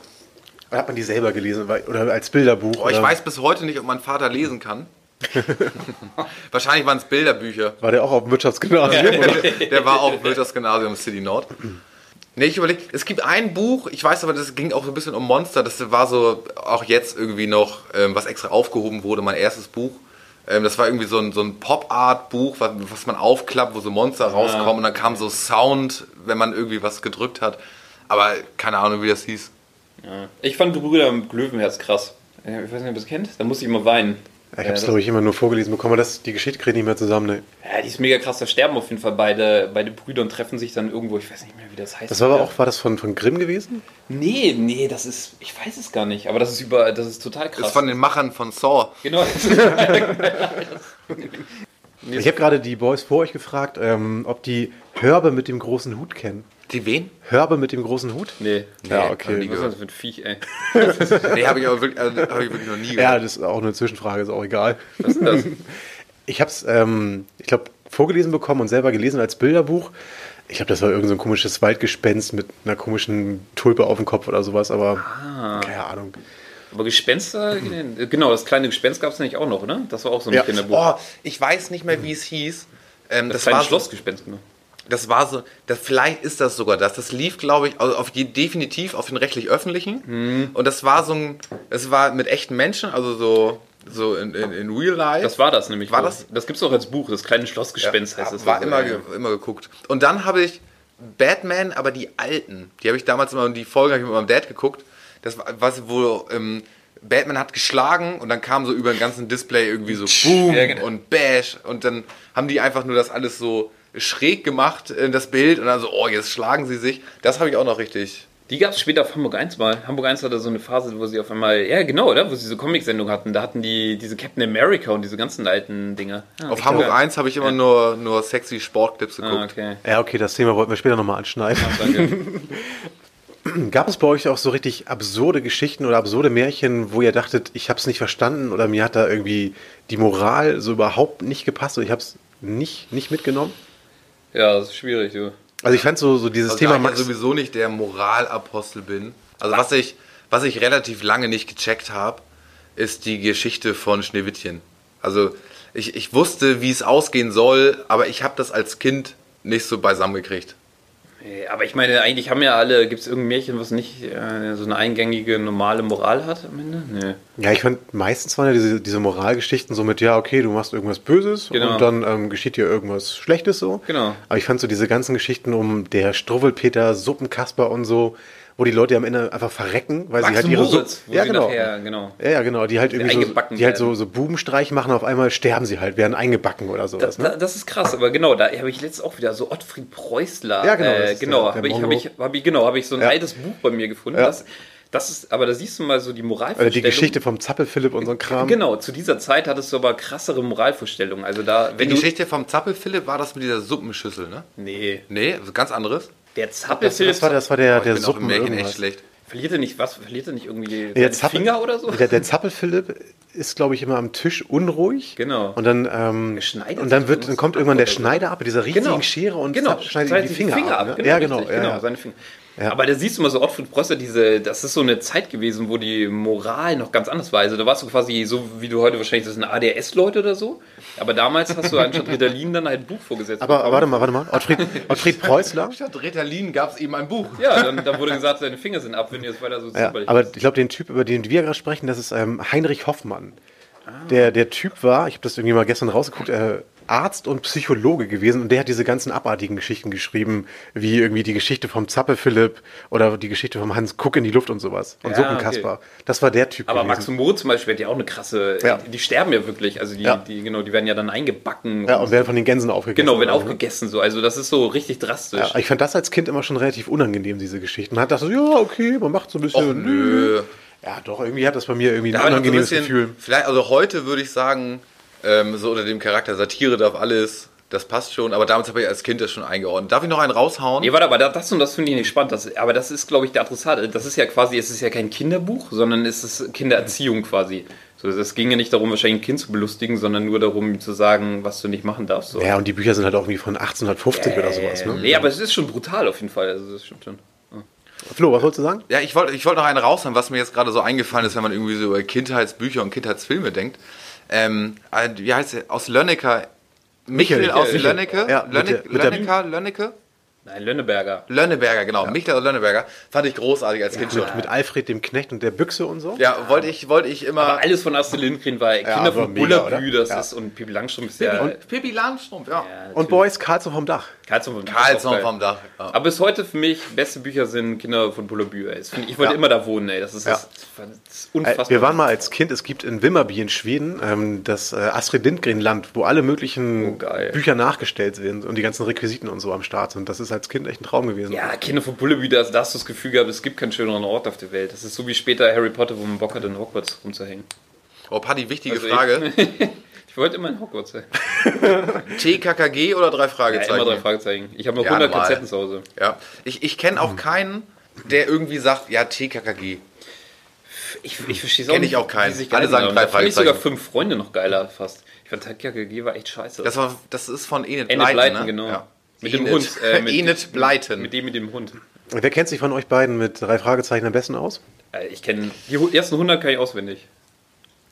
[SPEAKER 1] Oder hat man die selber gelesen? weil- Oder als Bilderbuch?
[SPEAKER 2] Boah, Oh, ich
[SPEAKER 1] oder?
[SPEAKER 2] weiß bis heute nicht, ob mein Vater lesen kann. Wahrscheinlich waren es Bilderbücher.
[SPEAKER 1] War der auch auf dem Wirtschaftsgymnasium,
[SPEAKER 5] genau.
[SPEAKER 1] oder?
[SPEAKER 2] Der war auch Wirtschaftsgymnasium City Nord. Nee, ich überlege, es gibt ein Buch, ich weiß aber, das ging auch so ein bisschen um Monster, das war so auch jetzt irgendwie noch, ähm, was extra aufgehoben wurde, mein erstes Buch. Ähm, das war irgendwie so ein, so ein Pop-Art-Buch, was, was man aufklappt, wo so Monster rauskommen und dann kam so Sound, wenn man irgendwie was gedrückt hat. Aber keine Ahnung, wie das hieß.
[SPEAKER 5] Ich fand Brüder im Löwenherz krass. Äh, Ich weiß nicht, ob ihr es kennt. Da musste ich immer weinen. Äh,
[SPEAKER 1] Ja, Ich habe es, glaube ich, immer nur vorgelesen bekommen, aber das, die Geschichte kriegt nicht mehr zusammen. Ne.
[SPEAKER 5] Ja, die ist mega krass. Da sterben auf jeden Fall beide, beide Brüder und treffen sich dann irgendwo. Ich weiß nicht mehr, wie das heißt.
[SPEAKER 1] Das war aber
[SPEAKER 5] Ja.
[SPEAKER 1] auch, war das von, von Grimm gewesen?
[SPEAKER 5] Nee, nee, das ist. Ich weiß es gar nicht. Aber das ist über. Das ist total krass.
[SPEAKER 2] Das ist von den Machern von Saw.
[SPEAKER 5] genau.
[SPEAKER 1] Ich habe gerade die Boys vor euch gefragt, ähm, ob die Hörbe mit dem großen Hut kennen.
[SPEAKER 2] Die wen?
[SPEAKER 1] Hörbe mit dem großen Hut?
[SPEAKER 5] nee.
[SPEAKER 1] Ja,
[SPEAKER 2] hab nie
[SPEAKER 1] okay.
[SPEAKER 5] Was ist
[SPEAKER 2] gehört.
[SPEAKER 5] das für ein Viech, ey?
[SPEAKER 2] Nee, habe ich aber wirklich, also, hab ich wirklich noch nie
[SPEAKER 1] Ja,
[SPEAKER 2] gehört.
[SPEAKER 1] das ist auch eine Zwischenfrage, ist auch egal.
[SPEAKER 5] Was ist das?
[SPEAKER 1] Ich habe es, ähm, ich glaube, vorgelesen bekommen und selber gelesen als Bilderbuch. Ich glaube, das war irgend so ein komisches Waldgespenst mit einer komischen Tulpe auf dem Kopf oder sowas, aber
[SPEAKER 5] Ah.
[SPEAKER 1] keine Ahnung.
[SPEAKER 5] Aber Gespenster. äh, Genau, das kleine Gespenst gab es nämlich auch noch, ne? Das war auch so ein
[SPEAKER 1] Ja.
[SPEAKER 5] Kinderbuch.
[SPEAKER 2] Oh, ich weiß nicht mehr, wie es hieß. Ähm,
[SPEAKER 5] Das,
[SPEAKER 2] Oh, das,
[SPEAKER 5] kleine
[SPEAKER 2] war so,
[SPEAKER 5] Schlossgespenst. ne?
[SPEAKER 2] das war so, das, vielleicht ist das sogar das. Das lief, glaube ich, au- auf je, definitiv auf den rechtlich-öffentlichen. Und das war so ein, es war mit echten Menschen, also so, so in, in, in real life.
[SPEAKER 5] Das war das nämlich.
[SPEAKER 2] War
[SPEAKER 5] wohl.
[SPEAKER 2] das?
[SPEAKER 5] Das gibt es auch als Buch. Das kleine Schlossgespenst heißt
[SPEAKER 2] Ja,
[SPEAKER 5] es.
[SPEAKER 2] War
[SPEAKER 5] Also,
[SPEAKER 2] immer,
[SPEAKER 5] ja.
[SPEAKER 2] ge immer geguckt. Und dann habe ich Batman, aber die alten, die habe ich damals immer, die Folgen habe ich mit meinem Dad geguckt. Das war, was, wo ähm, Batman hat geschlagen und dann kam so über den ganzen Display irgendwie so Boom
[SPEAKER 5] genau.
[SPEAKER 2] und Bash und dann haben die einfach nur das alles so schräg gemacht, äh, das Bild und dann so, oh, jetzt schlagen sie sich. Das habe ich auch noch richtig.
[SPEAKER 5] Die gab es später auf Hamburg 1 mal. Hamburg 1 hatte so eine Phase, wo sie auf einmal, ja genau, oder? Wo sie so Comic-Sendung hatten. Da hatten die diese Captain America und diese ganzen alten Dinge. Ja,
[SPEAKER 2] Auf
[SPEAKER 5] echt
[SPEAKER 2] Hamburg
[SPEAKER 5] Ah, geil.
[SPEAKER 2] 1 habe ich immer nur, nur sexy Sportclips geguckt.
[SPEAKER 5] Ah, okay. Ah,
[SPEAKER 1] Ja, okay, das Thema wollten wir später nochmal anschneiden.
[SPEAKER 5] Danke.
[SPEAKER 1] Gab es bei euch auch so richtig absurde Geschichten oder absurde Märchen, wo ihr dachtet, ich habe es nicht verstanden oder mir hat da irgendwie die Moral so überhaupt nicht gepasst und ich habe es nicht, nicht mitgenommen?
[SPEAKER 5] ja, das ist schwierig, du.
[SPEAKER 1] Also ich fand so, so dieses
[SPEAKER 2] Also
[SPEAKER 1] Thema
[SPEAKER 2] da ich ja
[SPEAKER 1] Max.
[SPEAKER 2] sowieso nicht der Moralapostel bin. Also was ich, was ich relativ lange nicht gecheckt habe, ist die Geschichte von Schneewittchen. Also ich, ich wusste, wie es ausgehen soll, aber ich habe das als Kind nicht so beisammen gekriegt.
[SPEAKER 5] Nee, Äh, Aber ich meine, eigentlich haben ja alle, gibt es irgendein Märchen, was nicht äh, so eine eingängige, normale Moral hat am Ende? Nee.
[SPEAKER 1] Ja, ich fand meistens waren ja diese, diese Moralgeschichten so mit, ja, okay, du machst irgendwas Böses
[SPEAKER 5] Genau.
[SPEAKER 1] und dann ähm, geschieht dir irgendwas Schlechtes so.
[SPEAKER 5] Genau.
[SPEAKER 1] Aber ich fand so diese ganzen Geschichten um der Struwwelpeter, Suppenkasper und so, wo die Leute am Ende einfach verrecken, weil sie halt
[SPEAKER 5] und
[SPEAKER 1] ihre
[SPEAKER 5] Moritz,
[SPEAKER 1] Supp-
[SPEAKER 5] wo sie nachher, genau.
[SPEAKER 1] Ja, ja, genau, die halt irgendwie so,
[SPEAKER 5] eingebacken
[SPEAKER 1] die halt so,
[SPEAKER 5] werden.
[SPEAKER 1] so Bubenstreich machen, auf einmal sterben sie halt, werden eingebacken oder sowas.
[SPEAKER 5] Das,
[SPEAKER 1] ne?
[SPEAKER 5] das ist krass, aber genau, da habe ich letztens auch wieder so Ottfried Preußler.
[SPEAKER 1] Ja, genau, das
[SPEAKER 5] Äh,
[SPEAKER 1] ist der-
[SPEAKER 5] genau,
[SPEAKER 1] der
[SPEAKER 5] habe ich, hab
[SPEAKER 1] Mongo.
[SPEAKER 5] ich, hab ich, genau, hab ich so ein
[SPEAKER 1] Ja.
[SPEAKER 5] altes Buch bei mir gefunden. Das, das ist, aber da siehst du mal so die Moral.
[SPEAKER 1] Oder die Geschichte vom Zappelphilipp und so ein Kram.
[SPEAKER 5] Genau, zu dieser Zeit hattest du aber krassere Moralvorstellungen. Also da,
[SPEAKER 2] Die
[SPEAKER 5] wenn du.
[SPEAKER 2] Geschichte vom Zappel Philipp war das mit dieser Suppenschüssel, ne?
[SPEAKER 5] Nee,
[SPEAKER 2] Nee, also ganz anderes.
[SPEAKER 5] der
[SPEAKER 1] Das,
[SPEAKER 5] Zappelphilip
[SPEAKER 1] das war, das war
[SPEAKER 5] Oh,
[SPEAKER 1] der,
[SPEAKER 2] Ich
[SPEAKER 1] der
[SPEAKER 2] bin auch im
[SPEAKER 1] Suppen
[SPEAKER 2] Märchen echt
[SPEAKER 1] irgendwas.
[SPEAKER 2] schlecht.
[SPEAKER 5] verliert er nicht was? Verliert er nicht irgendwie
[SPEAKER 1] Der
[SPEAKER 5] seine
[SPEAKER 1] Zappel-
[SPEAKER 5] Finger oder so?
[SPEAKER 1] Der, der Zappelphilipp ist, glaube ich, immer am Tisch unruhig.
[SPEAKER 5] Genau.
[SPEAKER 1] Und dann, ähm,
[SPEAKER 5] Er schneidet
[SPEAKER 1] und dann,
[SPEAKER 5] sich
[SPEAKER 1] wird,
[SPEAKER 5] irgendwas
[SPEAKER 1] dann kommt irgendwann der
[SPEAKER 5] ab oder so.
[SPEAKER 1] Schneider ab mit dieser riesigen Schere und
[SPEAKER 5] genau,
[SPEAKER 1] zapp, schneidet ihm die Finger, ab. ne?
[SPEAKER 5] Genau,
[SPEAKER 1] ja, genau.
[SPEAKER 5] richtig,
[SPEAKER 1] ja,
[SPEAKER 5] genau,
[SPEAKER 1] ja.
[SPEAKER 5] seine Finger. Aber da siehst du mal so Ottfried Preußer, diese, das ist so eine Zeit gewesen, wo die Moral noch ganz anders war. Also da warst du quasi so, wie du heute wahrscheinlich, das sind ADS-Leute oder so. Aber damals hast du anstatt Ritalin dann halt ein Buch vorgesetzt.
[SPEAKER 1] Aber
[SPEAKER 5] bekommen.
[SPEAKER 1] warte mal, warte mal. Ottfried, Ottfried Preußler.
[SPEAKER 2] Statt Ritalin gab es eben ein Buch.
[SPEAKER 5] Ja, dann, dann wurde gesagt, deine Finger sind ab, wenn ihr es weiter so
[SPEAKER 1] Ja,
[SPEAKER 5] zimperlich
[SPEAKER 1] aber
[SPEAKER 5] macht.
[SPEAKER 1] ich glaube, den Typ, über den wir gerade sprechen, das ist ähm, Heinrich Hoffmann. Der, der Typ war, ich habe das irgendwie mal gestern rausgeguckt, äh, Arzt und Psychologe gewesen und der hat diese ganzen abartigen Geschichten geschrieben, wie irgendwie die Geschichte vom Zappe Philipp oder die Geschichte vom Hans Kuck in die Luft und sowas. Und
[SPEAKER 5] Ja,
[SPEAKER 1] Suppenkasper. Das war der Typ
[SPEAKER 5] Aber
[SPEAKER 1] gewesen.
[SPEAKER 5] Max und Moritz zum Beispiel hat ja auch eine krasse.
[SPEAKER 1] Ja.
[SPEAKER 5] Die sterben ja wirklich. Also die,
[SPEAKER 1] Ja.
[SPEAKER 5] die, genau, die werden ja dann eingebacken.
[SPEAKER 1] ja, und werden von den Gänsen aufgegessen.
[SPEAKER 5] genau, werden
[SPEAKER 1] oder so, ne?
[SPEAKER 5] aufgegessen so. Also das ist so richtig drastisch.
[SPEAKER 1] Ja, ich fand das als Kind immer schon relativ unangenehm, diese Geschichten. Man hat dachte so, ja, okay, man macht so ein bisschen.
[SPEAKER 2] Och, nö.
[SPEAKER 1] Ja, doch, irgendwie hat das bei mir irgendwie ein
[SPEAKER 2] Da hat man so ein
[SPEAKER 1] unangenehmes
[SPEAKER 2] bisschen,
[SPEAKER 1] Gefühl.
[SPEAKER 2] vielleicht, also heute würde ich sagen, ähm, so unter dem Charakter Satire darf alles, das passt schon, aber damals habe ich als Kind das schon eingeordnet. Darf ich noch einen raushauen?
[SPEAKER 5] Nee, warte, aber da- das und das finde ich nicht spannend. Das, aber das ist, glaube ich, der Adressat. Das ist ja quasi, es ist ja kein Kinderbuch, sondern es ist Kindererziehung quasi. So, es ging ja nicht darum, wahrscheinlich ein Kind zu belustigen, sondern nur darum, ihm zu sagen, was du nicht machen darfst. So.
[SPEAKER 1] Ja, und die Bücher sind halt auch irgendwie von 1850 oder sowas. Ne?
[SPEAKER 5] Nee, aber es ist schon brutal auf jeden Fall. Also, das stimmt schon.
[SPEAKER 1] Flo, was wolltest du sagen?
[SPEAKER 2] Ja, ich wollte ich wollte noch einen raushauen, was mir jetzt gerade so eingefallen ist, wenn man irgendwie so über Kindheitsbücher und Kindheitsfilme denkt. Ähm, äh, wie heißt der? Aus Lönnecke. Michael,
[SPEAKER 1] Michael,
[SPEAKER 2] aus
[SPEAKER 1] Michael.
[SPEAKER 2] Lönnecke.
[SPEAKER 1] Ja, mit
[SPEAKER 2] Lönne,
[SPEAKER 1] der- mit der-
[SPEAKER 2] Lönnecker, Lönnecke?
[SPEAKER 5] Nein, Lönneberger.
[SPEAKER 2] Lönneberger, genau. Michael aus Lönneberger. Fand ich großartig als Kind schon.
[SPEAKER 1] Mit, mit Alfred dem Knecht und der Büchse und so?
[SPEAKER 2] Ja, wollte ich, wollte ich immer.
[SPEAKER 5] Aber alles von Astrid Lindgren war Kinder
[SPEAKER 1] aber
[SPEAKER 5] von
[SPEAKER 1] mega,
[SPEAKER 5] Bullabü,
[SPEAKER 1] oder?
[SPEAKER 5] das
[SPEAKER 1] Ja.
[SPEAKER 5] ist und Pippi Langstrumpf ist ja.
[SPEAKER 1] Und-
[SPEAKER 2] Pippi Langstrumpf, ja.
[SPEAKER 5] ja,
[SPEAKER 1] Und Boys, Karlsson vom Dach.
[SPEAKER 5] Karlsson vom
[SPEAKER 2] Karlsson
[SPEAKER 5] ist auch
[SPEAKER 2] vom
[SPEAKER 5] geil.
[SPEAKER 2] Dach. Ja.
[SPEAKER 5] Aber bis heute für mich beste Bücher sind Kinder von Bullabü. ey. Das find Ich ich wollte immer da wohnen, ey. Das ist, das ist
[SPEAKER 1] Äh,
[SPEAKER 5] unfassbar.
[SPEAKER 1] wir waren mal als Kind, es gibt in Wimmerby in Schweden ähm, das äh, Astrid Lindgren-Land, wo alle möglichen
[SPEAKER 5] Oh, geil.
[SPEAKER 1] Bücher nachgestellt sind und die ganzen Requisiten und so am Start sind. Das ist als Kind echt ein Traum gewesen.
[SPEAKER 5] Ja, Kinder von Bulleby, da, da hast du das Gefühl gehabt, es gibt keinen schöneren Ort auf der Welt. Das ist so wie später Harry Potter, wo man Bock hat, in Hogwarts rumzuhängen.
[SPEAKER 2] Oh, Paddy, wichtige
[SPEAKER 5] Also ich-
[SPEAKER 2] Frage.
[SPEAKER 5] Ich wollte immer in Hogwarts sein.
[SPEAKER 2] TKKG oder drei
[SPEAKER 5] Ja,
[SPEAKER 2] Fragezeichen?
[SPEAKER 5] immer drei Fragezeichen. Ich habe noch
[SPEAKER 2] Ja,
[SPEAKER 5] 100
[SPEAKER 2] normal.
[SPEAKER 5] Kassetten zu Hause.
[SPEAKER 2] Ja, ich, ich kenne auch keinen, der irgendwie sagt, ja, TKKG.
[SPEAKER 5] Ich, ich verstehe es
[SPEAKER 2] Kenn ich auch keinen.
[SPEAKER 5] wie sie sich
[SPEAKER 2] Alle
[SPEAKER 5] gehalten
[SPEAKER 2] sagen
[SPEAKER 5] haben.
[SPEAKER 2] drei
[SPEAKER 5] Da fand ich
[SPEAKER 2] Fragezeichen.
[SPEAKER 5] sogar fünf Freunde noch geiler fast. Ich fand TKKG war echt scheiße.
[SPEAKER 2] Das, war, das ist von Enid
[SPEAKER 5] Enid
[SPEAKER 2] Blyton.
[SPEAKER 5] Blyton,
[SPEAKER 2] ne?
[SPEAKER 5] genau.
[SPEAKER 2] Ja.
[SPEAKER 5] Mit dem
[SPEAKER 2] Enid.
[SPEAKER 5] Hund. äh, mit-
[SPEAKER 2] Enid Blyton.
[SPEAKER 5] Mit dem mit dem Hund.
[SPEAKER 1] Wer kennt sich von euch beiden mit drei Fragezeichen am besten aus?
[SPEAKER 5] Äh, Ich kenne die hu- ersten 100 kann ich auswendig.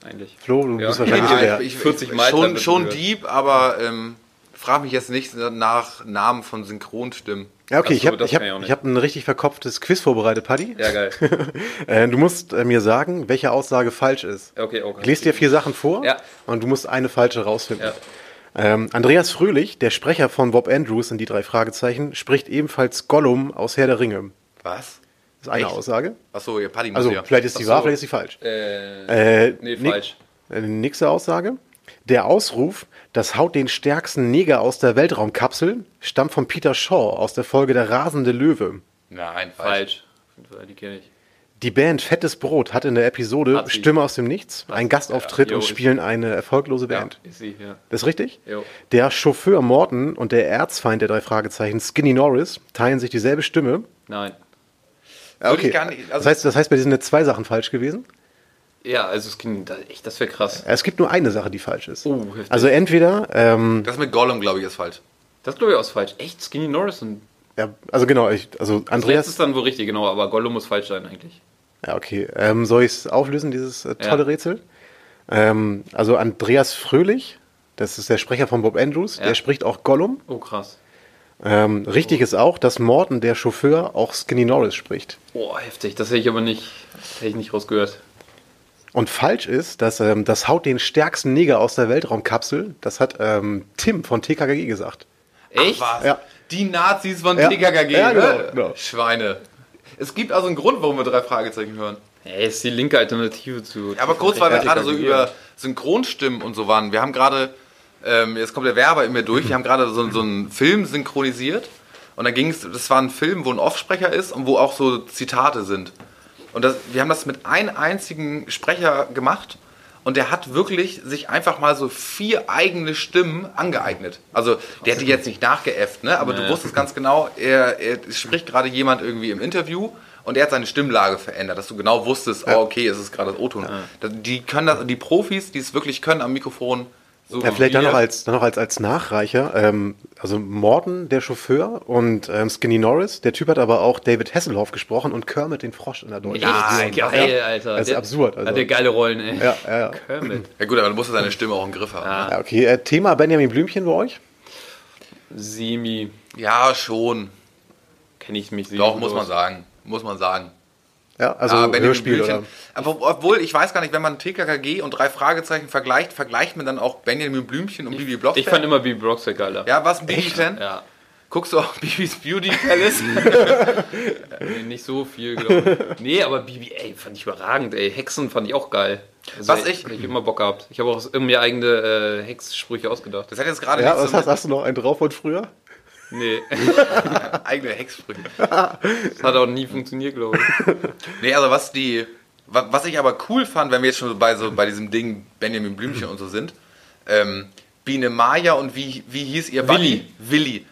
[SPEAKER 5] Eigentlich.
[SPEAKER 1] Flo, du
[SPEAKER 5] Ja.
[SPEAKER 1] bist wahrscheinlich
[SPEAKER 5] Ja,
[SPEAKER 1] der.
[SPEAKER 5] ich- 40 Mal
[SPEAKER 2] Schon,
[SPEAKER 5] dran
[SPEAKER 2] schon
[SPEAKER 5] berührt.
[SPEAKER 2] deep, aber ähm, frag mich jetzt nicht nach Namen von Synchronstimmen.
[SPEAKER 1] Ja, okay,
[SPEAKER 5] Ach
[SPEAKER 1] ich
[SPEAKER 5] so,
[SPEAKER 1] habe
[SPEAKER 5] das
[SPEAKER 1] ich hab,
[SPEAKER 5] kann ich auch nicht.
[SPEAKER 1] ich hab ein richtig verkopftes Quiz vorbereitet, Paddy.
[SPEAKER 5] Ja, geil.
[SPEAKER 1] äh, du musst äh, mir sagen, welche Aussage falsch ist.
[SPEAKER 5] Okay, okay.
[SPEAKER 1] Ich lese dir vier Sachen vor
[SPEAKER 5] Ja.
[SPEAKER 1] und du musst eine falsche rausfinden.
[SPEAKER 5] Ja.
[SPEAKER 1] Ähm, Andreas Fröhlich, der Sprecher von Bob Andrews in die drei Fragezeichen, spricht ebenfalls Gollum aus Herr der Ringe.
[SPEAKER 2] Was?
[SPEAKER 1] Das ist eine
[SPEAKER 2] Echt?
[SPEAKER 1] Aussage.
[SPEAKER 2] Achso, ihr Paddy muss
[SPEAKER 1] Also,
[SPEAKER 2] ja.
[SPEAKER 1] vielleicht ist die
[SPEAKER 2] Ach
[SPEAKER 1] wahr,
[SPEAKER 2] so.
[SPEAKER 1] vielleicht ist sie falsch.
[SPEAKER 5] Äh,
[SPEAKER 1] Äh,
[SPEAKER 5] nee,
[SPEAKER 1] ni-
[SPEAKER 5] falsch.
[SPEAKER 1] äh, Nächste Aussage. Der Ausruf, das haut den stärksten Neger aus der Weltraumkapsel, stammt von Peter Shaw aus der Folge Der rasende Löwe.
[SPEAKER 2] Nein, falsch.
[SPEAKER 5] Falsch. Die kenne ich.
[SPEAKER 1] Die Band Fettes Brot hat in der Episode
[SPEAKER 5] Hat sie.
[SPEAKER 1] Stimme aus dem Nichts einen Gastauftritt
[SPEAKER 5] Ja, jo,
[SPEAKER 1] und
[SPEAKER 5] ist-
[SPEAKER 1] spielen eine erfolglose Band.
[SPEAKER 5] Ist sie, ja.
[SPEAKER 1] Das ist richtig?
[SPEAKER 5] Jo.
[SPEAKER 1] Der Chauffeur Morton und der Erzfeind der drei Fragezeichen Skinny Norris teilen sich dieselbe Stimme.
[SPEAKER 5] Nein.
[SPEAKER 2] Ja, wirklich
[SPEAKER 1] Okay.
[SPEAKER 2] gar nicht.
[SPEAKER 1] das,
[SPEAKER 2] Also,
[SPEAKER 1] heißt, das heißt, bei dir sind jetzt zwei Sachen falsch gewesen.
[SPEAKER 5] Ja, also es ging, da- echt, das wäre krass.
[SPEAKER 1] Es gibt nur eine Sache, die falsch ist.
[SPEAKER 5] Oh, heftig.
[SPEAKER 1] also entweder, ähm,
[SPEAKER 2] das mit Gollum, glaube ich, ist falsch.
[SPEAKER 5] Das glaube ich auch ist falsch. Echt, Skinny Norris und
[SPEAKER 1] ja, also genau, ich, also
[SPEAKER 5] Andreas ist
[SPEAKER 1] Andreas.
[SPEAKER 5] dann wohl richtig, genau, aber Gollum muss falsch sein eigentlich.
[SPEAKER 1] Ja, okay. Ähm, soll ich es auflösen, dieses äh, tolle
[SPEAKER 5] Ja.
[SPEAKER 1] Rätsel? Ähm, also Andreas Fröhlich, das ist der Sprecher von Bob Andrews,
[SPEAKER 5] Ja.
[SPEAKER 1] der spricht auch Gollum.
[SPEAKER 5] Oh, krass.
[SPEAKER 1] Ähm, richtig ist auch, dass Morton, der Chauffeur, auch Skinny Norris spricht.
[SPEAKER 5] Oh, heftig. Das hätte ich aber nicht, hätte ich nicht rausgehört.
[SPEAKER 1] Und falsch ist, dass ähm, das haut den stärksten Neger aus der Weltraumkapsel, das hat ähm, Tim von TKKG gesagt.
[SPEAKER 5] Echt?
[SPEAKER 2] Ach, was?
[SPEAKER 1] Ja.
[SPEAKER 2] Die Nazis von
[SPEAKER 1] Ja.
[SPEAKER 2] TKKG,
[SPEAKER 1] Ja,
[SPEAKER 2] ne?
[SPEAKER 1] genau, genau.
[SPEAKER 2] Schweine. Es gibt also einen Grund, warum wir drei Fragezeichen hören.
[SPEAKER 5] Ey, ist die linke Alternative zu.
[SPEAKER 2] Ja, aber kurz, weil wir
[SPEAKER 5] Ja.
[SPEAKER 2] gerade so über Synchronstimmen und so waren. Wir haben gerade, ähm, jetzt kommt der Werber in mir durch, wir haben gerade so, so einen Film synchronisiert. Und da ging es, das war ein Film, wo ein Offsprecher ist und wo auch so Zitate sind. Und das, wir haben das mit einem einzigen Sprecher gemacht. Und der hat wirklich sich einfach mal so vier eigene Stimmen angeeignet. Also der hat die jetzt nicht nachgeäfft, ne? aber du wusstest ganz genau, er, er spricht gerade jemand irgendwie im Interview und er hat seine Stimmlage verändert, dass du genau wusstest, oh okay, es ist gerade das O-Ton. Das- Die können das, die Profis, die es wirklich können am Mikrofon, so
[SPEAKER 1] Ja,
[SPEAKER 2] wie
[SPEAKER 1] vielleicht dann
[SPEAKER 2] wir-
[SPEAKER 1] noch als, dann noch als, als Nachreicher. Ähm, also Morton, der Chauffeur und ähm, Skinny Norris. Der Typ hat aber auch David Hasselhoff gesprochen und Kermit den Frosch in der deutschen.
[SPEAKER 2] Nein,
[SPEAKER 5] Nein, geil, Alter.
[SPEAKER 1] Das ist
[SPEAKER 5] Der-
[SPEAKER 1] absurd, also.
[SPEAKER 5] Hat der geile Rollen, ey.
[SPEAKER 1] Ja, ja, ja.
[SPEAKER 5] Kermit.
[SPEAKER 2] Ja gut, aber du musst ja seine Stimme auch im Griff
[SPEAKER 5] Ah.
[SPEAKER 2] haben. ne?
[SPEAKER 1] Ja, okay, äh, Thema Benjamin Blümchen bei euch?
[SPEAKER 5] Semi.
[SPEAKER 2] Ja, schon.
[SPEAKER 5] Kenne ich mich semi.
[SPEAKER 2] Doch, muss man
[SPEAKER 5] aus.
[SPEAKER 2] sagen. Muss man sagen.
[SPEAKER 1] Ja, also
[SPEAKER 2] Ah, Benjamin
[SPEAKER 1] Hörspiel
[SPEAKER 2] Blümchen.
[SPEAKER 1] oder?
[SPEAKER 2] Aber obwohl, ich weiß gar nicht, wenn man TKKG und drei Fragezeichen vergleicht, vergleicht man dann auch Benjamin Blümchen und Bibi Blocksberg?
[SPEAKER 5] Ich fand immer Bibi Blocksberg geiler.
[SPEAKER 2] ja, was ein Bibi-Fan?
[SPEAKER 5] Ja.
[SPEAKER 2] Guckst du auch Bibis Beauty Palace?
[SPEAKER 5] Nee, nicht so viel, glaube ich. Nee, aber Bibi, ey, fand ich überragend, ey. Hexen fand ich auch geil. Also,
[SPEAKER 2] Was, echt?
[SPEAKER 5] Ich, ich immer Bock gehabt. Ich habe auch mir eigene äh, Hexsprüche ausgedacht.
[SPEAKER 2] Das hat jetzt gerade
[SPEAKER 1] Ja,
[SPEAKER 2] nichts
[SPEAKER 1] was hast,
[SPEAKER 2] so
[SPEAKER 1] hast du noch einen drauf von früher?
[SPEAKER 5] Nee,
[SPEAKER 2] mit eigene Hexsprüche.
[SPEAKER 5] das hat auch nie funktioniert, glaube ich.
[SPEAKER 2] Nee, also was die. wa- Was ich aber cool fand, wenn wir jetzt schon bei so bei diesem Ding Benjamin Blümchen und so sind, ähm, Biene Maya und wie, wie hieß ihr Buddy? Willi.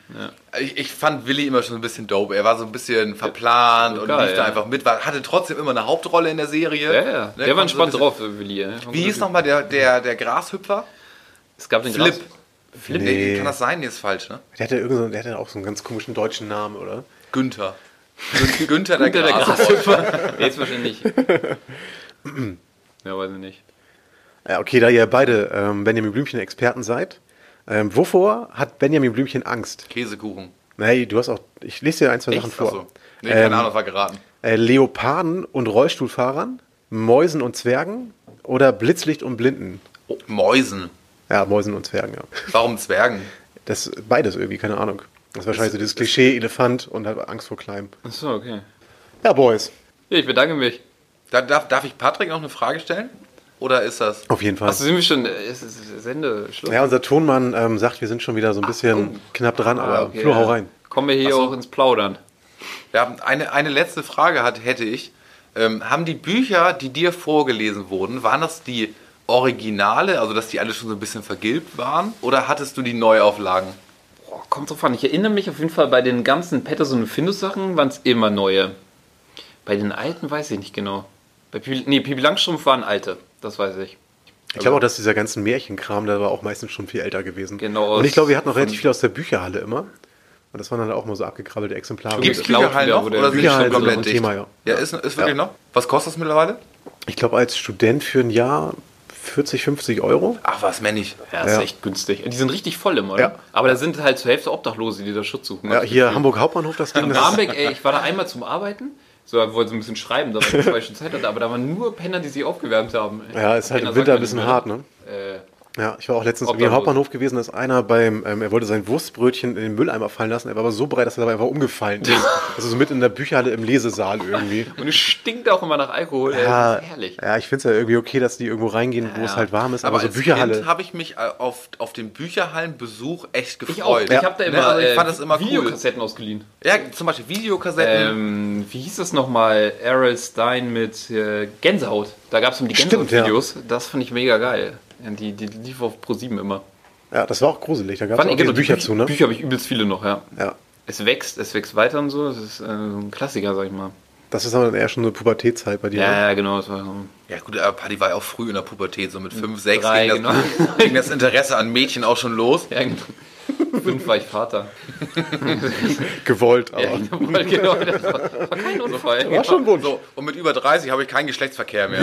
[SPEAKER 2] Ich, ich fand Willi immer schon ein bisschen dope. Er war so ein bisschen verplant und
[SPEAKER 5] Geil,
[SPEAKER 2] lief da
[SPEAKER 5] ja.
[SPEAKER 2] einfach mit, war, hatte trotzdem immer eine Hauptrolle in der Serie.
[SPEAKER 5] Ja, ja.
[SPEAKER 2] Ne, konnte so
[SPEAKER 5] Der war
[SPEAKER 2] ein
[SPEAKER 5] entspannt
[SPEAKER 2] bisschen-
[SPEAKER 5] drauf, äh, Willi. ey.
[SPEAKER 2] Wie hieß nochmal der, der, der Grashüpfer?
[SPEAKER 5] Es gab den
[SPEAKER 2] Flip.
[SPEAKER 5] Glas.
[SPEAKER 2] Flip,
[SPEAKER 1] Nee.
[SPEAKER 2] kann das sein? Nee, ist falsch, ne?
[SPEAKER 1] Der hatte, irgend so, der hatte auch so einen ganz komischen deutschen Namen, oder?
[SPEAKER 2] Günther. Gün- Günther der
[SPEAKER 5] Unter der
[SPEAKER 2] Grashüpfer.
[SPEAKER 5] Grashüpfer. Nee, jetzt wahrscheinlich nicht. Ja, weiß ich nicht.
[SPEAKER 1] Ja, Äh, okay, da ihr beide ähm, Benjamin Blümchen-Experten seid, ähm, wovor hat Benjamin Blümchen Angst?
[SPEAKER 2] Käsekuchen.
[SPEAKER 1] Nee, du hast auch. Ich lese dir ein, zwei Sachen vor.
[SPEAKER 2] Achso. Nee,
[SPEAKER 1] Ähm,
[SPEAKER 2] keine Ahnung, war geraten.
[SPEAKER 1] Äh, Leoparden und Rollstuhlfahrern, Mäusen und Zwergen oder Blitzlicht und Blinden?
[SPEAKER 2] Oh, Mäusen.
[SPEAKER 1] Ja, Mäusen und Zwergen, ja.
[SPEAKER 2] Warum Zwergen?
[SPEAKER 1] Das beides irgendwie, keine Ahnung. Das ist wahrscheinlich so dieses Klischee Elefant und hat Angst vor Kleinem.
[SPEAKER 5] Achso, okay.
[SPEAKER 1] Ja, Boys.
[SPEAKER 5] Ja, ich bedanke mich.
[SPEAKER 2] Da, darf, darf ich Patrick noch eine Frage stellen? Oder ist das.
[SPEAKER 1] Auf jeden Fall.
[SPEAKER 5] Achso, sind wir schon. äh, Ist es ist Sende? Schluss?
[SPEAKER 1] ja, unser Tonmann ähm, sagt, wir sind schon wieder so ein bisschen knapp dran, aber
[SPEAKER 5] okay,
[SPEAKER 1] Flo, hau
[SPEAKER 5] ja.
[SPEAKER 1] rein.
[SPEAKER 5] Kommen wir hier
[SPEAKER 2] Achso.
[SPEAKER 5] auch ins Plaudern.
[SPEAKER 2] Ja, eine, eine letzte Frage hat, hätte ich. Ähm, haben die Bücher, die dir vorgelesen wurden, waren das die Originale, also dass die alle schon so ein bisschen vergilbt waren? Oder hattest du die Neuauflagen?
[SPEAKER 5] Boah, kommt drauf an. Ich erinnere mich auf jeden Fall, bei den ganzen Patterson und Findus-Sachen waren es immer neue. Bei den alten weiß ich nicht genau. Bei Pipi, nee, Pipi Langstrumpf waren alte. Das weiß ich.
[SPEAKER 1] Ich glaube auch, dass dieser ganzen Märchenkram, der war auch meistens schon viel älter gewesen.
[SPEAKER 5] Genau,
[SPEAKER 1] Und ich
[SPEAKER 5] aus-
[SPEAKER 1] glaube, wir hatten noch relativ viel aus der Bücherhalle immer. Und das waren dann auch mal so abgekrabbelte Exemplare.
[SPEAKER 5] Gibt's
[SPEAKER 1] Und-
[SPEAKER 5] Cloud wieder, wo der
[SPEAKER 2] Oder sind die
[SPEAKER 1] Bücherhalle
[SPEAKER 2] schon
[SPEAKER 1] ist halt noch
[SPEAKER 2] komplett
[SPEAKER 1] ein
[SPEAKER 2] dicht?
[SPEAKER 1] Thema, ja.
[SPEAKER 2] ja, ist, ist wirklich noch. Was kostet das mittlerweile?
[SPEAKER 1] Ich glaube, als Student für ein Jahr 40, 50 Euro.
[SPEAKER 5] Ach was, männig. Ja, ist
[SPEAKER 1] Ja.
[SPEAKER 5] echt günstig. Die sind richtig voll immer, oder?
[SPEAKER 1] Ja.
[SPEAKER 5] Aber da sind halt zur Hälfte Obdachlose, die da Schutz suchen. ne?
[SPEAKER 1] Ja, hier Hamburg Hauptbahnhof, das Ding.
[SPEAKER 5] In
[SPEAKER 1] Das ist,
[SPEAKER 5] Barmbek, ey, ich war da einmal zum Arbeiten. So, ich wollte so ein bisschen schreiben, da war ich zwei Stunden Zeit hatte, aber da waren nur Penner, die sich aufgewärmt haben. ey.
[SPEAKER 1] ja, ist halt
[SPEAKER 5] Penner
[SPEAKER 1] im Winter ein
[SPEAKER 5] sagt man nicht
[SPEAKER 1] bisschen
[SPEAKER 5] mehr,
[SPEAKER 1] hart, ne?
[SPEAKER 5] Äh,
[SPEAKER 1] Ja, ich war auch letztens irgendwie im
[SPEAKER 5] Obdachlos.
[SPEAKER 1] Hauptbahnhof gewesen, dass einer beim, ähm, er wollte sein Wurstbrötchen in den Mülleimer fallen lassen, er war aber so breit, dass er dabei einfach umgefallen ist. Also so mit in der Bücherhalle im Lesesaal irgendwie.
[SPEAKER 5] und es stinkt auch immer nach Alkohol, ey.
[SPEAKER 1] Ja,
[SPEAKER 5] Das ist herrlich.
[SPEAKER 1] ja, ich finde es ja irgendwie okay, dass die irgendwo reingehen, wo es halt warm ist, aber, so
[SPEAKER 2] als
[SPEAKER 1] Bücherhalle.
[SPEAKER 2] Kind habe ich mich äh, auf, auf den Bücherhallenbesuch echt gefreut.
[SPEAKER 5] Ich auch. Ich habe da immer,
[SPEAKER 2] Ne, also ich fand
[SPEAKER 5] äh,
[SPEAKER 2] das immer cool.
[SPEAKER 5] Videokassetten ausgeliehen.
[SPEAKER 2] Ja, zum Beispiel Videokassetten.
[SPEAKER 5] Ähm, wie hieß das nochmal? Errol Stein mit äh, Gänsehaut. Da gab es um die
[SPEAKER 1] Stimmt,
[SPEAKER 5] Gänsehaut-Videos. Das fand ich mega geil. Ja, Die, die lief auf ProSieben immer.
[SPEAKER 1] Ja, das war auch gruselig, da gab es auch diese
[SPEAKER 5] genau, die
[SPEAKER 1] Bücher
[SPEAKER 5] Bü-
[SPEAKER 1] zu, ne?
[SPEAKER 5] Bücher habe ich übelst viele noch, ja.
[SPEAKER 1] Ja,
[SPEAKER 5] Es wächst, es wächst weiter und so. Es ist äh, so ein Klassiker, sag ich mal.
[SPEAKER 1] das ist aber dann eher schon eine Pubertätzeit bei dir. ne?
[SPEAKER 5] Ja, ja, genau. Das war so.
[SPEAKER 2] ja gut, aber Paddy war ja auch früh in der Pubertät, so mit 5, 6
[SPEAKER 5] Drei,
[SPEAKER 2] ging, das, ging das Interesse an Mädchen auch schon los.
[SPEAKER 5] Ja, genau. Fünf war ich Vater.
[SPEAKER 1] Gewollt, aber.
[SPEAKER 5] Ja, genau, das war, war kein Unfall.
[SPEAKER 1] War schon ein Wunsch.
[SPEAKER 2] So, und mit über 30 habe ich keinen Geschlechtsverkehr mehr.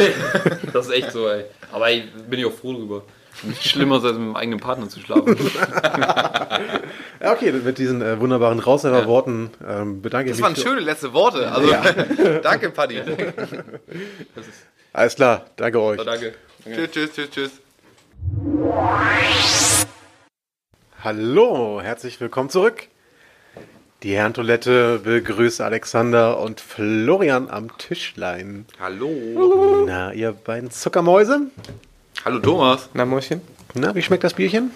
[SPEAKER 5] Das ist echt so, ey. Aber ich, bin ich auch froh drüber. Nichts Schlimmeres, als mit meinem eigenen Partner zu schlafen.
[SPEAKER 1] Ja, okay, mit diesen äh, wunderbaren Rauswerferworten ähm, bedanke
[SPEAKER 2] Das
[SPEAKER 1] ich
[SPEAKER 2] waren
[SPEAKER 1] mich. für-
[SPEAKER 2] schöne letzte Worte. Also, danke, Paddy.
[SPEAKER 1] Alles klar, danke euch.
[SPEAKER 5] So, danke.
[SPEAKER 2] Tschüss, tschüss, tschüss, tschüss.
[SPEAKER 1] Hallo, herzlich willkommen zurück. Die Herrentoilette begrüßt Alexander und Florian am Tischlein.
[SPEAKER 2] Hallo.
[SPEAKER 1] Na, ihr beiden Zuckermäuse?
[SPEAKER 2] Hallo, Thomas.
[SPEAKER 4] Na, Mäuschen?
[SPEAKER 1] Na, wie schmeckt das Bierchen?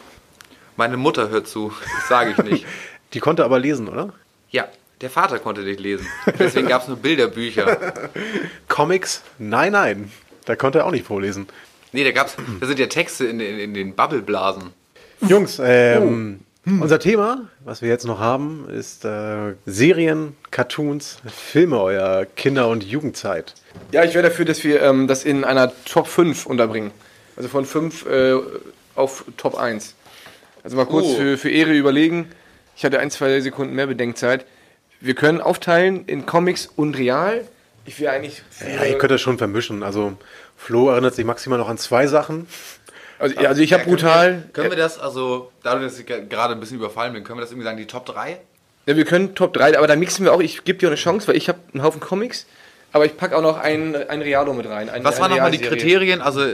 [SPEAKER 2] Meine Mutter hört zu. Das sage ich nicht.
[SPEAKER 1] Die konnte aber lesen, oder?
[SPEAKER 2] Ja, der Vater konnte nicht lesen. Deswegen gab es nur Bilderbücher.
[SPEAKER 1] Comics? Nein, nein. Da konnte er auch nicht vorlesen.
[SPEAKER 2] Nee, da gab's, da sind ja Texte in, den- in den Bubbleblasen.
[SPEAKER 1] Jungs, ähm,
[SPEAKER 2] Oh. Hm.
[SPEAKER 1] unser Thema, was wir jetzt noch haben, ist äh, Serien, Cartoons, Filme eurer Kinder- und Jugendzeit.
[SPEAKER 4] Ja, ich wäre dafür, dass wir ähm, das in einer Top 5 unterbringen. Also von 5 äh, auf Top 1. Also mal kurz
[SPEAKER 2] Oh.
[SPEAKER 4] für, für Ehre überlegen. Ich hatte ein, zwei Sekunden mehr Bedenkzeit. Wir können aufteilen in Comics und Real. Ich wäre eigentlich. Für,
[SPEAKER 1] Ja,
[SPEAKER 2] Äh.
[SPEAKER 1] ihr könnt das schon vermischen. Also Flo erinnert sich maximal noch an zwei Sachen.
[SPEAKER 4] also, ja, also ich habe
[SPEAKER 2] Ja, können
[SPEAKER 4] brutal.
[SPEAKER 2] Wir, können wir das, also, dadurch, dass ich ge- gerade ein bisschen überfallen bin, können wir das irgendwie sagen, die Top 3?
[SPEAKER 4] Ja, wir können Top 3, aber da mixen wir auch. Ich gebe dir auch eine Chance, weil ich habe einen Haufen Comics. Aber ich packe auch noch ein, ein Realo mit rein. ein-
[SPEAKER 2] Was
[SPEAKER 4] eine
[SPEAKER 2] waren nochmal die
[SPEAKER 4] Realserie.
[SPEAKER 2] Kriterien? Also,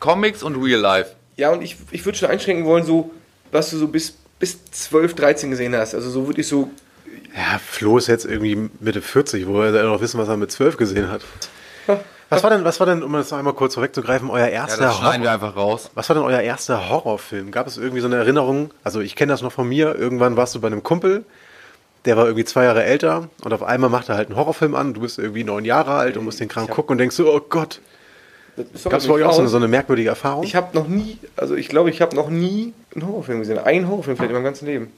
[SPEAKER 2] Comics und Real Life.
[SPEAKER 4] Ja, und ich, ich würde schon einschränken wollen, so, was du so bis, bis 12, 13 gesehen hast. Also so wirklich so
[SPEAKER 1] Ja, Flo ist jetzt irgendwie Mitte 40, wo er noch wissen, was er mit 12 gesehen hat. Was war denn, was war denn, um das einmal kurz vorwegzugreifen, euer
[SPEAKER 2] Ja,
[SPEAKER 1] erster
[SPEAKER 2] das schneiden wir
[SPEAKER 1] Horror,
[SPEAKER 2] einfach raus.
[SPEAKER 1] Was war denn euer erster Horrorfilm? Gab es irgendwie so eine Erinnerung? Also ich kenne das noch von mir. Irgendwann warst du bei einem Kumpel, der war irgendwie zwei Jahre älter und auf einmal macht er halt einen Horrorfilm an. Du bist irgendwie neun Jahre alt und musst den krank gucken und denkst so, oh Gott. Gab es bei euch auch so eine, so eine merkwürdige Erfahrung?
[SPEAKER 4] Ich habe noch nie, also ich glaube, ich habe noch nie einen Horrorfilm gesehen. Einen Horrorfilm vielleicht in meinem ganzen Leben.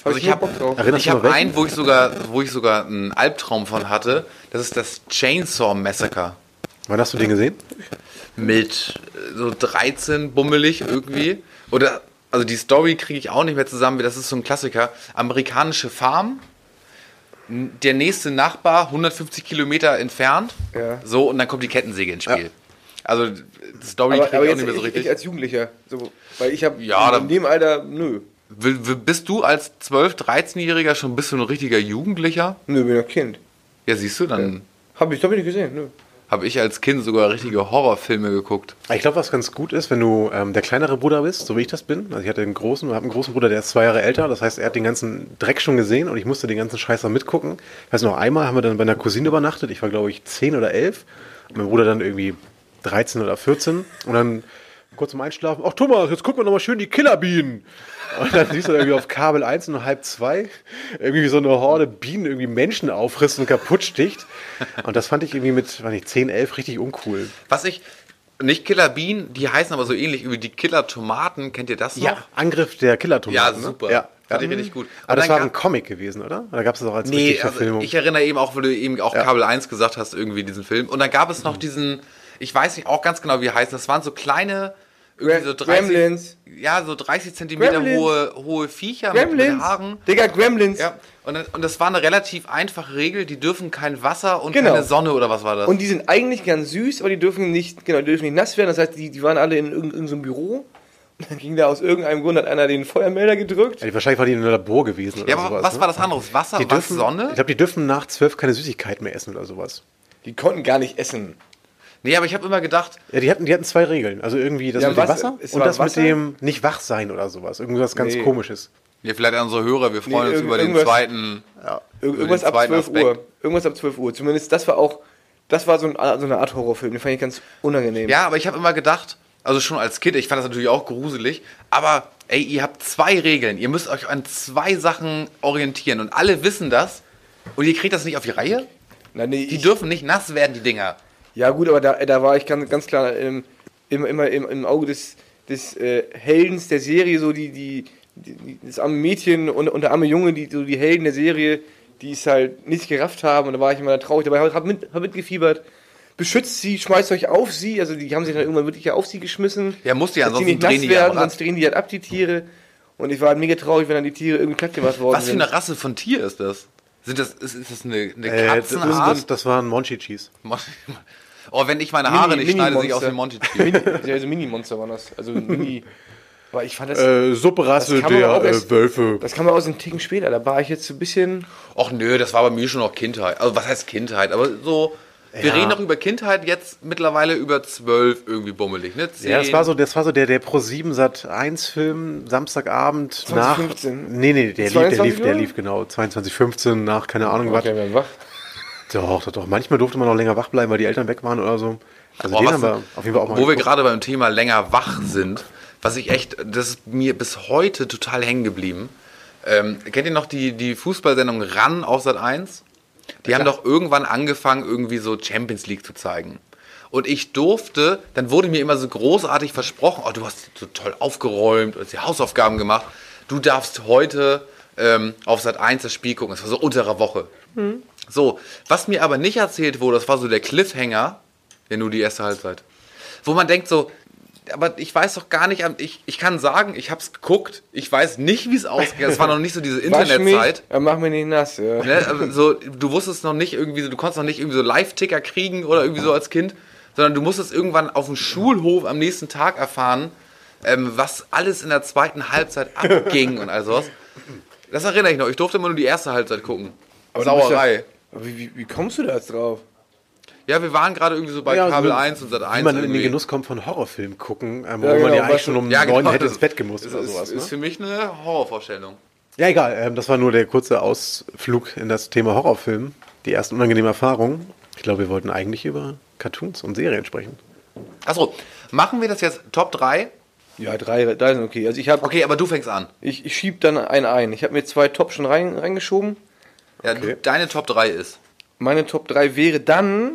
[SPEAKER 4] Hab
[SPEAKER 2] Also
[SPEAKER 4] ich
[SPEAKER 2] ich
[SPEAKER 4] nie
[SPEAKER 2] hab-
[SPEAKER 4] Bock drauf.
[SPEAKER 1] Erinnerst
[SPEAKER 2] Ich
[SPEAKER 1] du noch
[SPEAKER 2] habe
[SPEAKER 1] welchen?
[SPEAKER 2] einen, wo ich, sogar, wo ich sogar einen Albtraum von hatte. Das ist das Chainsaw Massacre.
[SPEAKER 1] Wann hast du den gesehen?
[SPEAKER 2] mit äh, so 13 bummelig irgendwie. Oder, also die Story kriege ich auch nicht mehr zusammen, das ist so ein Klassiker. Amerikanische Farm, N- der nächste Nachbar, 150 Kilometer entfernt.
[SPEAKER 4] Ja.
[SPEAKER 2] So, und dann kommt die Kettensäge ins Spiel. Also, die Story
[SPEAKER 4] Aber,
[SPEAKER 2] kriege
[SPEAKER 4] aber
[SPEAKER 2] ich auch
[SPEAKER 4] jetzt
[SPEAKER 2] nicht mehr so
[SPEAKER 4] ich,
[SPEAKER 2] richtig.
[SPEAKER 4] ich als Jugendlicher, so, weil ich habe
[SPEAKER 2] Ja,
[SPEAKER 4] in
[SPEAKER 2] dann-
[SPEAKER 4] dem Alter, nö,
[SPEAKER 2] Will- will- Bist du als 12-, 13-Jähriger schon ein bisschen ein richtiger Jugendlicher?
[SPEAKER 4] nö, bin ja Kind.
[SPEAKER 2] Ja, siehst du, dann
[SPEAKER 4] Habe ich, glaube ich, nicht gesehen, nö.
[SPEAKER 2] habe ich als Kind sogar richtige Horrorfilme geguckt.
[SPEAKER 1] Ich glaube, was ganz gut ist, wenn du ähm, der kleinere Bruder bist, so wie ich das bin. Also ich hatte einen großen, habe einen großen Bruder, der ist zwei Jahre älter. Das heißt, er hat den ganzen Dreck schon gesehen und ich musste den ganzen Scheiß dann mitgucken. Ich weiß noch, einmal haben wir dann bei einer Cousine übernachtet. Ich war, glaube ich, zehn oder elf. Und mein Bruder dann irgendwie 13 oder 14. Und dann kurz zum Einschlafen, ach Thomas, jetzt gucken wir nochmal schön die Killerbienen. Und dann siehst du dann irgendwie auf Kabel 1 und halb 2 irgendwie so eine Horde Bienen irgendwie Menschen aufrisst und kaputt sticht. Und das fand ich irgendwie mit, weiß nicht, 10, 11 richtig uncool.
[SPEAKER 2] Was ich, nicht Killer Bean, die heißen aber so ähnlich wie die Killer Tomaten, kennt ihr das noch?
[SPEAKER 1] Ja, Angriff der
[SPEAKER 2] Ja,
[SPEAKER 1] Killer-Tomaten.
[SPEAKER 2] super.
[SPEAKER 1] Ne? Ja,
[SPEAKER 2] Fand
[SPEAKER 1] ja.
[SPEAKER 2] ich richtig gut.
[SPEAKER 1] Aber das
[SPEAKER 2] Und dann
[SPEAKER 1] war ein
[SPEAKER 2] ga-
[SPEAKER 1] Comic gewesen, oder? Oder gab es das auch als
[SPEAKER 2] Nee,
[SPEAKER 1] richtige
[SPEAKER 2] also
[SPEAKER 1] Verfilmung?
[SPEAKER 2] ich erinnere eben auch, weil du eben auch Kabel 1 gesagt Mhm. hast, irgendwie diesen Film. Und dann gab es noch diesen, ich weiß nicht auch ganz genau, wie er heißt, das waren so kleine irgendwie so 30,
[SPEAKER 4] Gremlins.
[SPEAKER 2] ja, so 30 Zentimeter
[SPEAKER 4] Gremlins.
[SPEAKER 2] hohe, hohe Viecher mit- mit
[SPEAKER 4] Gremlins.
[SPEAKER 2] Haaren.
[SPEAKER 4] Digga, Gremlins.
[SPEAKER 2] Ja, und, das- und das war eine relativ einfache Regel, die dürfen kein Wasser und
[SPEAKER 4] Genau.
[SPEAKER 2] keine Sonne oder was war das?
[SPEAKER 4] Und die sind eigentlich ganz süß, aber die dürfen nicht, genau, die dürfen nicht nass werden. Das heißt, die, die waren alle in irgendeinem irgend so einem Büro. Und dann ging da aus irgendeinem Grund, hat einer den Feuermelder gedrückt.
[SPEAKER 1] Ey, wahrscheinlich war die in einem Labor gewesen oder
[SPEAKER 2] ja, aber
[SPEAKER 1] sowas.
[SPEAKER 2] was
[SPEAKER 1] ne?
[SPEAKER 2] war das anderes? Wasser,
[SPEAKER 1] Die
[SPEAKER 2] was,
[SPEAKER 1] dürfen,
[SPEAKER 2] Sonne?
[SPEAKER 1] Ich glaube, die dürfen nach zwölf keine Süßigkeiten mehr essen oder sowas.
[SPEAKER 4] Die konnten gar nicht essen.
[SPEAKER 2] nee, aber ich habe immer gedacht,
[SPEAKER 1] Ja, die hatten, die hatten zwei Regeln. Also irgendwie das
[SPEAKER 4] Ja,
[SPEAKER 1] mit dem
[SPEAKER 4] Wasser-
[SPEAKER 1] Wasser
[SPEAKER 4] es
[SPEAKER 1] und
[SPEAKER 4] war
[SPEAKER 1] das
[SPEAKER 4] Wasser?
[SPEAKER 1] mit dem nicht wach sein oder sowas. Irgendwas ganz
[SPEAKER 4] Nee.
[SPEAKER 1] komisches.
[SPEAKER 2] ja, vielleicht an unsere Hörer, wir freuen
[SPEAKER 4] Nee,
[SPEAKER 2] uns
[SPEAKER 4] irg-
[SPEAKER 2] über den
[SPEAKER 4] irgendwas-
[SPEAKER 2] zweiten.
[SPEAKER 4] Ir irgendwas
[SPEAKER 2] Also den
[SPEAKER 4] ab
[SPEAKER 2] zweiten
[SPEAKER 4] 12 Uhr.
[SPEAKER 2] Aspekt.
[SPEAKER 4] Irgendwas ab 12 Uhr. Zumindest das war auch, das war so, ein, so eine Art Horrorfilm. Den fand ich ganz unangenehm.
[SPEAKER 2] Ja, aber ich habe immer gedacht, also schon als Kind, ich fand das natürlich auch gruselig, aber ey, ihr habt zwei Regeln, ihr müsst euch an zwei Sachen orientieren und alle wissen das und ihr kriegt das nicht auf die Reihe?
[SPEAKER 4] Na, nee,
[SPEAKER 2] Die
[SPEAKER 4] ich,
[SPEAKER 2] dürfen nicht nass werden, die Dinger.
[SPEAKER 4] ja gut, aber da, da war ich ganz, ganz klar im, immer, immer im, im Auge des, des äh, Heldens der Serie, so die, die, die, das arme Mädchen und, und der arme Junge, die, so die Helden der Serie, die es halt nicht gerafft haben. Und da war ich immer traurig dabei, hab, hab, mit, hab mitgefiebert. Beschützt sie, schmeißt euch auf sie. Also die haben sich dann irgendwann wirklich auf sie geschmissen.
[SPEAKER 2] Ja, musst du ja,
[SPEAKER 4] Dass
[SPEAKER 2] ansonsten
[SPEAKER 4] die
[SPEAKER 2] drehen
[SPEAKER 4] nicht
[SPEAKER 2] die
[SPEAKER 4] nass
[SPEAKER 2] ja am
[SPEAKER 4] werden,
[SPEAKER 2] Rad.
[SPEAKER 4] sonst drehen die halt ab, die Tiere. Und ich war halt mega traurig, wenn dann die Tiere irgendwie platt gemacht worden
[SPEAKER 2] Was für
[SPEAKER 4] sind.
[SPEAKER 2] eine Rasse von Tier ist das? Sind das ist, ist das eine, eine
[SPEAKER 1] Äh, das, das,
[SPEAKER 2] Katzenart?
[SPEAKER 1] das waren Monchichis.
[SPEAKER 2] oh, wenn ich meine Haare
[SPEAKER 4] Mini-
[SPEAKER 2] nicht schneide, sehe ich
[SPEAKER 4] Mini-Monster.
[SPEAKER 2] aus dem Monty.
[SPEAKER 4] Mini, also Mini-Monster waren das. Also Mini. Aber ich fand das.
[SPEAKER 1] Äh, Subrasse
[SPEAKER 4] Das kann man
[SPEAKER 1] der
[SPEAKER 4] auch erst-
[SPEAKER 1] äh, Wölfe.
[SPEAKER 4] Das kam aber aus dem Ticken später. Da war ich jetzt so ein bisschen.
[SPEAKER 2] Och nö, das war bei mir schon noch Kindheit. Also was heißt Kindheit? Aber so, wir
[SPEAKER 1] Ja.
[SPEAKER 2] reden doch über Kindheit jetzt mittlerweile über zwölf irgendwie bummelig, ne?
[SPEAKER 1] Ja, das
[SPEAKER 2] Zehn.
[SPEAKER 1] war so, das war so der, der Pro 7 Sat 1 Film, Samstagabend nach.
[SPEAKER 4] 15.
[SPEAKER 1] Nee, nee, der lief, der
[SPEAKER 4] 22
[SPEAKER 1] lief, der
[SPEAKER 4] Uhr?
[SPEAKER 1] lief genau. 22.15 nach, keine Ahnung was.
[SPEAKER 4] wir wach.
[SPEAKER 1] Doch, doch, doch. Manchmal durfte man noch länger wach bleiben, weil die Eltern weg waren oder so. Also
[SPEAKER 2] Boah,
[SPEAKER 1] den
[SPEAKER 2] was
[SPEAKER 1] haben wir
[SPEAKER 2] denn-
[SPEAKER 1] auf jeden Fall auch mal
[SPEAKER 2] Wo wir
[SPEAKER 1] geguckt.
[SPEAKER 2] gerade beim Thema länger wach sind, was ich echt, das ist mir bis heute total hängen geblieben. Ähm, kennt ihr noch die, die Fußballsendung RAN auf Sat 1? Die haben doch irgendwann angefangen, irgendwie so Champions League zu zeigen. Und ich durfte, dann wurde mir immer so großartig versprochen, oh, du hast so toll aufgeräumt, du hast die Hausaufgaben gemacht, du darfst heute ähm, auf Sat 1 das Spiel gucken. Das war so untere Woche. So, was mir aber nicht erzählt wurde, das war so der Cliffhanger, ja, nur die erste Halbzeit. Wo man denkt so, aber ich weiß doch gar nicht, ich, ich kann sagen, ich hab's geguckt, ich weiß nicht, wie es ausgeht. Es war noch nicht so diese
[SPEAKER 4] Wasch mich,
[SPEAKER 2] Internetzeit.
[SPEAKER 4] dann mach mir nicht nass. Ja.
[SPEAKER 2] Ne? Also, so, du wusstest noch nicht irgendwie, so- du konntest noch nicht irgendwie so Live-Ticker kriegen oder irgendwie so als Kind, sondern du musstest irgendwann auf dem Schulhof am nächsten Tag erfahren, ähm, was alles in der zweiten Halbzeit abging und all sowas. Das erinnere ich noch. Ich durfte immer nur die erste Halbzeit gucken.
[SPEAKER 4] du bist
[SPEAKER 2] Sauerei.
[SPEAKER 4] Ja, wie, wie, wie kommst du da jetzt drauf?
[SPEAKER 2] Ja, wir waren gerade irgendwie so bei
[SPEAKER 1] Ja, so
[SPEAKER 2] Kabel
[SPEAKER 1] wie-
[SPEAKER 2] 1 und Sat 1.
[SPEAKER 1] Wie man in den
[SPEAKER 2] irgendwie.
[SPEAKER 1] Genuss kommt von Horrorfilmen gucken, ähm, wo man
[SPEAKER 4] Ja, genau,
[SPEAKER 1] ja eigentlich
[SPEAKER 4] weißt
[SPEAKER 1] schon
[SPEAKER 4] du.
[SPEAKER 1] um
[SPEAKER 2] Ja,
[SPEAKER 1] neun
[SPEAKER 2] genau,
[SPEAKER 1] hätte
[SPEAKER 2] das
[SPEAKER 1] ins Bett gemusst
[SPEAKER 2] Ist,
[SPEAKER 1] oder
[SPEAKER 2] ist,
[SPEAKER 1] sowas.
[SPEAKER 2] ist
[SPEAKER 1] Ne?
[SPEAKER 2] für mich eine Horrorvorstellung.
[SPEAKER 1] Ja, egal. Ähm, das war nur der kurze Ausflug in das Thema Horrorfilm. Die ersten unangenehmen Erfahrungen. Ich glaube, wir wollten eigentlich über Cartoons und Serien sprechen.
[SPEAKER 2] Achso, machen wir das jetzt Top 3?
[SPEAKER 4] Ja, drei, drei sind okay. Also ich habe,
[SPEAKER 2] Okay, aber du fängst an.
[SPEAKER 4] ich, ich schieb dann einen ein. Ich habe mir zwei Top schon rein, reingeschoben.
[SPEAKER 2] Ja, du, deine Top 3 ist.
[SPEAKER 4] Meine Top 3 wäre dann.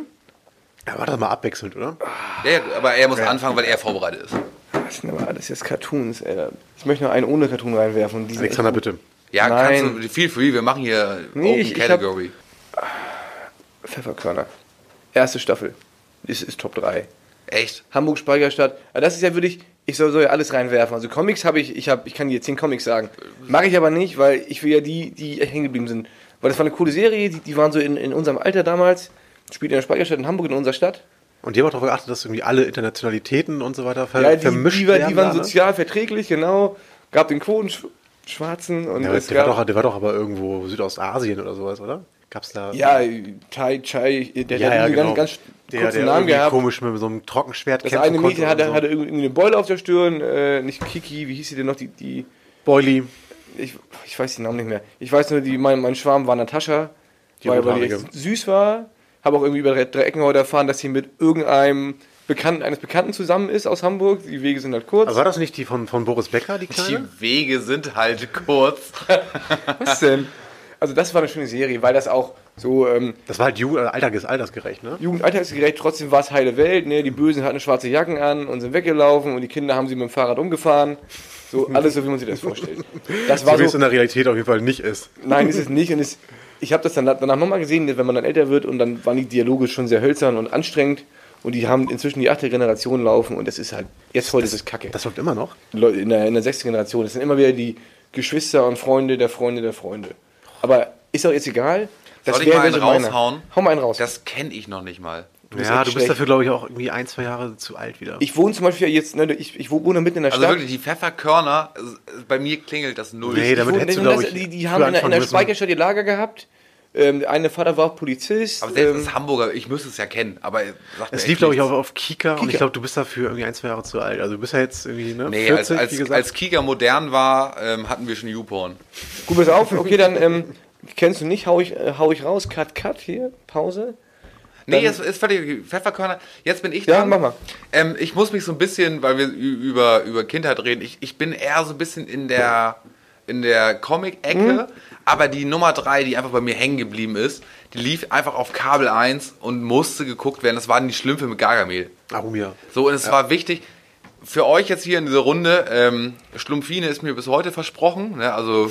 [SPEAKER 1] Ja, war das mal abwechselnd, oder?
[SPEAKER 2] Ja, ja, aber er muss anfangen, weil er vorbereitet ist.
[SPEAKER 4] Was sind aber alles jetzt Cartoons, ey. Ich möchte noch einen ohne Cartoon reinwerfen. und die sind
[SPEAKER 1] Alexander,
[SPEAKER 4] echt gut.
[SPEAKER 1] bitte.
[SPEAKER 2] Ja,
[SPEAKER 4] Nein.
[SPEAKER 2] kannst du, feel free, wir machen hier
[SPEAKER 4] Nee,
[SPEAKER 2] Open
[SPEAKER 4] ich- ich hab-
[SPEAKER 2] Category.
[SPEAKER 4] Pfefferkörner. Erste Staffel. Ist, ist Top 3.
[SPEAKER 2] Echt?
[SPEAKER 4] Hamburg Speicherstadt. Ah, Das ist ja wirklich. Ich soll, soll ja alles reinwerfen. Also Comics habe ich, ich habe, ich kann dir zehn Comics sagen. Mache ich aber nicht, weil ich will ja die, die hängen geblieben sind. Weil das war eine coole Serie, die, die waren so in, in unserem Alter damals, spielt in der Speicherstadt in Hamburg, in unserer Stadt.
[SPEAKER 1] Und jemand darauf geachtet, dass irgendwie alle Internationalitäten und so weiter ver
[SPEAKER 4] Ja, die,
[SPEAKER 1] Äh, vermischt
[SPEAKER 4] die, war,
[SPEAKER 1] werden.
[SPEAKER 4] die waren
[SPEAKER 1] da, ne?
[SPEAKER 4] sozial verträglich, genau. Gab den Quoten Sch- Schwarzen und
[SPEAKER 1] Ja, aber
[SPEAKER 4] es
[SPEAKER 1] der, war
[SPEAKER 4] gab,
[SPEAKER 1] doch, der war doch aber irgendwo Südostasien oder sowas, oder? Gab's da.
[SPEAKER 4] ja, Tai Chai, der
[SPEAKER 1] ja,
[SPEAKER 4] hat
[SPEAKER 1] ja
[SPEAKER 4] irgendwie
[SPEAKER 1] genau.
[SPEAKER 4] ganz, ganz
[SPEAKER 1] der,
[SPEAKER 4] kurzen
[SPEAKER 1] der
[SPEAKER 4] Namen
[SPEAKER 1] irgendwie
[SPEAKER 4] gehabt.
[SPEAKER 1] komisch mit so einem Trockenschwert
[SPEAKER 4] Das
[SPEAKER 1] kämpfen
[SPEAKER 4] eine
[SPEAKER 1] konnte
[SPEAKER 4] Mädchen hatte,
[SPEAKER 1] oder so.
[SPEAKER 4] hatte irgendwie eine Beule auf der Stirn, äh, nicht Kiki, wie hieß sie denn noch, die, die
[SPEAKER 1] Boily.
[SPEAKER 4] ich, ich weiß den Namen nicht mehr. Ich weiß nur, die, mein, mein Schwarm war Natascha, genau. weil, weil die
[SPEAKER 1] Rothaarige.
[SPEAKER 4] echt süß war. Habe auch irgendwie über drei, drei Ecken heute erfahren, dass sie mit irgendeinem Bekannten eines Bekannten zusammen ist aus Hamburg. Die Wege sind halt kurz.
[SPEAKER 1] Aber war das nicht die von, von Boris Becker, die
[SPEAKER 2] Die
[SPEAKER 1] kleine?
[SPEAKER 2] Wege sind halt kurz.
[SPEAKER 4] was denn? Also das war eine schöne Serie, weil das auch so ähm,
[SPEAKER 1] Das war halt Ju äh, Alter, altersgerecht, ne?
[SPEAKER 4] jugendalltagsgerecht, trotzdem war es heile Welt. Ne? Die Bösen hatten schwarze Jacken an und sind weggelaufen und die Kinder haben sie mit dem Fahrrad umgefahren. So alles so, wie man sich das vorstellt. Das war
[SPEAKER 1] So wie
[SPEAKER 4] so,
[SPEAKER 1] es in der Realität auf jeden Fall nicht ist.
[SPEAKER 4] Nein, ist es nicht. Und es, ich habe das dann danach nochmal gesehen, wenn man dann älter wird und dann waren die Dialoge schon sehr hölzern und anstrengend. Und die haben inzwischen die achte Generation laufen und das ist halt, jetzt heute ist es kacke.
[SPEAKER 1] Das läuft immer noch.
[SPEAKER 4] Leute in der, in der sechsten Generation. Das sind immer wieder die Geschwister und Freunde der Freunde der Freunde. Aber ist auch jetzt egal.
[SPEAKER 2] Soll ich mal
[SPEAKER 4] wäre
[SPEAKER 2] einen
[SPEAKER 4] meiner.
[SPEAKER 2] raushauen?
[SPEAKER 4] Hau mal einen raus.
[SPEAKER 2] Das kenne ich noch nicht mal.
[SPEAKER 4] bist
[SPEAKER 1] ja, du bist
[SPEAKER 4] echt
[SPEAKER 1] halt
[SPEAKER 4] schlecht.
[SPEAKER 1] dafür, glaube ich, auch irgendwie ein, zwei Jahre zu alt wieder.
[SPEAKER 4] ich wohne zum Beispiel jetzt, ne, ich, ich wohne mitten in der
[SPEAKER 2] Also
[SPEAKER 4] Stadt.
[SPEAKER 2] wirklich, die Pfefferkörner, äh, bei mir klingelt das null.
[SPEAKER 1] Nee, damit
[SPEAKER 4] Wo-
[SPEAKER 1] hättest du,
[SPEAKER 4] das-
[SPEAKER 1] glaube ich,
[SPEAKER 4] die, die
[SPEAKER 1] früher
[SPEAKER 4] haben in der, in
[SPEAKER 1] anfangen
[SPEAKER 4] der
[SPEAKER 1] müssen.
[SPEAKER 4] Speicherstadt ihr Lager gehabt. Ähm, der eine Vater war auch Polizist.
[SPEAKER 2] aber selbst
[SPEAKER 4] ähm,
[SPEAKER 2] das Hamburger, ich müsste es ja kennen, aber sagt mir
[SPEAKER 1] Es
[SPEAKER 2] echt
[SPEAKER 1] lief, glaube ich,
[SPEAKER 2] nichts.
[SPEAKER 1] auf, auf Kika, und ich
[SPEAKER 4] Kika.
[SPEAKER 1] glaube, du bist dafür irgendwie ein, zwei Jahre zu alt. Also du bist ja jetzt irgendwie, ne?
[SPEAKER 2] Nee,
[SPEAKER 1] 40,
[SPEAKER 2] als,
[SPEAKER 1] wie
[SPEAKER 2] als,
[SPEAKER 1] gesagt.
[SPEAKER 2] als Kika modern war, ähm, hatten wir schon YouPorn.
[SPEAKER 4] gut, pass auf. Okay, dann ähm, kennst du nicht, hau ich, äh, hau ich raus. Cut, cut hier. Pause.
[SPEAKER 2] Nee,
[SPEAKER 4] Dann-
[SPEAKER 2] jetzt ist fertig. okay. Pfefferkörner. Jetzt bin ich
[SPEAKER 4] Ja,
[SPEAKER 2] dran.
[SPEAKER 4] mach mal.
[SPEAKER 2] Ähm, ich muss mich so ein bisschen, weil wir ü- über, über Kindheit reden, ich, ich bin eher so ein bisschen in der, in der
[SPEAKER 4] Mhm.
[SPEAKER 2] Comic-Ecke, aber die Nummer 3, die einfach bei mir hängen geblieben ist, die lief einfach auf Kabel 1 und musste geguckt werden. Das waren die Schlümpfe mit Gargamel.
[SPEAKER 1] Warum ja?
[SPEAKER 2] So, und es war wichtig. Für euch jetzt hier in dieser Runde, ähm, Schlumpfine ist mir bis heute versprochen. Ne? Also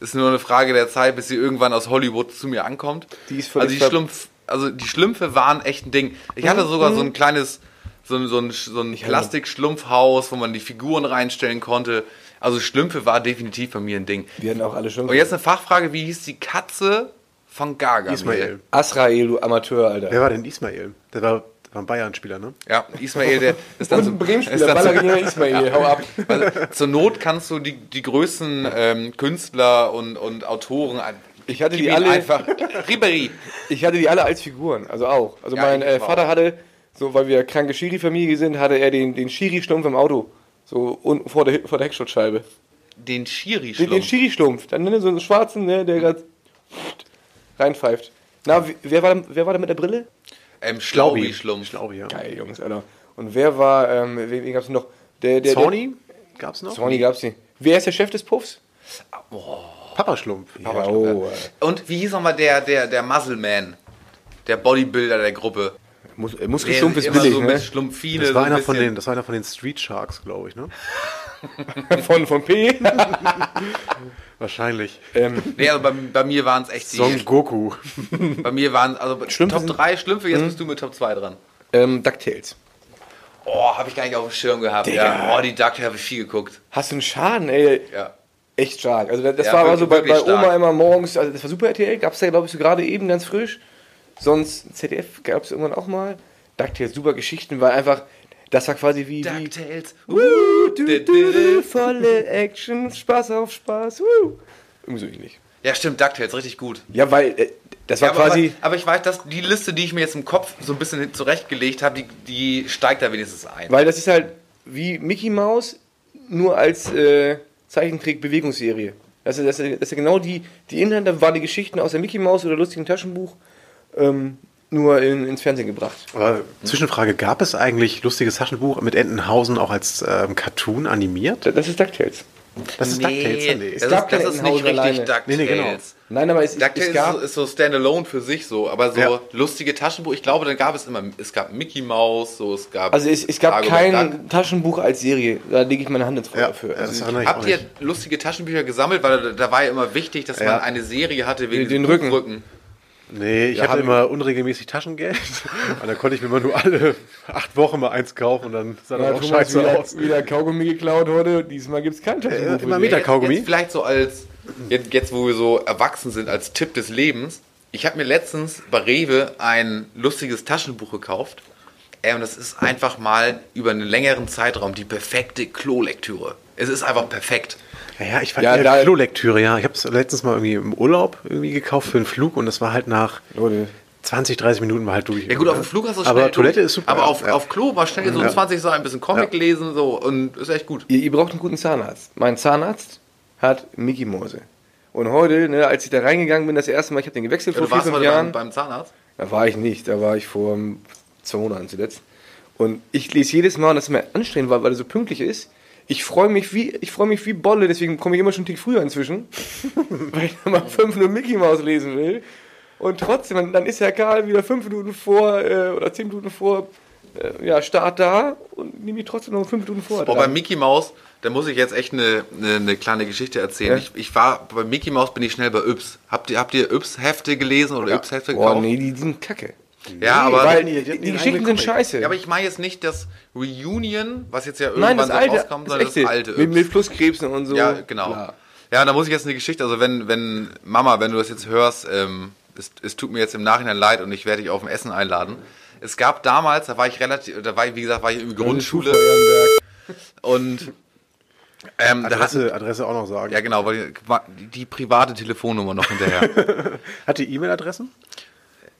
[SPEAKER 2] ist nur eine Frage der Zeit, bis sie irgendwann aus Hollywood zu mir ankommt.
[SPEAKER 4] Die ist völlig
[SPEAKER 2] also, die
[SPEAKER 4] ver- Mhm,
[SPEAKER 2] Schlumpf, also die Schlümpfe waren echt ein Ding. Ich hatte sogar so ein kleines, so ein, so ein, so ein Plastikschlumpfhaus, wo man die Figuren reinstellen konnte. Also Schlümpfe war definitiv bei mir ein Ding.
[SPEAKER 4] Wir hatten auch alle schon.
[SPEAKER 2] Und Oh, jetzt eine Fachfrage, wie hieß die Katze von Gargamel?
[SPEAKER 1] Ismael.
[SPEAKER 4] Asrael, du Amateur, Alter.
[SPEAKER 1] Wer war denn Ismael? Der war, der war ein Bayern-Spieler, ne?
[SPEAKER 2] Ja, Ismael, der ist dann
[SPEAKER 4] Und
[SPEAKER 2] so
[SPEAKER 4] ein Bremen-Spieler,
[SPEAKER 2] ist dann so-
[SPEAKER 4] Ballerina Ismail, hau ab.
[SPEAKER 2] Also, zur Not kannst du die, die größten ähm, Künstler und, und Autoren. an-
[SPEAKER 4] Ich hatte
[SPEAKER 2] gib
[SPEAKER 4] die
[SPEAKER 2] ihn
[SPEAKER 4] alle-
[SPEAKER 2] Einfach. Ribery.
[SPEAKER 4] Ich hatte die alle als Figuren, also auch. Also
[SPEAKER 2] Ja,
[SPEAKER 4] mein
[SPEAKER 2] ich
[SPEAKER 4] äh,
[SPEAKER 2] auch.
[SPEAKER 4] Vater hatte, so weil wir kranke Schiri-Familie sind, hatte er den, den Schiri-Stumpf im Auto. So unten vor der, vor der Heckschutzscheibe.
[SPEAKER 2] Den Schiri
[SPEAKER 4] Den, den
[SPEAKER 2] schlumpf
[SPEAKER 4] Schiri-Stumpf. Dann nimm so einen schwarzen, ne, der gerade reinpfeift. Na, wie- wer war, da- wer war da mit der Brille?
[SPEAKER 2] ähm, Schlaubi schlumpf
[SPEAKER 1] Schlaubi, ja.
[SPEAKER 4] Geil, Jungs, Alter. Und wer war, ähm, wen, wen gab's noch? Der, der,
[SPEAKER 1] Zorni gab's noch?
[SPEAKER 4] Der, Zorni gab's nicht. Wer ist der Chef des Puffs?
[SPEAKER 1] Papa Schlumpf.
[SPEAKER 4] Ja, oh,
[SPEAKER 2] Und wie hieß nochmal der, der, der Muscleman? Der Bodybuilder der Gruppe.
[SPEAKER 4] äh, Mus äh, Muskel
[SPEAKER 2] Der
[SPEAKER 4] Stumpf ist
[SPEAKER 2] immer
[SPEAKER 4] billig,
[SPEAKER 2] so
[SPEAKER 4] ne?
[SPEAKER 2] mit Schlumpfine.
[SPEAKER 1] Das war,
[SPEAKER 2] so ein
[SPEAKER 1] einer von
[SPEAKER 2] bisschen-
[SPEAKER 1] den, das war einer von den Street Sharks, glaube ich, ne?
[SPEAKER 4] Von, von P.
[SPEAKER 1] Wahrscheinlich.
[SPEAKER 4] ähm,
[SPEAKER 2] Nee, also bei, bei mir waren es echt
[SPEAKER 1] Son
[SPEAKER 2] die.
[SPEAKER 1] Goku.
[SPEAKER 2] Bei mir waren also
[SPEAKER 4] Schlümpfe
[SPEAKER 2] Top
[SPEAKER 4] sind- Hm?
[SPEAKER 2] 3 Schlümpfe, jetzt bist du mit Top 2 dran.
[SPEAKER 4] ähm, DuckTales.
[SPEAKER 2] Oh, habe ich gar nicht auf dem Schirm gehabt.
[SPEAKER 4] Digga.
[SPEAKER 2] Ja. Oh, die Duck habe ich viel geguckt.
[SPEAKER 4] Hast du einen Schaden, ey?
[SPEAKER 2] Ja.
[SPEAKER 4] Echt stark. Also das, das
[SPEAKER 2] Ja,
[SPEAKER 4] war
[SPEAKER 2] wirklich-
[SPEAKER 4] also bei, bei
[SPEAKER 2] wirklich
[SPEAKER 4] Oma
[SPEAKER 2] stark.
[SPEAKER 4] immer morgens, also das war Super RTL, gab es ja glaube ich so gerade eben ganz frisch. Sonst ZDF gab es irgendwann auch mal. DuckTales, super Geschichten, weil einfach, das war quasi wie... wie
[SPEAKER 2] DuckTales.
[SPEAKER 4] Wuh, du, du, du, volle Action, Spaß auf Spaß. Woo. Irgendwie so ähnlich.
[SPEAKER 2] Ja, stimmt, DuckTales, richtig gut.
[SPEAKER 4] Ja, weil äh, das war
[SPEAKER 2] Ja, aber,
[SPEAKER 4] quasi...
[SPEAKER 2] aber, aber ich weiß, dass die Liste, die ich mir jetzt im Kopf so ein bisschen zurechtgelegt habe, die, die steigt da wenigstens ein.
[SPEAKER 4] Weil das ist halt wie Mickey Mouse, nur als äh, Zeichentrick-Bewegungsserie. Das ist, das, ist, das ist genau die, die Inhalte waren die Geschichten aus der Mickey Mouse oder lustigen Taschenbuch ähm, nur in, ins Fernsehen gebracht.
[SPEAKER 1] Aber Zwischenfrage, gab es eigentlich lustiges Taschenbuch mit Entenhausen auch als ähm, Cartoon animiert?
[SPEAKER 4] Da- Das ist DuckTales.
[SPEAKER 1] Das ist DuckTales, ja, nee.
[SPEAKER 2] das,
[SPEAKER 1] Es
[SPEAKER 2] ist,
[SPEAKER 4] gab
[SPEAKER 2] das
[SPEAKER 4] keine
[SPEAKER 2] ist nicht
[SPEAKER 4] Inhalte
[SPEAKER 2] richtig
[SPEAKER 4] alleine.
[SPEAKER 2] DuckTales.
[SPEAKER 1] Nee, nee, genau.
[SPEAKER 4] Nein, aber es,
[SPEAKER 2] DuckTales
[SPEAKER 4] es gab.
[SPEAKER 2] ist so standalone für sich so, aber so
[SPEAKER 1] Ja.
[SPEAKER 2] lustige Taschenbuch, ich glaube, dann gab es immer, es gab Mickey Mouse, so, es gab...
[SPEAKER 4] also es, es gab
[SPEAKER 2] Dagobert Duck.
[SPEAKER 4] kein Taschenbuch als Serie. Da lege ich meine Hand ins Feuer
[SPEAKER 1] Ja,
[SPEAKER 4] für.
[SPEAKER 1] das
[SPEAKER 4] Also,
[SPEAKER 1] erinnere ich auch
[SPEAKER 2] Habt ihr
[SPEAKER 1] nicht.
[SPEAKER 2] lustige Taschenbücher gesammelt? Weil da, da war ja immer wichtig, dass
[SPEAKER 1] Ja.
[SPEAKER 2] man eine Serie hatte wegen
[SPEAKER 4] Den
[SPEAKER 2] diesem
[SPEAKER 4] Rücken.
[SPEAKER 2] Rücken.
[SPEAKER 1] Nee, ich
[SPEAKER 4] Ja,
[SPEAKER 1] hatte
[SPEAKER 4] haben-
[SPEAKER 1] immer unregelmäßig Taschengeld. und dann konnte ich mir immer nur alle acht Wochen mal eins kaufen und dann sah das
[SPEAKER 4] ja,
[SPEAKER 1] auch
[SPEAKER 4] Thomas,
[SPEAKER 1] scheiße
[SPEAKER 4] wieder,
[SPEAKER 1] aus.
[SPEAKER 4] wieder Kaugummi geklaut heute. Diesmal gibt es kein
[SPEAKER 1] Ja,
[SPEAKER 4] Taschenbuch.
[SPEAKER 1] immer
[SPEAKER 4] für dich.
[SPEAKER 1] wieder Kaugummi.
[SPEAKER 2] Jetzt vielleicht so als, jetzt, jetzt wo wir so erwachsen sind, als Tipp des Lebens. Ich habe mir letztens bei Rewe ein lustiges Taschenbuch gekauft. Ey, und das ist einfach mal über einen längeren Zeitraum die perfekte Klolektüre. Es ist einfach perfekt.
[SPEAKER 1] Ja, ja, ich fand
[SPEAKER 4] Ja,
[SPEAKER 1] ja,
[SPEAKER 4] da-
[SPEAKER 1] Klolektüre, ja. Ich habe es letztens mal irgendwie im Urlaub irgendwie gekauft für einen Flug und das war halt nach
[SPEAKER 4] Leute.
[SPEAKER 1] 20, 30 Minuten war halt durch.
[SPEAKER 2] Ja gut, auf dem Flug hast du
[SPEAKER 1] Aber
[SPEAKER 2] schnell
[SPEAKER 1] Toilette
[SPEAKER 2] durch.
[SPEAKER 1] ist super.
[SPEAKER 2] Aber auf,
[SPEAKER 1] ja.
[SPEAKER 2] auf Klo war schnell so 20 Seiten, ein bisschen Comic lesen so und ist echt gut.
[SPEAKER 4] Ihr, ihr braucht einen guten Zahnarzt. Mein Zahnarzt hat Mickey Mouse. Und heute, ne, als ich da reingegangen bin, das erste Mal, ich habe den gewechselt
[SPEAKER 2] Ja,
[SPEAKER 4] vor
[SPEAKER 2] du Also
[SPEAKER 4] vier,
[SPEAKER 2] warst
[SPEAKER 4] fünf
[SPEAKER 2] heute beim,
[SPEAKER 4] Jahren.
[SPEAKER 2] beim Zahnarzt.
[SPEAKER 4] Da war ich nicht, da war ich vor ähm, zwei Monaten zuletzt. Und ich lese jedes Mal, und das ist mir anstrengend, weil, weil er so pünktlich ist. Ich freue mich wie, ich freue mich wie Bolle, deswegen komme ich immer schon einen Tick früher inzwischen. weil ich dann mal fünf Minuten Mickey Mouse lesen will. Und trotzdem, dann- dann ist Herr Karl wieder fünf Minuten vor äh, oder zehn Minuten vor äh, ja, Start da und nehme ich trotzdem noch fünf Minuten vor.
[SPEAKER 2] Boah,
[SPEAKER 4] dran.
[SPEAKER 2] bei Mickey Mouse, da muss ich jetzt echt eine, eine, eine kleine Geschichte erzählen.
[SPEAKER 4] Ja.
[SPEAKER 2] Ich, ich war bei Mickey Mouse bin ich schnell bei Yps. Habt ihr habt ihr Yps Hefte gelesen oder Yps Hefte
[SPEAKER 4] Boah,
[SPEAKER 2] gekauft?
[SPEAKER 4] nee, die sind kacke.
[SPEAKER 2] Ja, aber,
[SPEAKER 1] weil-
[SPEAKER 4] Die, die,
[SPEAKER 1] Die
[SPEAKER 4] Geschichten
[SPEAKER 1] eigene
[SPEAKER 4] sind
[SPEAKER 1] Comic.
[SPEAKER 4] scheiße.
[SPEAKER 2] ja, aber ich meine jetzt nicht das Reunion, was jetzt ja irgendwann
[SPEAKER 4] Nein, das
[SPEAKER 2] so
[SPEAKER 4] alte.
[SPEAKER 2] rauskam, sondern das
[SPEAKER 4] echte.
[SPEAKER 2] alte.
[SPEAKER 4] mit, mit Flusskrebsen und so.
[SPEAKER 2] ja, genau.
[SPEAKER 4] Bla.
[SPEAKER 2] Ja, da muss ich jetzt eine Geschichte, also wenn, wenn, Mama, wenn du das jetzt hörst, ähm, es, es tut mir jetzt im Nachhinein leid und ich werde dich auf ein Essen einladen. Es gab damals, da war ich relativ, da war ich, wie gesagt, war ich in Grundschule und ähm, da hatten,
[SPEAKER 1] Adresse, Adresse auch noch sagen.
[SPEAKER 2] ja genau, weil die, die private Telefonnummer noch hinterher.
[SPEAKER 1] Hat die E-Mail-Adressen?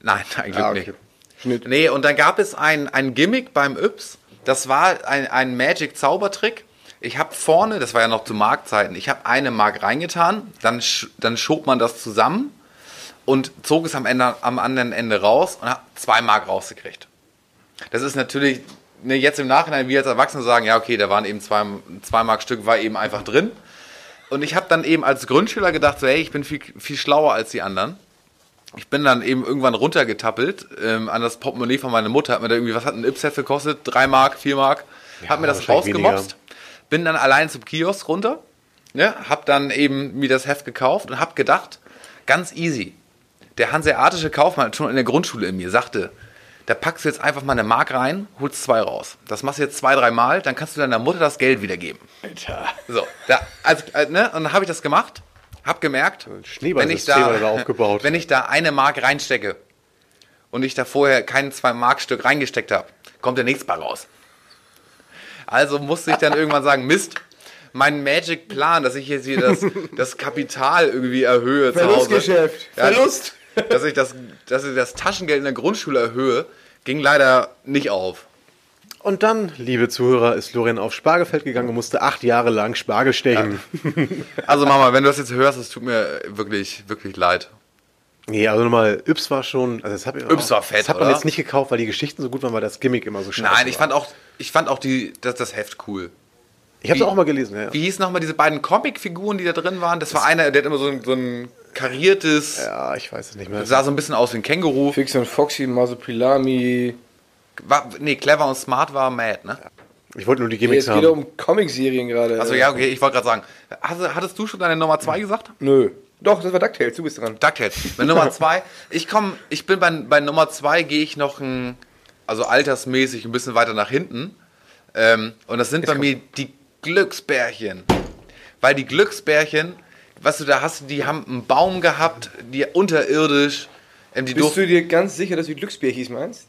[SPEAKER 2] Nein, nein, Glück
[SPEAKER 4] Ah, okay.
[SPEAKER 2] nicht.
[SPEAKER 4] Schnitt.
[SPEAKER 2] Nee, und dann gab es ein, ein Gimmick beim Yps. Das war ein, ein Magic-Zaubertrick. Ich habe vorne, das war ja noch zu Markzeiten, ich habe eine Mark reingetan, dann, sch dann schob man das zusammen und zog es am, Ende, am anderen Ende raus und habe zwei Mark rausgekriegt. Das ist natürlich, ne, jetzt im Nachhinein, wir als Erwachsene sagen, ja, okay, da waren eben zwei, zwei Mark Stück, war eben einfach drin. Und ich habe dann eben als Grundschüler gedacht, so, hey, ich bin viel, viel schlauer als die anderen. Ich bin dann eben irgendwann runtergetappelt ähm, an das Portemonnaie von meiner Mutter. Hat mir da irgendwie, was hat ein Ipset gekostet? Drei Mark, vier Mark. hat mir das
[SPEAKER 1] wahrscheinlich
[SPEAKER 2] rausgemopst. Bin dann allein zum Kiosk runter. Ne, hab dann eben mir das Heft gekauft und hab gedacht, ganz easy. Der hanseatische Kaufmann schon in der Grundschule in mir sagte, da packst du jetzt einfach mal eine Mark rein, holst zwei raus. Das machst du jetzt zwei, dreimal, dann kannst du deiner Mutter das Geld wiedergeben. So, da, also, äh, ne, und dann habe ich das gemacht, habe gemerkt, wenn ich,
[SPEAKER 1] Schneeballsystem
[SPEAKER 2] da,
[SPEAKER 1] hat er da aufgebaut.
[SPEAKER 2] wenn ich da eine Mark reinstecke und ich da vorher kein zwei Mark Stück reingesteckt habe, kommt der nächste Ball raus. Also musste ich dann irgendwann sagen, Mist, mein Magic Plan, dass ich jetzt hier das, das Kapital irgendwie erhöhe zu Hause.
[SPEAKER 4] Verlustgeschäft.
[SPEAKER 2] Ja, Verlust. Dass ich, das, dass ich das Taschengeld in der Grundschule erhöhe, ging leider nicht auf.
[SPEAKER 1] Und dann, liebe Zuhörer, ist Florian auf Spargelfeld gegangen und musste acht Jahre lang Spargel stechen.
[SPEAKER 2] Also Mama, wenn du das jetzt hörst, es tut mir wirklich, wirklich leid.
[SPEAKER 1] Nee, also nochmal, Yps war schon. Also das hab ich
[SPEAKER 2] Yps war fett,
[SPEAKER 1] Das hat man
[SPEAKER 2] oder?
[SPEAKER 1] jetzt nicht gekauft, weil die Geschichten so gut waren, weil das Gimmick immer so scheiße
[SPEAKER 2] Nein, ich
[SPEAKER 1] war.
[SPEAKER 2] fand auch, ich fand auch die, das, das Heft cool.
[SPEAKER 1] Ich hab's
[SPEAKER 2] wie-
[SPEAKER 1] auch mal gelesen, ja.
[SPEAKER 2] Wie hießen nochmal diese beiden Comicfiguren, die da drin waren? Das war einer, der hat immer so ein, so ein kariertes,
[SPEAKER 1] Ja, ich weiß es nicht mehr.
[SPEAKER 2] sah so ein bisschen aus wie ein Känguru.
[SPEAKER 4] Fix und Foxy, Masopilami.
[SPEAKER 2] War, nee, clever und smart war mad, ne?
[SPEAKER 1] Ich wollte nur die
[SPEAKER 4] Es
[SPEAKER 1] Gimmicks
[SPEAKER 4] geht
[SPEAKER 1] haben.
[SPEAKER 4] um Comicserien gerade.
[SPEAKER 2] Also ja, okay, ich wollte gerade sagen, hast, hattest du schon deine Nummer 2 gesagt?
[SPEAKER 4] Nö. Doch, das war DuckTales, du bist dran.
[SPEAKER 2] DuckTales. Bei Nummer 2, ich komme, ich bin bei, bei Nummer 2 gehe ich noch ein, also altersmäßig ein bisschen weiter nach hinten. Ähm, und das sind bei mir die Glücksbärchen. Weil die Glücksbärchen, weißt du, da hast du, die haben einen Baum gehabt, die unterirdisch, ähm, die
[SPEAKER 4] Bist
[SPEAKER 2] durften,
[SPEAKER 4] du dir ganz sicher, dass du Glücksbärchis meinst?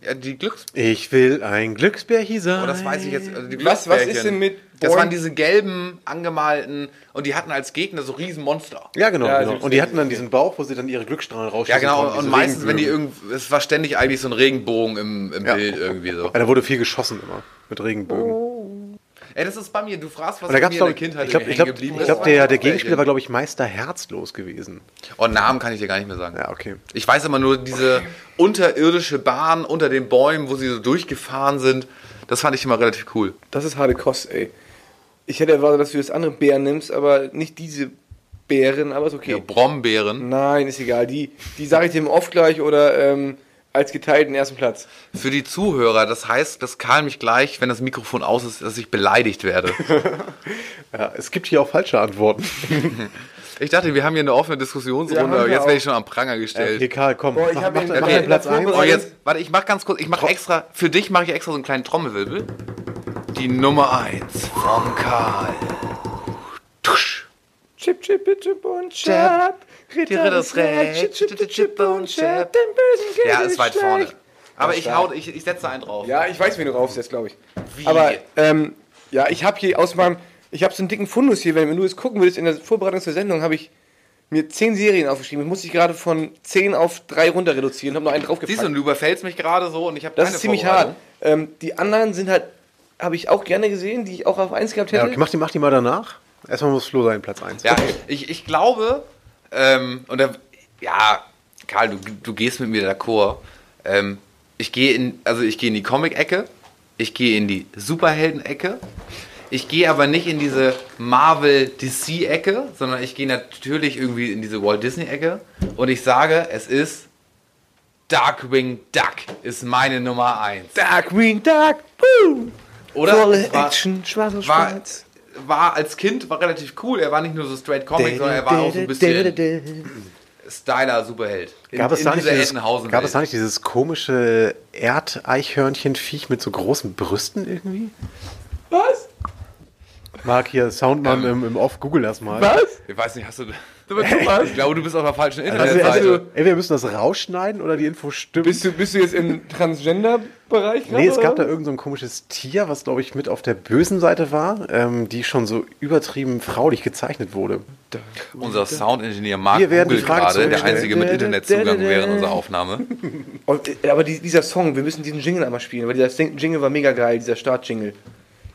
[SPEAKER 2] ja, die Glücks...
[SPEAKER 1] Ich will ein Glücksbärchi sein.
[SPEAKER 2] Oh, das weiß ich jetzt. Also die
[SPEAKER 4] Was- was ist
[SPEAKER 2] Glücksbärchen.
[SPEAKER 4] denn mit
[SPEAKER 2] Das
[SPEAKER 4] Boing?
[SPEAKER 2] waren diese gelben, angemalten, und die hatten als Gegner so Riesenmonster.
[SPEAKER 1] Ja, genau.
[SPEAKER 4] Ja,
[SPEAKER 1] genau.
[SPEAKER 4] sie-
[SPEAKER 1] Und die hatten dann diesen Bauch, wo sie dann ihre Glücksstrahlen
[SPEAKER 2] Ja,
[SPEAKER 1] rausschießen
[SPEAKER 2] genau.
[SPEAKER 1] konnten,
[SPEAKER 2] Und
[SPEAKER 1] diese
[SPEAKER 2] meistens, wenn die
[SPEAKER 1] Regenbögen.
[SPEAKER 2] irgend, es war ständig eigentlich so ein Regenbogen im, im Bild irgendwie so.
[SPEAKER 1] Ja, da wurde viel geschossen immer. Mit Regenbogen. Und
[SPEAKER 2] Ey, das ist bei mir. Du fragst, was
[SPEAKER 1] da
[SPEAKER 2] bei
[SPEAKER 1] gab's
[SPEAKER 2] mir
[SPEAKER 1] glaub
[SPEAKER 2] in der Kindheit
[SPEAKER 1] ich glaube,
[SPEAKER 2] hängen
[SPEAKER 1] ich glaub,
[SPEAKER 2] geblieben
[SPEAKER 1] ich glaub,
[SPEAKER 2] ist.
[SPEAKER 1] der, der Gegenspieler war, glaube ich, Meister Herzlos gewesen.
[SPEAKER 2] Oh, Namen kann ich dir gar nicht mehr sagen.
[SPEAKER 1] Ja, okay.
[SPEAKER 2] Ich weiß immer nur diese unterirdische Bahn unter den Bäumen, wo sie so durchgefahren sind. Das fand ich immer relativ cool.
[SPEAKER 4] Das ist harte Kost, ey. Ich hätte erwartet, dass du das andere Bär nimmst, aber nicht diese Bären, aber ist okay.
[SPEAKER 2] Ja, Brombeeren.
[SPEAKER 4] Nein, ist egal. Die, die sage ich dir im Off gleich oder ähm, als geteilten ersten Platz.
[SPEAKER 1] Mhm.
[SPEAKER 2] Für die Zuhörer, das heißt, dass Karl mich gleich, wenn das Mikrofon aus ist, dass ich beleidigt werde.
[SPEAKER 1] Ja, es gibt hier auch falsche Antworten.
[SPEAKER 2] Ich dachte, wir haben hier eine offene Diskussionsrunde,
[SPEAKER 4] Ja,
[SPEAKER 2] aber
[SPEAKER 4] haben wir
[SPEAKER 2] jetzt werde
[SPEAKER 4] auch.
[SPEAKER 2] ich schon am Pranger gestellt.
[SPEAKER 1] Hier, Karl, komm.
[SPEAKER 4] Boah, ich
[SPEAKER 1] mach
[SPEAKER 4] hab
[SPEAKER 1] mach,
[SPEAKER 4] ihn-
[SPEAKER 1] mach
[SPEAKER 4] ich hab
[SPEAKER 1] deinen
[SPEAKER 4] ihn
[SPEAKER 1] Platz
[SPEAKER 4] gleich
[SPEAKER 1] ein.
[SPEAKER 2] Oh,
[SPEAKER 4] vorbereitet.
[SPEAKER 2] jetzt, warte, ich mach ganz kurz, ich mach extra, für dich mache ich extra so einen kleinen Trommelwirbel. Die Nummer 1 vom Karl. Tusch.
[SPEAKER 4] Chip, chip, chip und chap.
[SPEAKER 2] Ritter des Rechts.
[SPEAKER 4] Chip, chip, chip, chip und chap. Den bösen
[SPEAKER 2] Ja, ist weit vorne.
[SPEAKER 4] Gesicht.
[SPEAKER 2] Aber ich hau, ich, ich setze einen drauf.
[SPEAKER 4] Ja, ich weiß, wen du raufsetzt, glaube ich.
[SPEAKER 2] Wie?
[SPEAKER 4] Aber, ähm, ja, ich habe hier aus meinem, ich habe so einen dicken Fundus hier, wenn du es gucken würdest, in der Vorbereitung zur Sendung habe ich mir zehn Serien aufgeschrieben. Ich musste ich gerade von zehn auf drei runter reduzieren, habe noch einen draufgepackt.
[SPEAKER 2] Siehst du, du überfällst mich gerade so und ich habe
[SPEAKER 4] das ist ziemlich hart. Ähm, die anderen sind halt, habe ich auch gerne gesehen, die ich auch auf eins gehabt hätte.
[SPEAKER 1] Ja, okay, mach, die, mach die mal danach. Erstmal muss Flo seinen Platz 1.
[SPEAKER 2] Ja, ich, ich glaube, ähm, und da, ja, Karl, du, du gehst mit mir d'accord. Ähm, ich gehe in, also ich gehe in die Comic-Ecke, ich gehe in die Superhelden-Ecke, ich gehe aber nicht in diese Marvel-DC-Ecke, sondern ich gehe natürlich irgendwie in diese Walt Disney-Ecke und ich sage, es ist Darkwing Duck ist meine Nummer 1.
[SPEAKER 4] Dark, Green, Dark, Boom!
[SPEAKER 2] Oder?
[SPEAKER 4] Volle
[SPEAKER 2] War-
[SPEAKER 4] Action, schwarz auf
[SPEAKER 2] war,
[SPEAKER 4] schwarz.
[SPEAKER 2] war als Kind war relativ cool. Er war nicht nur so straight Comic, sondern er war auch so ein bisschen Styler-Superheld. In-
[SPEAKER 1] Gab, es,
[SPEAKER 2] in
[SPEAKER 1] da nicht
[SPEAKER 2] dieser
[SPEAKER 1] dieses,
[SPEAKER 2] Entenhausen-Welt.
[SPEAKER 1] gab es da nicht dieses komische Erdeichhörnchenviech mit so großen Brüsten irgendwie?
[SPEAKER 4] Was?
[SPEAKER 1] Marc, hier Soundmann im, im Off, google das mal.
[SPEAKER 4] Was?
[SPEAKER 2] Ich weiß nicht, hast du.
[SPEAKER 4] Thomas?
[SPEAKER 2] Ich glaube, du bist auf der falschen
[SPEAKER 1] Also, also,
[SPEAKER 2] Internetseite.
[SPEAKER 1] ey, wir müssen das rausschneiden oder die Info stimmt.
[SPEAKER 4] Bist du, bist du jetzt im Transgender-Bereich?
[SPEAKER 1] Nee,
[SPEAKER 4] gerade,
[SPEAKER 1] es gab da
[SPEAKER 4] oder?
[SPEAKER 1] irgend so ein komisches Tier, was, glaube ich, mit auf der bösen Seite war, ähm, die schon so übertrieben fraulich gezeichnet wurde.
[SPEAKER 2] Unser Soundingenieur Marc
[SPEAKER 1] Wir werden die
[SPEAKER 2] googelt
[SPEAKER 1] Frage
[SPEAKER 2] gerade, der
[SPEAKER 1] zurückstellen.
[SPEAKER 2] einzige mit Internetzugang während unserer Aufnahme.
[SPEAKER 4] Und, äh, aber die, dieser Song, wir müssen diesen Jingle einmal spielen, weil dieser Sing- Jingle war mega geil, dieser Start-Jingle.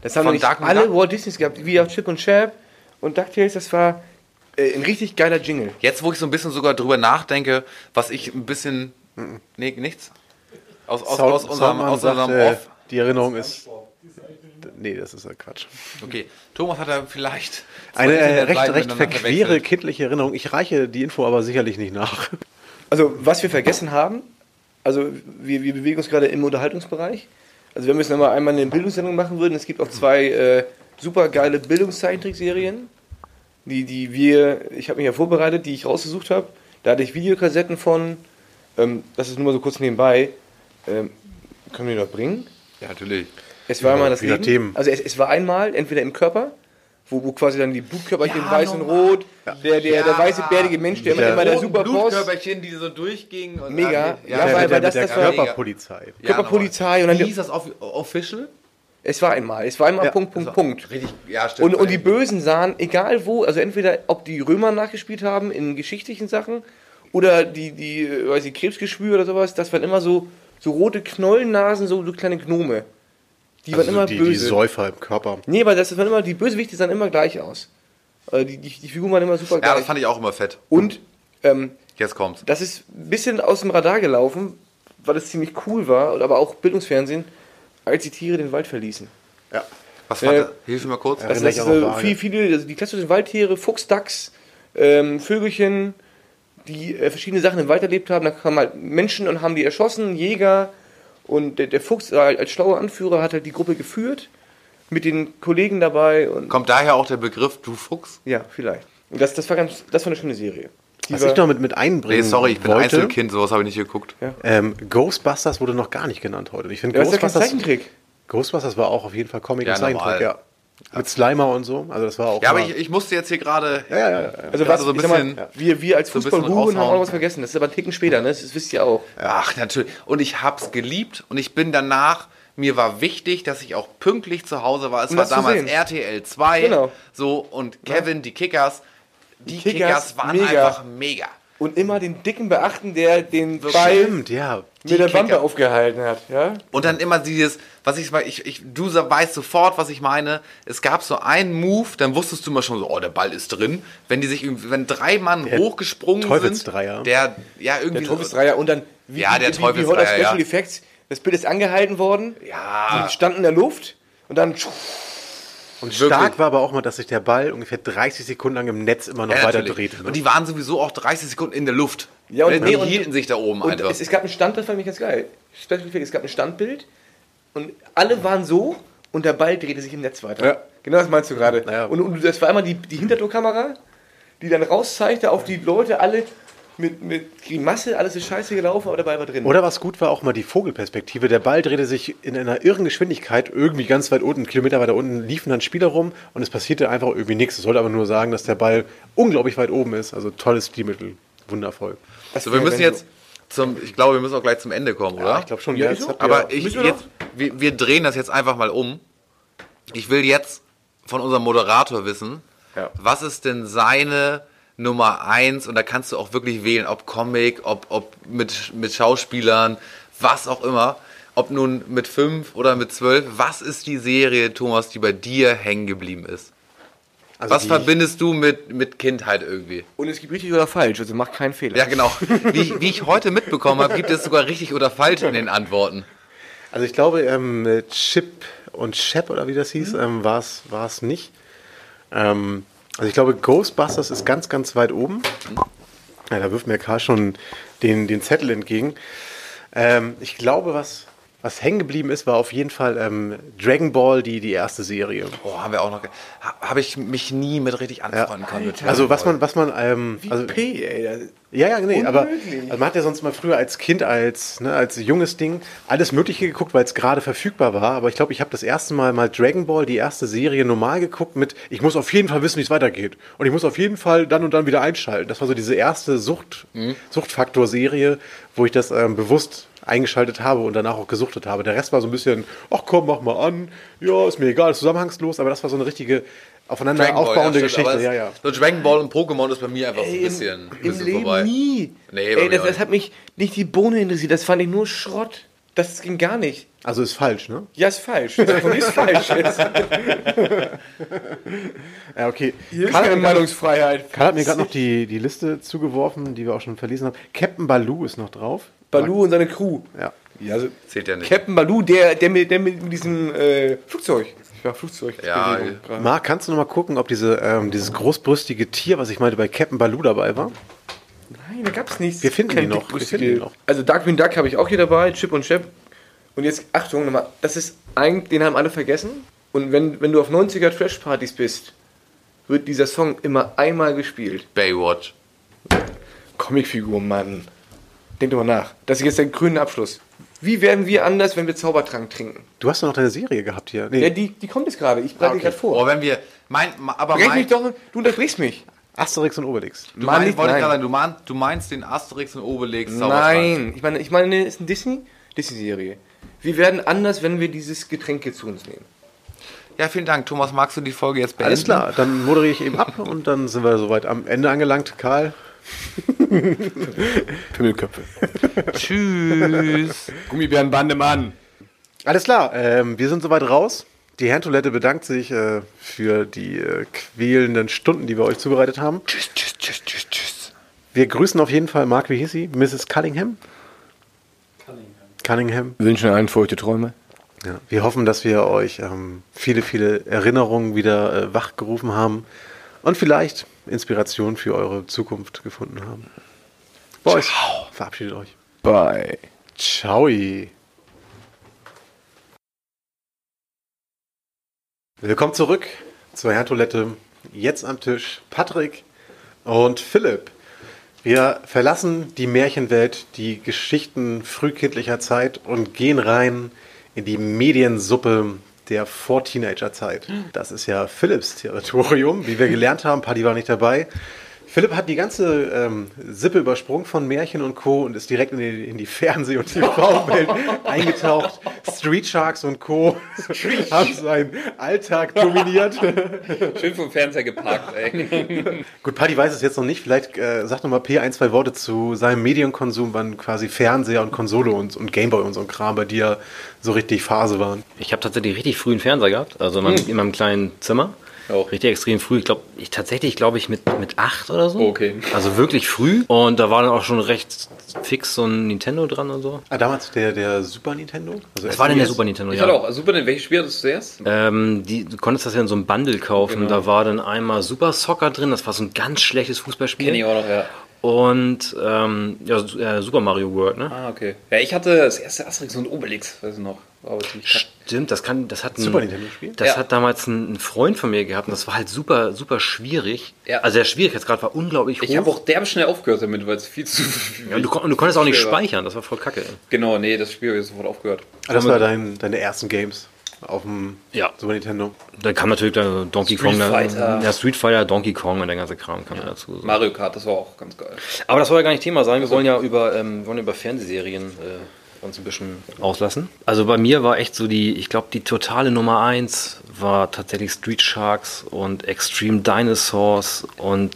[SPEAKER 4] Das haben
[SPEAKER 2] Von
[SPEAKER 4] nämlich
[SPEAKER 2] Dark
[SPEAKER 4] alle
[SPEAKER 2] Knight?
[SPEAKER 4] Walt Disneys gehabt, wie auch Chip und Chap und DuckTales, das war äh, ein richtig geiler Jingle.
[SPEAKER 2] Jetzt, wo ich so ein bisschen sogar drüber nachdenke, was ich ein bisschen. Nee, nichts? Aus, aus, aus unserem,
[SPEAKER 1] Soundmann
[SPEAKER 2] aus
[SPEAKER 1] sagt,
[SPEAKER 2] unserem
[SPEAKER 1] äh,
[SPEAKER 2] Off.
[SPEAKER 1] Die Erinnerung ist. Nee, das ist ja Quatsch.
[SPEAKER 2] Okay, Thomas hat da vielleicht. zwei
[SPEAKER 1] Eine äh, recht, recht
[SPEAKER 2] Internetseiten miteinander
[SPEAKER 1] verquere
[SPEAKER 2] verwechselt.
[SPEAKER 1] kindliche Erinnerung. Ich reiche die Info aber sicherlich nicht nach.
[SPEAKER 4] Also, was wir vergessen haben, also wir, wir bewegen uns gerade im Unterhaltungsbereich. Also, wir müssen immer einmal eine Bildungssendung machen würden. Es gibt auch zwei äh, super geile Bildungszeichentrickserien, die, die wir, ich habe mich ja vorbereitet, die ich rausgesucht habe. Da hatte ich Videokassetten von, ähm, das ist nur mal so kurz nebenbei, ähm, können wir die noch bringen?
[SPEAKER 2] Ja, natürlich.
[SPEAKER 4] Es war einmal das
[SPEAKER 1] wieder
[SPEAKER 4] Leben.
[SPEAKER 1] Themen.
[SPEAKER 4] Also es, es war einmal entweder im Körper, wo, wo quasi dann die Blutkörperchen weiß und rot, der, der, der weiße bärtige Mensch, der,
[SPEAKER 1] der
[SPEAKER 4] immer der super Boss,
[SPEAKER 2] Blutkörperchen, die so durchgingen. Und
[SPEAKER 4] Mega.
[SPEAKER 2] Ja,
[SPEAKER 4] Ja,
[SPEAKER 2] ja,
[SPEAKER 4] weil-
[SPEAKER 1] mit der, mit
[SPEAKER 4] das-
[SPEAKER 1] der
[SPEAKER 4] das war- genau.
[SPEAKER 1] Körperpolizei.
[SPEAKER 4] Körperpolizei und dann
[SPEAKER 2] Wie hieß das off- official?
[SPEAKER 4] es war einmal, es war einmal
[SPEAKER 1] Ja,
[SPEAKER 4] Punkt, Punkt, Punkt.
[SPEAKER 2] also Richtig, ja, stimmt.
[SPEAKER 4] Und, und die Bösen sahen, egal wo, also entweder ob die Römer nachgespielt haben in geschichtlichen Sachen oder die, die äh, weiß ich, Krebsgeschwür oder sowas, das waren immer so, so rote Knollennasen, so, so kleine Gnome. Die waren
[SPEAKER 1] Also
[SPEAKER 4] immer
[SPEAKER 1] die, die
[SPEAKER 4] böse.
[SPEAKER 1] Säufer im Körper.
[SPEAKER 4] nee, weil das waren immer, die Bösewichte sahen immer gleich aus. Äh, Die, die, die Figuren waren immer super
[SPEAKER 2] Ja,
[SPEAKER 4] geil.
[SPEAKER 2] das fand ich auch immer fett.
[SPEAKER 4] und ähm,
[SPEAKER 2] Jetzt kommt's.
[SPEAKER 4] das ist ein bisschen aus dem Radar gelaufen, weil das ziemlich cool war, und aber auch Bildungsfernsehen, als die Tiere den Wald verließen.
[SPEAKER 1] Ja.
[SPEAKER 2] Was war
[SPEAKER 4] Äh,
[SPEAKER 2] das? Hilf mir mal kurz.
[SPEAKER 1] Ja.
[SPEAKER 4] Also
[SPEAKER 1] Erinnere
[SPEAKER 4] das
[SPEAKER 1] ich
[SPEAKER 4] ist,
[SPEAKER 1] auch noch
[SPEAKER 4] äh,
[SPEAKER 1] vage.
[SPEAKER 4] viel, viele, also die klassischen Waldtiere, Fuchs, Dachs, ähm, Vögelchen, die äh, verschiedene Sachen im Wald erlebt haben. Da kamen halt Menschen und haben die erschossen, Jäger. Und der, der Fuchs äh, als schlauer Anführer hat halt die Gruppe geführt, mit den Kollegen dabei. Und,
[SPEAKER 2] Kommt daher auch der Begriff, du Fuchs?
[SPEAKER 4] ja, vielleicht. Und das, das, war ganz, das war eine schöne Serie. Die
[SPEAKER 1] Was
[SPEAKER 4] war-
[SPEAKER 1] ich noch mit, mit einbringen
[SPEAKER 2] Nee, sorry, ich bin
[SPEAKER 1] Ähm, wollte,
[SPEAKER 2] Einzelkind, sowas habe ich nicht geguckt.
[SPEAKER 4] Ja.
[SPEAKER 1] Ähm, Ghostbusters wurde noch gar nicht genannt heute. Ich finde
[SPEAKER 4] ja, das ist ja kein
[SPEAKER 1] Ghostbusters,
[SPEAKER 4] Zeichentrick.
[SPEAKER 1] Ghostbusters war auch auf jeden Fall Comic
[SPEAKER 2] Ja,
[SPEAKER 1] und Zeichentrick,
[SPEAKER 2] normal.
[SPEAKER 1] ja. Mit Slimer und so. Also das war auch.
[SPEAKER 2] Ja, aber
[SPEAKER 1] mal-
[SPEAKER 2] ich, ich musste jetzt hier gerade.
[SPEAKER 1] ja, ja, ja, ja.
[SPEAKER 4] Also
[SPEAKER 2] Gerade
[SPEAKER 4] was,
[SPEAKER 2] so ein
[SPEAKER 4] ich sag mal,
[SPEAKER 2] bisschen-
[SPEAKER 4] wir, wir als
[SPEAKER 2] so ein bisschen
[SPEAKER 4] Fußball-Huren haben
[SPEAKER 2] raushauen.
[SPEAKER 4] auch was vergessen. Das ist aber einen Ticken später, ne? Das, das wisst ihr auch.
[SPEAKER 2] Ach, natürlich. Und ich hab's geliebt und ich bin danach. Mir war wichtig, dass ich auch pünktlich zu Hause war. Es
[SPEAKER 4] Um
[SPEAKER 2] war
[SPEAKER 4] das zu
[SPEAKER 2] damals
[SPEAKER 4] sehen.
[SPEAKER 2] RTL 2.
[SPEAKER 4] Genau.
[SPEAKER 2] So, und Kevin, die Kickers. Die Kickers,
[SPEAKER 4] Kickers,
[SPEAKER 2] waren
[SPEAKER 4] mega.
[SPEAKER 2] einfach mega.
[SPEAKER 4] Und immer den Dicken beachten, der den Ball
[SPEAKER 1] Stimmt, ja.
[SPEAKER 4] mit der Wampe
[SPEAKER 2] Kicker.
[SPEAKER 4] aufgehalten hat. Ja?
[SPEAKER 2] Und dann immer dieses, was ich, ich, ich du sa- weißt sofort, was ich meine. Es gab so einen Move, dann wusstest du immer schon so, oh, der Ball ist drin. Wenn die sich, irgendwie- wenn drei Mann hochgesprungen
[SPEAKER 1] Teufelsdreier.
[SPEAKER 2] sind, der, ja, irgendwie,
[SPEAKER 4] Der Teufelsdreier und dann, wie,
[SPEAKER 2] Ja, der
[SPEAKER 4] wie, wie, wie heute
[SPEAKER 2] Teufelsdreier,
[SPEAKER 4] Special
[SPEAKER 2] ja.
[SPEAKER 4] Effects, das Bild ist angehalten worden,
[SPEAKER 2] Ja.
[SPEAKER 4] die standen in der Luft und dann,
[SPEAKER 1] Und
[SPEAKER 2] Wirklich.
[SPEAKER 1] stark war aber auch mal, dass sich der Ball ungefähr 30 Sekunden lang im Netz immer noch
[SPEAKER 2] Ja,
[SPEAKER 1] weiter
[SPEAKER 2] natürlich.
[SPEAKER 1] dreht. Ne?
[SPEAKER 2] Und die waren sowieso auch 30 Sekunden in der Luft. Ne,
[SPEAKER 4] Ja, und-
[SPEAKER 2] die
[SPEAKER 4] nee, und-
[SPEAKER 2] hielten sich da oben
[SPEAKER 4] und
[SPEAKER 2] einfach.
[SPEAKER 4] es, es gab ein Stand, das fand ich ganz geil, Special Effects, es gab ein Standbild und alle waren so und der Ball drehte sich im Netz weiter.
[SPEAKER 1] Ja.
[SPEAKER 4] Genau das meinst du gerade.
[SPEAKER 1] Ja.
[SPEAKER 4] Und, und das war einmal die, die Hintertorkamera, die dann rauszeigte auf die Leute, alle mit, mit Grimasse, alles ist scheiße gelaufen, aber der Ball war drin.
[SPEAKER 1] Oder was gut war, auch mal die Vogelperspektive. Der Ball drehte sich in einer irren Geschwindigkeit irgendwie ganz weit unten, Kilometer weiter unten, liefen dann Spieler rum und es passierte einfach irgendwie nichts. Es sollte aber nur sagen, dass der Ball unglaublich weit oben ist. Also tolles Stilmittel. Wundervoll.
[SPEAKER 4] Das
[SPEAKER 2] so, wir
[SPEAKER 4] wär,
[SPEAKER 2] müssen
[SPEAKER 4] wenn
[SPEAKER 2] jetzt zum, ich glaube, wir müssen auch gleich zum Ende kommen, oder?
[SPEAKER 1] ich glaube schon,
[SPEAKER 4] Ja,
[SPEAKER 1] ja,
[SPEAKER 4] wieso?
[SPEAKER 1] jetzt habt ihr-
[SPEAKER 2] Aber ich,
[SPEAKER 4] Müssen wir
[SPEAKER 2] jetzt, wir, wir drehen das jetzt einfach mal um. Ich will jetzt von unserem Moderator wissen,
[SPEAKER 4] Ja.
[SPEAKER 2] was ist denn seine Nummer eins? Und da kannst du auch wirklich wählen, ob Comic, ob, ob mit, mit Schauspielern, was auch immer. Ob nun mit fünf oder mit zwölf. Was ist die Serie, Thomas, die bei dir hängen geblieben ist?
[SPEAKER 1] also
[SPEAKER 2] Was
[SPEAKER 1] die-
[SPEAKER 2] verbindest du mit, mit Kindheit irgendwie?
[SPEAKER 4] Und es gibt richtig oder falsch, also macht keinen Fehler.
[SPEAKER 2] Ja, genau. Wie, ich- wie ich heute mitbekommen habe, gibt es sogar richtig oder falsch in den Antworten.
[SPEAKER 1] Also ich glaube, ähm, Chip und Shep oder wie das hieß, ähm, war es war's nicht. Ähm, also ich glaube, Ghostbusters ist ganz, ganz weit oben. Ja, da wirft mir Karl schon den, den Zettel entgegen. Ähm, ich glaube, was Was hängen geblieben ist, war auf jeden Fall ähm, Dragon Ball, die, die erste Serie.
[SPEAKER 2] Boah, haben wir auch noch. ge- Ha, Habe ich mich nie mit richtig anfreunden können. mit
[SPEAKER 1] Also
[SPEAKER 2] Dragon
[SPEAKER 1] was
[SPEAKER 2] Ball.
[SPEAKER 1] man, was man, ähm, also,
[SPEAKER 4] P, ey. das-
[SPEAKER 1] ja, ja, nee, aber
[SPEAKER 4] Unmöglich.
[SPEAKER 1] also man hat ja sonst mal früher als Kind, als, ne, als junges Ding alles Mögliche geguckt, weil es gerade verfügbar war. Aber ich glaube, ich habe das erste Mal mal Dragon Ball, die erste Serie, normal geguckt mit, ich muss auf jeden Fall wissen, wie es weitergeht. Und ich muss auf jeden Fall dann und dann wieder einschalten. Das war so diese erste Sucht,
[SPEAKER 2] Mhm.
[SPEAKER 1] Suchtfaktor-Serie, wo ich das ähm, bewusst eingeschaltet habe und danach auch gesuchtet habe. Der Rest war so ein bisschen, ach komm, mach mal an. Ja, ist mir egal, ist zusammenhangslos. Aber das war so eine richtige aufeinander
[SPEAKER 2] Dragon Ball,
[SPEAKER 1] aufbauende
[SPEAKER 2] ja, stimmt,
[SPEAKER 1] Geschichte.
[SPEAKER 2] aber
[SPEAKER 1] Ja,
[SPEAKER 2] es-
[SPEAKER 1] ja.
[SPEAKER 2] So Dragon Ball und Pokémon ist bei mir einfach so ein
[SPEAKER 4] Im,
[SPEAKER 2] bisschen, ein
[SPEAKER 4] im
[SPEAKER 2] bisschen
[SPEAKER 4] Leben
[SPEAKER 2] vorbei.
[SPEAKER 4] nie.
[SPEAKER 2] Nee, bei mir
[SPEAKER 4] ey, das,
[SPEAKER 2] auch
[SPEAKER 4] das
[SPEAKER 2] nicht.
[SPEAKER 4] hat mich nicht die Bohne interessiert. Das fand ich nur Schrott. Das ging gar nicht.
[SPEAKER 1] Also ist falsch, ne?
[SPEAKER 4] Ja, ist falsch. Von mir ist falsch. Jetzt.
[SPEAKER 1] Ja, okay.
[SPEAKER 4] Hier ist
[SPEAKER 1] Karl, hat
[SPEAKER 4] keine
[SPEAKER 1] mir grad-
[SPEAKER 4] Meinungsfreiheit.
[SPEAKER 1] Karl hat mir gerade noch die, die Liste zugeworfen, die wir auch schon verlesen haben. Captain Baloo ist noch drauf.
[SPEAKER 4] Baloo und seine Crew.
[SPEAKER 1] Ja.
[SPEAKER 4] Ja, also
[SPEAKER 2] Zählt ja nicht.
[SPEAKER 4] Captain Baloo, der, der, mit, der mit diesem äh, Flugzeug. Ich war Flugzeug.
[SPEAKER 2] Ja,
[SPEAKER 4] Bewegung gerade.
[SPEAKER 1] Marc, kannst du noch mal gucken, ob diese, ähm, dieses großbrüstige Tier, was ich meinte, bei Captain Baloo dabei war?
[SPEAKER 4] Nein, da gab's nichts.
[SPEAKER 1] Wir finden
[SPEAKER 4] Keine
[SPEAKER 1] ihn noch, wir
[SPEAKER 4] dickbrüstige-
[SPEAKER 1] finden ihn noch.
[SPEAKER 4] Also Darkwing Duck habe ich auch hier dabei, Chip und Chap. Und jetzt, Achtung nochmal, das ist ein, den haben alle vergessen. Und wenn, wenn du auf 90er Trash-Partys bist, wird dieser Song immer einmal gespielt.
[SPEAKER 2] Baywatch.
[SPEAKER 4] Comicfigur, Mann. Denk doch mal nach. Das ist jetzt der grüne Abschluss. Wie werden wir anders, wenn wir Zaubertrank trinken?
[SPEAKER 1] Du hast doch noch deine Serie gehabt hier. Nee. Ah,
[SPEAKER 4] Ja, die, die kommt jetzt gerade. Ich bereite die
[SPEAKER 1] Okay.
[SPEAKER 4] gerade vor.
[SPEAKER 2] Boah, wenn wir. Mein, ma- aber
[SPEAKER 4] Brech
[SPEAKER 2] mein,
[SPEAKER 4] mich doch, du unterbrichst mich.
[SPEAKER 1] Asterix und Obelix.
[SPEAKER 2] du,
[SPEAKER 4] Mann,
[SPEAKER 2] mein,
[SPEAKER 4] nicht-
[SPEAKER 2] wollte ich
[SPEAKER 4] nein.
[SPEAKER 2] gerade sagen, du, mein, du meinst den Asterix und Obelix Zaubertrank.
[SPEAKER 4] Nein, ich meine, ich meine, es ist eine Disney, Disney-Serie. Wir werden anders, wenn wir dieses Getränk jetzt zu uns nehmen.
[SPEAKER 2] Ja, vielen Dank. Thomas, magst du die Folge jetzt beenden?
[SPEAKER 1] Alles klar, dann moderiere ich eben ab und dann sind wir soweit am Ende angelangt. Karl.
[SPEAKER 4] Pimmelköpfe.
[SPEAKER 2] Tschüss.
[SPEAKER 4] Gummibärenbande, Mann.
[SPEAKER 1] Alles klar, ähm, wir sind soweit raus. Die Herrentoilette bedankt sich äh, für die äh, quälenden Stunden, die wir euch zubereitet haben.
[SPEAKER 2] tschüss, tschüss, tschüss, tschüss, tschüss.
[SPEAKER 1] Wir grüßen auf jeden Fall Mark, wie hieß sie? Mrs. Cunningham? Cunningham.
[SPEAKER 4] Wünschen allen feuchte Träume.
[SPEAKER 1] Ja. Wir hoffen, dass wir euch ähm, viele, viele Erinnerungen wieder äh, wachgerufen haben und vielleicht Inspiration für eure Zukunft gefunden haben. Boys, verabschiedet euch.
[SPEAKER 4] Bye.
[SPEAKER 1] Ciao. Willkommen zurück zur Herrentoilette. Jetzt am Tisch Patrick und Philipp. Wir verlassen die Märchenwelt, die Geschichten frühkindlicher Zeit und gehen rein in die Mediensuppe der Vor-Teenager-Zeit. Das ist ja Philipps Territorium, wie wir gelernt haben. Paddy war nicht dabei. Philipp hat die ganze ähm, Sippe übersprungen von Märchen und Co. und ist direkt in die, in die Fernseh- und TV-Welt eingetaucht. Street Sharks und Co. haben seinen Alltag dominiert.
[SPEAKER 5] Schön vom Fernseher geparkt, ey.
[SPEAKER 1] Gut, Paddy weiß es jetzt noch nicht. Vielleicht äh, sagt nochmal P ein, zwei Worte zu seinem Medienkonsum, wann quasi Fernseher und Konsole und, und Gameboy und so ein Kram bei dir so richtig Phase waren.
[SPEAKER 3] Ich habe tatsächlich richtig früh einen Fernseher gehabt, also in meinem, in meinem kleinen Zimmer.
[SPEAKER 5] Hm. Auch.
[SPEAKER 3] Richtig extrem früh. Ich glaube, ich tatsächlich glaube ich mit, mit acht oder so.
[SPEAKER 5] Okay.
[SPEAKER 3] Also wirklich früh. Und da war dann auch schon recht fix so ein Nintendo dran und so.
[SPEAKER 1] Ah, damals der, der Super Nintendo? Also
[SPEAKER 3] Das war denn der
[SPEAKER 1] SNES?
[SPEAKER 3] Super Nintendo,
[SPEAKER 5] Ich
[SPEAKER 3] ja.
[SPEAKER 5] hatte auch, super, denn welches Spiel hattest du zuerst?
[SPEAKER 3] Ähm, die, du konntest das ja in so einem Bundle
[SPEAKER 5] Genau.
[SPEAKER 3] kaufen. Da war dann einmal Super Soccer drin, das war so ein ganz schlechtes Fußballspiel.
[SPEAKER 5] Kenn ich auch noch, ja.
[SPEAKER 3] Und ähm, ja, Su- äh, Super Mario World, ne?
[SPEAKER 5] Ah, okay. Ja, ich hatte das erste Asterix und Obelix, weiß ich noch. War aber ziemlich krass.
[SPEAKER 3] Stimmt, das kann, das hat ein,
[SPEAKER 1] Super Nintendo-Spiel?
[SPEAKER 3] Das
[SPEAKER 5] Ja.
[SPEAKER 3] hat damals ein, ein Freund von mir gehabt und das war halt super, super schwierig.
[SPEAKER 5] Ja.
[SPEAKER 3] Also der Schwierigkeitsgrad war unglaublich hoch.
[SPEAKER 5] Ich habe auch derb schnell aufgehört damit, weil es viel zu.
[SPEAKER 3] ja, und du, kon- und du konntest auch nicht
[SPEAKER 5] Schwer war.
[SPEAKER 3] speichern, das war voll kacke. ey.
[SPEAKER 5] Genau, nee, das Spiel habe ich sofort aufgehört.
[SPEAKER 1] Ah, das war dein, deine ersten Games auf dem
[SPEAKER 3] Ja.
[SPEAKER 1] Super Nintendo.
[SPEAKER 3] Dann kam natürlich dann Donkey Kong,
[SPEAKER 5] Street Fighter.
[SPEAKER 3] Dann, ja, Street Fighter, Donkey Kong und der ganze Kram kam dazu. So.
[SPEAKER 5] Mario Kart, das war auch ganz geil.
[SPEAKER 3] Aber das soll ja gar nicht Thema sein. Wir wollen ja über, ähm, wir wollen über Fernsehserien äh, uns ein bisschen auslassen. Also bei mir war echt so die, ich glaube, die totale Nummer eins war tatsächlich Street Sharks und Extreme Dinosaurs und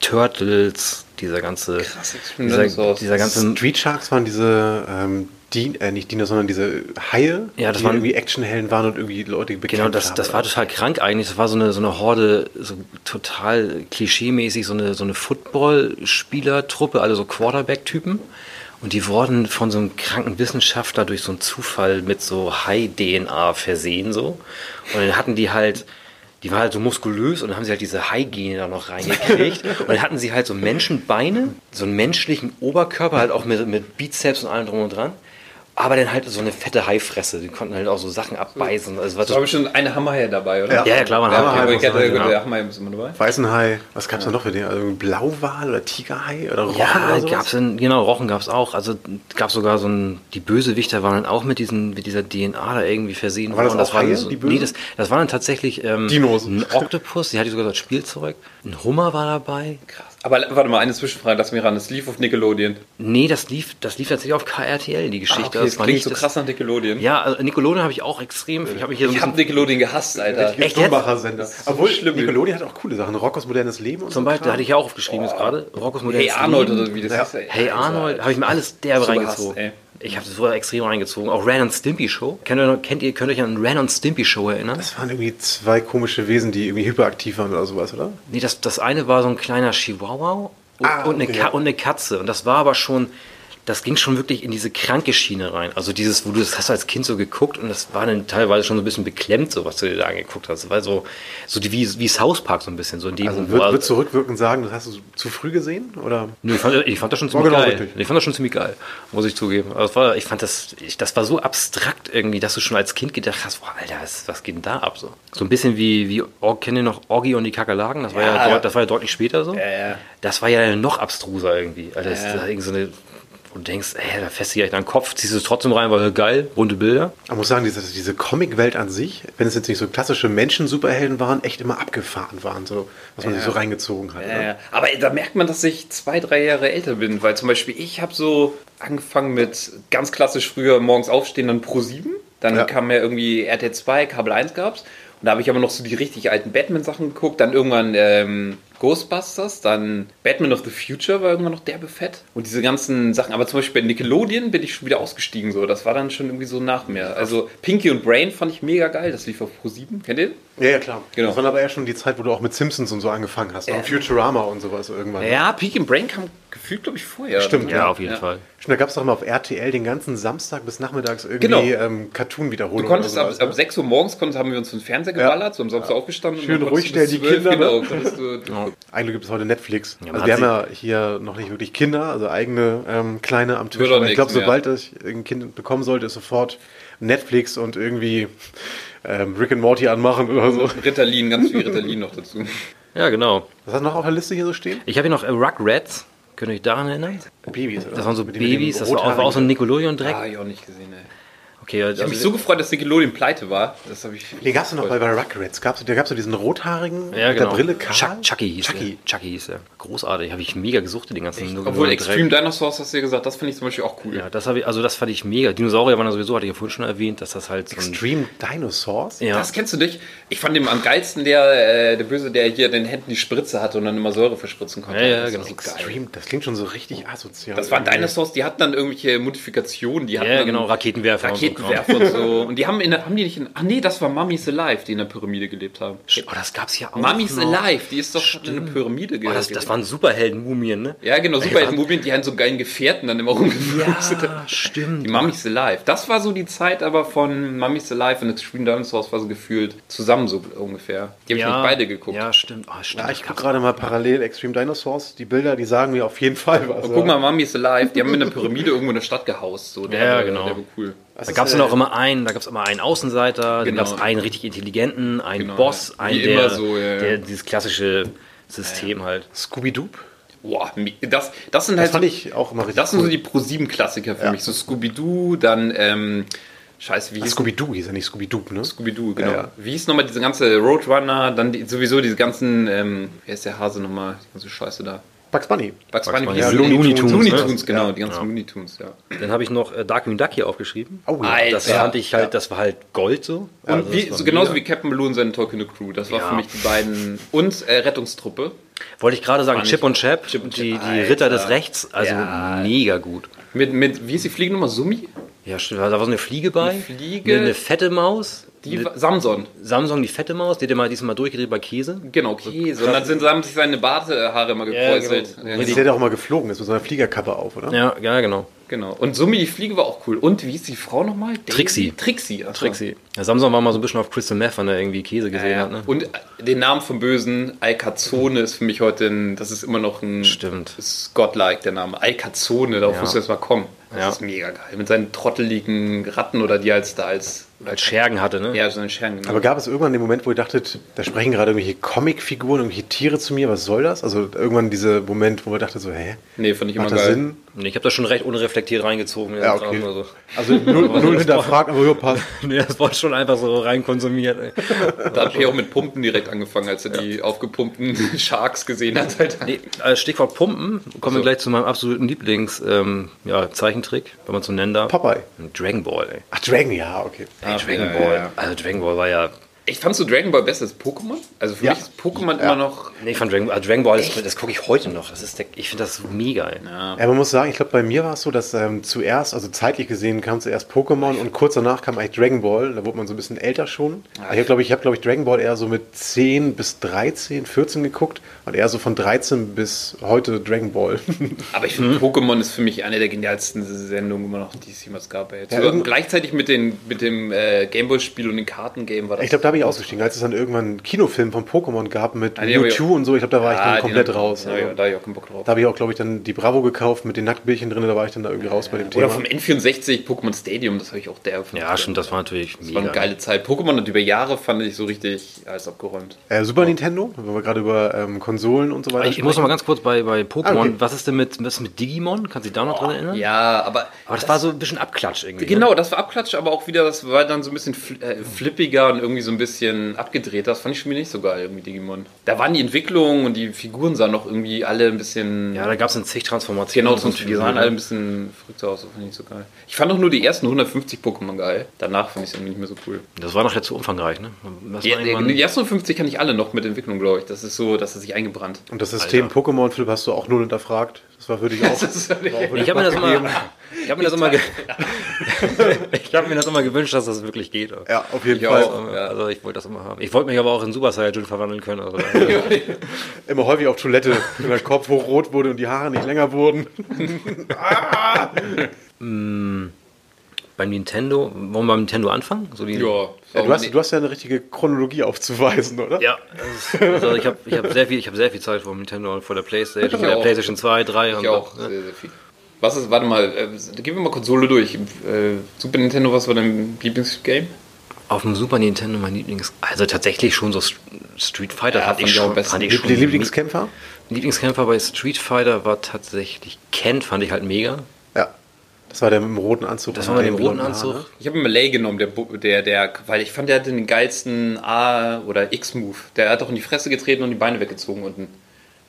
[SPEAKER 3] Turtles, dieser ganze,
[SPEAKER 5] Krass, Extreme
[SPEAKER 3] dieser,
[SPEAKER 5] Dinosaurs.
[SPEAKER 3] dieser ganze
[SPEAKER 1] Street Sharks waren diese, ähm, Dien, äh, nicht Dinos, sondern diese Haie,
[SPEAKER 3] Ja, das
[SPEAKER 1] die
[SPEAKER 3] waren-
[SPEAKER 1] irgendwie Actionhelden waren und irgendwie Leute bekämpft
[SPEAKER 3] Genau, das,
[SPEAKER 1] haben.
[SPEAKER 3] das war total krank eigentlich. Das war so eine, so eine Horde, so total klischeemäßig, so eine, so eine Football-Spielertruppe, alle so Quarterback-Typen. Und die wurden von so einem kranken Wissenschaftler durch so einen Zufall mit so High-DNA versehen, so. Und dann hatten die halt, die waren halt so muskulös und dann haben sie halt diese High-Gene da noch reingekriegt. und dann hatten sie halt so Menschenbeine, so einen menschlichen Oberkörper, halt auch mit, mit Bizeps und allem drum und dran. Aber dann halt so eine fette Haifresse. Die konnten halt auch so Sachen abbeißen. Also was
[SPEAKER 5] Da habe ich schon eine Hammerhaie dabei, oder?
[SPEAKER 1] Ja.
[SPEAKER 3] ja, ja, klar, man
[SPEAKER 5] Ja,
[SPEAKER 1] Hammerhaie
[SPEAKER 3] hat
[SPEAKER 5] aber
[SPEAKER 1] muss
[SPEAKER 5] ich hatte,
[SPEAKER 1] sein,
[SPEAKER 5] gut,
[SPEAKER 3] genau.
[SPEAKER 5] der Hammerhaie ist immer dabei.
[SPEAKER 1] Weißen Hai, was gab es da noch für den? Also ein Blauwal oder Tigerhai oder Rochen
[SPEAKER 3] Ja,
[SPEAKER 1] oder sowas?
[SPEAKER 3] gab's in, genau, Rochen gab's auch. Also gab's sogar so ein, die Bösewichter waren dann auch mit, diesen, mit dieser DNA da irgendwie versehen.
[SPEAKER 1] Waren das
[SPEAKER 3] worden.
[SPEAKER 1] auch
[SPEAKER 3] waren
[SPEAKER 1] Haie,
[SPEAKER 3] so,
[SPEAKER 1] die Bösen?
[SPEAKER 3] nee, das, das waren dann tatsächlich ähm,
[SPEAKER 1] Dinos.
[SPEAKER 3] ein Oktopus, die hatte ich sogar das Spielzeug. Ein Hummer war dabei.
[SPEAKER 5] Krass. Aber warte mal, eine Zwischenfrage, lass mich ran. Das lief auf Nickelodeon.
[SPEAKER 3] Nee, das lief, das lief tatsächlich auf KRTL, die Geschichte.
[SPEAKER 5] Ah, das
[SPEAKER 3] war
[SPEAKER 5] klingt
[SPEAKER 3] nicht
[SPEAKER 5] so
[SPEAKER 3] das-
[SPEAKER 5] krass nach Nickelodeon.
[SPEAKER 3] Ja, also Nickelodeon habe ich auch extrem. Ich habe mich hier so
[SPEAKER 5] Ich
[SPEAKER 3] ein
[SPEAKER 5] hab
[SPEAKER 3] bisschen,
[SPEAKER 5] Nickelodeon gehasst, Alter.
[SPEAKER 3] Echt jetzt?
[SPEAKER 1] Sender. Obwohl,
[SPEAKER 5] schlimm.
[SPEAKER 1] Nickelodeon hat auch coole Sachen. Rockers modernes Leben und
[SPEAKER 3] zum
[SPEAKER 1] so
[SPEAKER 3] Beispiel,
[SPEAKER 1] Kram.
[SPEAKER 3] hatte ich ja auch aufgeschrieben jetzt gerade. Rockos Modell.
[SPEAKER 5] Oh. Hey Arnold oder wie das heißt. ey.
[SPEAKER 3] Hey Arnold, habe ich mir alles derbe
[SPEAKER 5] So
[SPEAKER 3] reingezogen.
[SPEAKER 5] gehasst,
[SPEAKER 3] ich habe das früher extrem reingezogen. Auch Ren und Stimpy Show. Kennt ihr, noch- kennt ihr, könnt ihr euch an Ren und Stimpy Show erinnern?
[SPEAKER 1] Das waren irgendwie zwei komische Wesen, die irgendwie hyperaktiv waren oder sowas, oder?
[SPEAKER 3] nee, das, das eine war so ein kleiner Chihuahua und,
[SPEAKER 1] Ah,
[SPEAKER 3] und, eine
[SPEAKER 1] okay.
[SPEAKER 3] Ka und eine Katze. Und das war aber schon, das ging schon wirklich in diese kranke Schiene rein. Also dieses, wo du das hast du als Kind so geguckt und das war dann teilweise schon so ein bisschen beklemmt, so was du dir da angeguckt hast. Weil so, so die, wie, wie South Park so ein bisschen. So in dem
[SPEAKER 1] Also
[SPEAKER 3] Humor.
[SPEAKER 1] wird, wird zurückwirkend sagen, das hast du zu früh gesehen? Oder?
[SPEAKER 3] Nö, ich fand, ich fand das schon ziemlich
[SPEAKER 1] genau
[SPEAKER 3] geil.
[SPEAKER 1] richtig.
[SPEAKER 3] Ich fand das schon ziemlich geil, muss ich zugeben. Also es war, ich fand das, ich, das war so abstrakt irgendwie, dass du schon als Kind gedacht hast, boah, Alter, was, was geht denn da ab? So, so ein bisschen wie, wie Or- kennt ihr noch Orgi und die Kakerlaken? Das war ja, deut, das war ja deutlich später so.
[SPEAKER 5] ja.
[SPEAKER 3] Das war ja noch abstruser irgendwie. Alter, das, da irgend so eine, wo du denkst, ey, da fässt du gleich deinen Kopf, ziehst du es trotzdem rein, weil geil, bunte Bilder.
[SPEAKER 1] Man muss sagen, diese, diese Comic-Welt an sich, wenn es jetzt nicht so klassische Menschen-Superhelden waren, echt immer abgefahren waren, so, was man sich so reingezogen hat.
[SPEAKER 5] Ja,
[SPEAKER 1] oder?
[SPEAKER 5] ja. Äh, Aber da merkt man, dass ich zwei, drei Jahre älter bin, weil zum Beispiel ich habe so angefangen mit ganz klassisch früher morgens aufstehen, dann Pro 7. Dann
[SPEAKER 1] Ja.
[SPEAKER 5] kam ja irgendwie RTL 2, Kabel 1 gab's. Und da habe ich aber noch so die richtig alten Batman-Sachen geguckt. Dann irgendwann ähm, Ghostbusters, dann Batman of the Future war irgendwann noch derbe fett. Und diese ganzen Sachen. Aber zum Beispiel bei Nickelodeon bin ich schon wieder ausgestiegen. So. Das war dann schon irgendwie so nach mir. Also Pinky und Brain fand ich mega geil. Das lief auf Pro 7. Kennt ihr den?
[SPEAKER 1] Ja, ja, klar.
[SPEAKER 5] Genau.
[SPEAKER 1] Das war aber eher schon die Zeit, wo du auch mit Simpsons und so angefangen hast. Und Futurama und sowas irgendwann.
[SPEAKER 5] Ja, Pinky und Brain kam gefühlt, glaube ich, vorher.
[SPEAKER 1] Stimmt,
[SPEAKER 3] Ja, auf jeden Fall.
[SPEAKER 1] Stimmt, da gab es doch mal auf RTL den ganzen Samstag bis nachmittags irgendwie
[SPEAKER 5] Genau.
[SPEAKER 1] ähm, Cartoon-Wiederholungen.
[SPEAKER 5] Du konntest
[SPEAKER 1] oder
[SPEAKER 5] ab,
[SPEAKER 1] sowas,
[SPEAKER 5] ab
[SPEAKER 1] ne?
[SPEAKER 5] 6 Uhr morgens konntest, haben wir uns in den Fernseher geballert, so am Samstag aufgestanden.
[SPEAKER 1] Schön
[SPEAKER 5] dann
[SPEAKER 1] ruhig
[SPEAKER 5] konntest du
[SPEAKER 1] stellen, die
[SPEAKER 5] bis 12
[SPEAKER 1] Kinder,
[SPEAKER 5] Genau, konntest du,
[SPEAKER 1] Eigentlich gibt es heute Netflix.
[SPEAKER 3] man
[SPEAKER 1] also wir
[SPEAKER 3] hat
[SPEAKER 1] haben ja hier noch nicht wirklich Kinder, also eigene ähm, kleine am Tisch.
[SPEAKER 5] Wird auch
[SPEAKER 1] Aber ich glaube,
[SPEAKER 5] nichts mehr.
[SPEAKER 1] sobald ich ein Kind bekommen sollte, ist sofort Netflix und irgendwie ähm, Rick and Morty anmachen oder so.
[SPEAKER 5] Ritalin, ganz viel Ritalin noch dazu.
[SPEAKER 3] Ja, genau.
[SPEAKER 1] Was hast du noch auf der Liste hier so stehen?
[SPEAKER 3] Ich habe hier noch äh, Rugrats. Könnt ihr euch daran erinnern?
[SPEAKER 1] Babys. Oder?
[SPEAKER 3] Das waren so
[SPEAKER 1] Mit den- mit den
[SPEAKER 3] Babys, das war auch, war auch so
[SPEAKER 1] rothaarigen-
[SPEAKER 3] ein Nickelodeon-Dreck.
[SPEAKER 5] Ah, ich auch nicht gesehen, ey.
[SPEAKER 3] Okay, also
[SPEAKER 5] Ich habe mich so gefreut, dass Nickelodeon pleite war. Das habe ich.
[SPEAKER 1] Den gab's doch noch bei, bei Rugrats. Gab's, da gab's so diesen rothaarigen
[SPEAKER 3] Ja,
[SPEAKER 1] mit
[SPEAKER 3] genau.
[SPEAKER 1] der Brille Karl.
[SPEAKER 3] Chuck, Chucky hieß
[SPEAKER 1] Chucky.
[SPEAKER 3] er. Chucky hieß er. Großartig, habe ich mega gesucht, den ganzen Nudeln
[SPEAKER 5] Obwohl
[SPEAKER 3] und
[SPEAKER 5] Extreme
[SPEAKER 3] Dreck.
[SPEAKER 5] Dinosaurs hast du ja gesagt, das finde ich zum Beispiel auch cool.
[SPEAKER 3] Ja, das habe ich, also das fand ich mega. Dinosaurier waren ja sowieso, hatte ich ja vorhin schon erwähnt, dass das halt so ein,
[SPEAKER 1] Extreme Dinosaurs.
[SPEAKER 3] ja.
[SPEAKER 5] Das kennst du dich? Ich fand den am geilsten der, äh, der Böse, der hier in den Händen die Spritze hatte und dann immer Säure verspritzen konnte.
[SPEAKER 3] Ja, ja,
[SPEAKER 5] das war
[SPEAKER 3] genau.
[SPEAKER 5] So geil.
[SPEAKER 1] Extreme, das klingt schon so richtig asozial.
[SPEAKER 5] Das waren
[SPEAKER 1] irgendwie.
[SPEAKER 5] Dinosaurs, die hatten dann irgendwelche Modifikationen. Die hatten
[SPEAKER 3] Ja,
[SPEAKER 5] dann
[SPEAKER 3] genau, Raketenwerfer und so Kram.
[SPEAKER 5] Raketenwerfer und so. Und die haben, in, der- haben die nicht in. Ach nee, das war Mummies Alive, die in der Pyramide gelebt haben.
[SPEAKER 3] Oh, das gab's ja auch.
[SPEAKER 5] Mummies
[SPEAKER 3] noch.
[SPEAKER 5] Alive, die ist doch hat in eine Pyramide
[SPEAKER 3] Oh,
[SPEAKER 5] gelebt.
[SPEAKER 3] das, das waren Superhelden-Mumien, ne?
[SPEAKER 5] ja, genau, super Mumien, die haben so geilen Gefährten dann immer rumgefrustet.
[SPEAKER 3] stimmt.
[SPEAKER 5] Die Mummies Alive. Das war so die Zeit aber von Mummies Alive und Extreme Dinosaurs war so gefühlt zusammen so ungefähr. Die habe ich nicht beide geguckt.
[SPEAKER 3] Ja, stimmt. Oh, stimmt.
[SPEAKER 1] Ja,
[SPEAKER 3] das
[SPEAKER 1] ich gucke
[SPEAKER 3] gab's-
[SPEAKER 1] gerade mal parallel Extreme Dinosaurs. Die Bilder, die sagen mir auf jeden Fall was.
[SPEAKER 3] also
[SPEAKER 5] Und guck mal, Mummies Alive, die haben in der Pyramide irgendwo in der Stadt gehaust. So. Der,
[SPEAKER 3] Ja,
[SPEAKER 5] der-
[SPEAKER 3] genau.
[SPEAKER 5] Der war cool.
[SPEAKER 3] da gab es dann auch immer einen, da gab es immer einen Außenseiter, dann
[SPEAKER 5] Genau.
[SPEAKER 3] gab es einen richtig intelligenten, einen
[SPEAKER 5] Genau,
[SPEAKER 3] Boss,
[SPEAKER 5] ja.
[SPEAKER 3] einen,
[SPEAKER 5] Wie
[SPEAKER 3] der,
[SPEAKER 5] immer so, ja, ja.
[SPEAKER 3] der dieses klassische System halt.
[SPEAKER 1] Scooby-Doo.
[SPEAKER 5] Boah, me- das, das sind
[SPEAKER 1] Das
[SPEAKER 5] halt.
[SPEAKER 1] fand
[SPEAKER 5] so-
[SPEAKER 1] ich auch immer richtig
[SPEAKER 5] Das sind so
[SPEAKER 1] cool.
[SPEAKER 5] die Pro-7-Klassiker für mich. So Scooby-Doo, dann, ähm, scheiße, wie
[SPEAKER 1] Ah,
[SPEAKER 5] hieß
[SPEAKER 1] Scooby-Doo hieß ja nicht Scooby-Doo, ne?
[SPEAKER 5] Scooby-Doo, genau.
[SPEAKER 1] Ja, ja.
[SPEAKER 5] Wie hieß nochmal diese ganze Roadrunner, dann die, sowieso diese ganzen, ähm, wer ist der Hase nochmal? Die ganze Scheiße da.
[SPEAKER 1] Bugs Bunny.
[SPEAKER 5] Bugs Bunny,
[SPEAKER 3] Bunny,
[SPEAKER 5] wie
[SPEAKER 3] ja,
[SPEAKER 5] hieß
[SPEAKER 3] Looney
[SPEAKER 5] die?
[SPEAKER 3] Tunes,
[SPEAKER 5] Looney
[SPEAKER 3] ne?
[SPEAKER 5] Tunes, genau,
[SPEAKER 1] Ja.
[SPEAKER 5] die ganzen Looney Tunes, ja.
[SPEAKER 3] Dann habe ich noch äh, Darkwing Duck hier aufgeschrieben.
[SPEAKER 1] Oh, ja.
[SPEAKER 5] Alter.
[SPEAKER 3] Das fand ich halt, das war halt Gold so.
[SPEAKER 5] Und
[SPEAKER 3] Also das
[SPEAKER 5] wie,
[SPEAKER 3] war
[SPEAKER 5] so genauso
[SPEAKER 3] mega.
[SPEAKER 5] wie Captain Baloo und seine Talking Crew. Das war
[SPEAKER 3] Ja.
[SPEAKER 5] für mich die beiden. Und äh, Rettungstruppe.
[SPEAKER 3] Wollte ich gerade sagen,
[SPEAKER 5] Fand
[SPEAKER 3] Chip
[SPEAKER 5] ich-
[SPEAKER 3] und Chap,
[SPEAKER 5] Chip und Chap,
[SPEAKER 3] die, die
[SPEAKER 5] Alter.
[SPEAKER 3] Ritter des Rechts, also
[SPEAKER 5] Ja.
[SPEAKER 3] mega gut.
[SPEAKER 5] Mit, mit, wie hieß die Fliege nochmal? Sumi?
[SPEAKER 3] Ja, stimmt, da war so eine Fliege bei.
[SPEAKER 5] Eine Fliege.
[SPEAKER 3] Eine, eine fette Maus.
[SPEAKER 5] Die
[SPEAKER 3] eine,
[SPEAKER 5] war- Samson.
[SPEAKER 3] Samsung, die fette Maus, die hat ja mal diesmal durchgedreht bei Käse.
[SPEAKER 5] Genau, Käse. Und dann sind, haben sich seine Barthaare immer gekräuselt.
[SPEAKER 3] genau.
[SPEAKER 5] Ja,
[SPEAKER 1] Das ist der, der auch mal geflogen ist mit so einer Fliegerkappe auf, oder?
[SPEAKER 3] Ja, ja, genau.
[SPEAKER 5] Genau. Und Sumi, die Fliege war auch cool. Und wie ist die Frau nochmal? Daisy?
[SPEAKER 3] Trixie.
[SPEAKER 5] Trixie. ach so. Trixie.
[SPEAKER 3] Ja, Samson war mal so ein bisschen auf Crystal Meth, wenn er irgendwie Käse
[SPEAKER 5] Ja,
[SPEAKER 3] gesehen
[SPEAKER 5] ja.
[SPEAKER 3] hat. Ne?
[SPEAKER 5] Und äh, den Namen vom Bösen, Alcazone, ist für mich heute ein, das ist immer noch ein.
[SPEAKER 3] Stimmt.
[SPEAKER 5] Ist godlike, der Name. Alcazone, darauf
[SPEAKER 3] Ja.
[SPEAKER 5] musst du erst mal kommen. Das
[SPEAKER 3] Ja.
[SPEAKER 5] ist mega geil. Mit seinen trotteligen Ratten oder die als da als.
[SPEAKER 3] Als Schergen hatte, ne?
[SPEAKER 5] Ja, so einen Schergen. genau.
[SPEAKER 1] Aber gab es irgendwann den Moment, wo ihr dachtet, da sprechen gerade irgendwelche Comicfiguren, irgendwelche Tiere zu mir, was soll das? Also irgendwann dieser Moment, wo ihr dachtet so, hä?
[SPEAKER 5] nee, fand ich immer
[SPEAKER 1] Macht das
[SPEAKER 5] geil.
[SPEAKER 1] Sinn?
[SPEAKER 3] Nee, Ich habe das schon recht unreflektiert reingezogen.
[SPEAKER 1] Ja,
[SPEAKER 3] das war
[SPEAKER 1] okay.
[SPEAKER 3] nur so-
[SPEAKER 1] Also null, null hinterfragt, aber ja, passt.
[SPEAKER 3] Nee, das war schon einfach so reinkonsumiert. ey.
[SPEAKER 5] Da hat P auch mit Pumpen direkt angefangen, als er die aufgepumpten Sharks gesehen hat. Halt.
[SPEAKER 3] Nee, als Stichwort Pumpen kommen wir gleich zu meinem absoluten Lieblings-Zeichentrick, ähm, ja, Zeichentrick, wenn man so nennen darf.
[SPEAKER 1] Popeye.
[SPEAKER 3] Dragon Ball, ey.
[SPEAKER 1] Ach, Dragon, ja, okay.
[SPEAKER 3] Ey, Dragon
[SPEAKER 5] ja,
[SPEAKER 3] Ball.
[SPEAKER 5] ja, ja.
[SPEAKER 3] Also Dragon Ball war Ah, ja.
[SPEAKER 5] Ich fandst du Dragon Ball besser als Pokémon? Also für
[SPEAKER 1] Ja.
[SPEAKER 5] mich ist Pokémon immer noch.
[SPEAKER 3] Nee, von Dragon, ah, Dragon Ball, das, das gucke ich heute noch. Das ist der, ich finde das mega, ey.
[SPEAKER 1] Ja, man muss sagen, ich glaube, bei mir war es so, dass ähm, zuerst, also zeitlich gesehen, kam zuerst Pokémon und kurz danach kam eigentlich Dragon Ball. Da wurde man so ein bisschen älter schon. Ich habe, glaube ich, hab, glaub ich, Dragon Ball eher so mit 10 bis 13, 14 geguckt und eher so von 13 bis heute Dragon Ball.
[SPEAKER 5] Aber ich
[SPEAKER 1] Mhm.
[SPEAKER 5] finde, Pokémon ist für mich eine der genialsten Sendungen immer noch, die es jemals gab. Ey. Sogar
[SPEAKER 1] irgend-
[SPEAKER 5] gleichzeitig mit, den, mit dem äh, Gameboy-Spiel und dem Kartengame war das.
[SPEAKER 1] ich glaube, da bin ich ausgestiegen, als es dann irgendwann einen Kinofilm von Pokémon gab mit
[SPEAKER 5] Ah, nee, hab ich
[SPEAKER 1] Mewtwo und so. Ich glaube, da war ich
[SPEAKER 5] Ah,
[SPEAKER 1] dann
[SPEAKER 5] die
[SPEAKER 1] komplett
[SPEAKER 5] haben-
[SPEAKER 1] raus.
[SPEAKER 5] Ja,
[SPEAKER 1] Also,
[SPEAKER 5] ja, da habe ich auch keinen Bock drauf.
[SPEAKER 1] Da habe ich auch, glaube ich, dann die Bravo gekauft mit den Nacktbildchen drin. Da war ich dann da irgendwie raus bei dem
[SPEAKER 5] Oder
[SPEAKER 1] Thema.
[SPEAKER 5] vom N64 Pokémon Stadium, das habe ich auch der.
[SPEAKER 3] Ja, stimmt, das war natürlich
[SPEAKER 5] Das
[SPEAKER 3] mega.
[SPEAKER 5] war eine geile Zeit. Pokémon hat über Jahre, fand ich, so richtig alles abgeräumt.
[SPEAKER 1] Äh, Super Nintendo, wenn wir gerade über ähm, Konsolen und so
[SPEAKER 5] Ah,
[SPEAKER 1] weiter
[SPEAKER 3] Ich, ich muss noch mal ganz kurz bei, bei Pokémon.
[SPEAKER 1] Ah, okay.
[SPEAKER 3] Was ist denn mit, was ist mit Digimon? Kannst du dich da noch dran erinnern?
[SPEAKER 5] Ja, aber.
[SPEAKER 3] Aber das, war so ein bisschen Abklatsch irgendwie. ne?
[SPEAKER 5] Genau, das war Abklatsch, aber auch wieder, das war dann so ein bisschen fl äh, flippiger und irgendwie so ein bisschen abgedreht. Das fand ich schon wieder nicht so geil, irgendwie Digimon. Da waren die Entwicklungen und die Figuren sahen noch irgendwie alle ein bisschen.
[SPEAKER 3] Ja, da gab es dann zig Transformationen.
[SPEAKER 5] Genau, sonst
[SPEAKER 3] und
[SPEAKER 5] die sahen alle ein
[SPEAKER 3] alle.
[SPEAKER 5] bisschen verrückt aus, das fand ich nicht so geil. Ich fand auch nur die ersten 150 Pokémon geil. Danach fand ich es irgendwie nicht mehr so cool.
[SPEAKER 3] Das war noch jetzt zu umfangreich, ne? Das
[SPEAKER 5] Die,
[SPEAKER 3] war irgendwann-
[SPEAKER 5] die ersten 50 kann ich alle noch mit Entwicklung, glaube ich. Das ist so, das hat sich eingebrannt.
[SPEAKER 1] Und das System Pokémon, Philipp, hast du auch null hinterfragt. Das war für dich auch.
[SPEAKER 5] Das ist völlig-
[SPEAKER 3] ich habe mir das immer, ich hab mir das immer, ge ich hab mir das immer gewünscht, dass das wirklich geht.
[SPEAKER 1] ja, auf jeden
[SPEAKER 5] Ich
[SPEAKER 1] Fall.
[SPEAKER 5] auch.
[SPEAKER 3] Also,
[SPEAKER 5] Ja.
[SPEAKER 3] also ich wollte das immer haben. Ich wollte mich aber auch in Super Saiyajin verwandeln können. Also,
[SPEAKER 1] Immer häufig auf Toilette, wenn der Kopf hochrot wurde und die Haare nicht länger wurden.
[SPEAKER 3] Oh, beim Nintendo, wollen wir beim Nintendo anfangen? So die,
[SPEAKER 5] Ja,
[SPEAKER 1] Ja, du, hast, du hast ja eine richtige Chronologie aufzuweisen, oder?
[SPEAKER 3] Ja, das ist- also ich habe ich hab sehr, viel- ich hab sehr viel Zeit vor dem Nintendo und vor der Playstation,
[SPEAKER 5] Ich
[SPEAKER 3] vor der
[SPEAKER 5] auch.
[SPEAKER 3] Playstation 2, 3 und
[SPEAKER 5] ich auch
[SPEAKER 3] Ne?
[SPEAKER 5] sehr, sehr viel. Was ist, warte mal, äh, gehen wir mal Konsole durch. Äh, Super Nintendo, was war dein Lieblingsgame?
[SPEAKER 3] Auf dem Super Nintendo mein Lieblings... Also tatsächlich schon so St- Street Fighter
[SPEAKER 5] Ja,
[SPEAKER 3] fand
[SPEAKER 5] fand ich auch am besten.
[SPEAKER 3] fand ich
[SPEAKER 1] Die
[SPEAKER 3] schon
[SPEAKER 1] die Lieblingskämpfer?
[SPEAKER 3] Lieblingskämpfer bei Street Fighter war tatsächlich Ken, fand ich halt mega.
[SPEAKER 1] Ja. Das war der mit dem roten Anzug.
[SPEAKER 3] Das
[SPEAKER 1] und
[SPEAKER 3] war mit dem roten
[SPEAKER 1] blonden
[SPEAKER 3] Anzug.
[SPEAKER 1] Haaren, ne?
[SPEAKER 5] Ich habe mir Lay genommen, der, Bu- der, der, weil ich fand, der hatte den geilsten A- oder X-Move. Der hat doch in die Fresse getreten und die Beine weggezogen unten.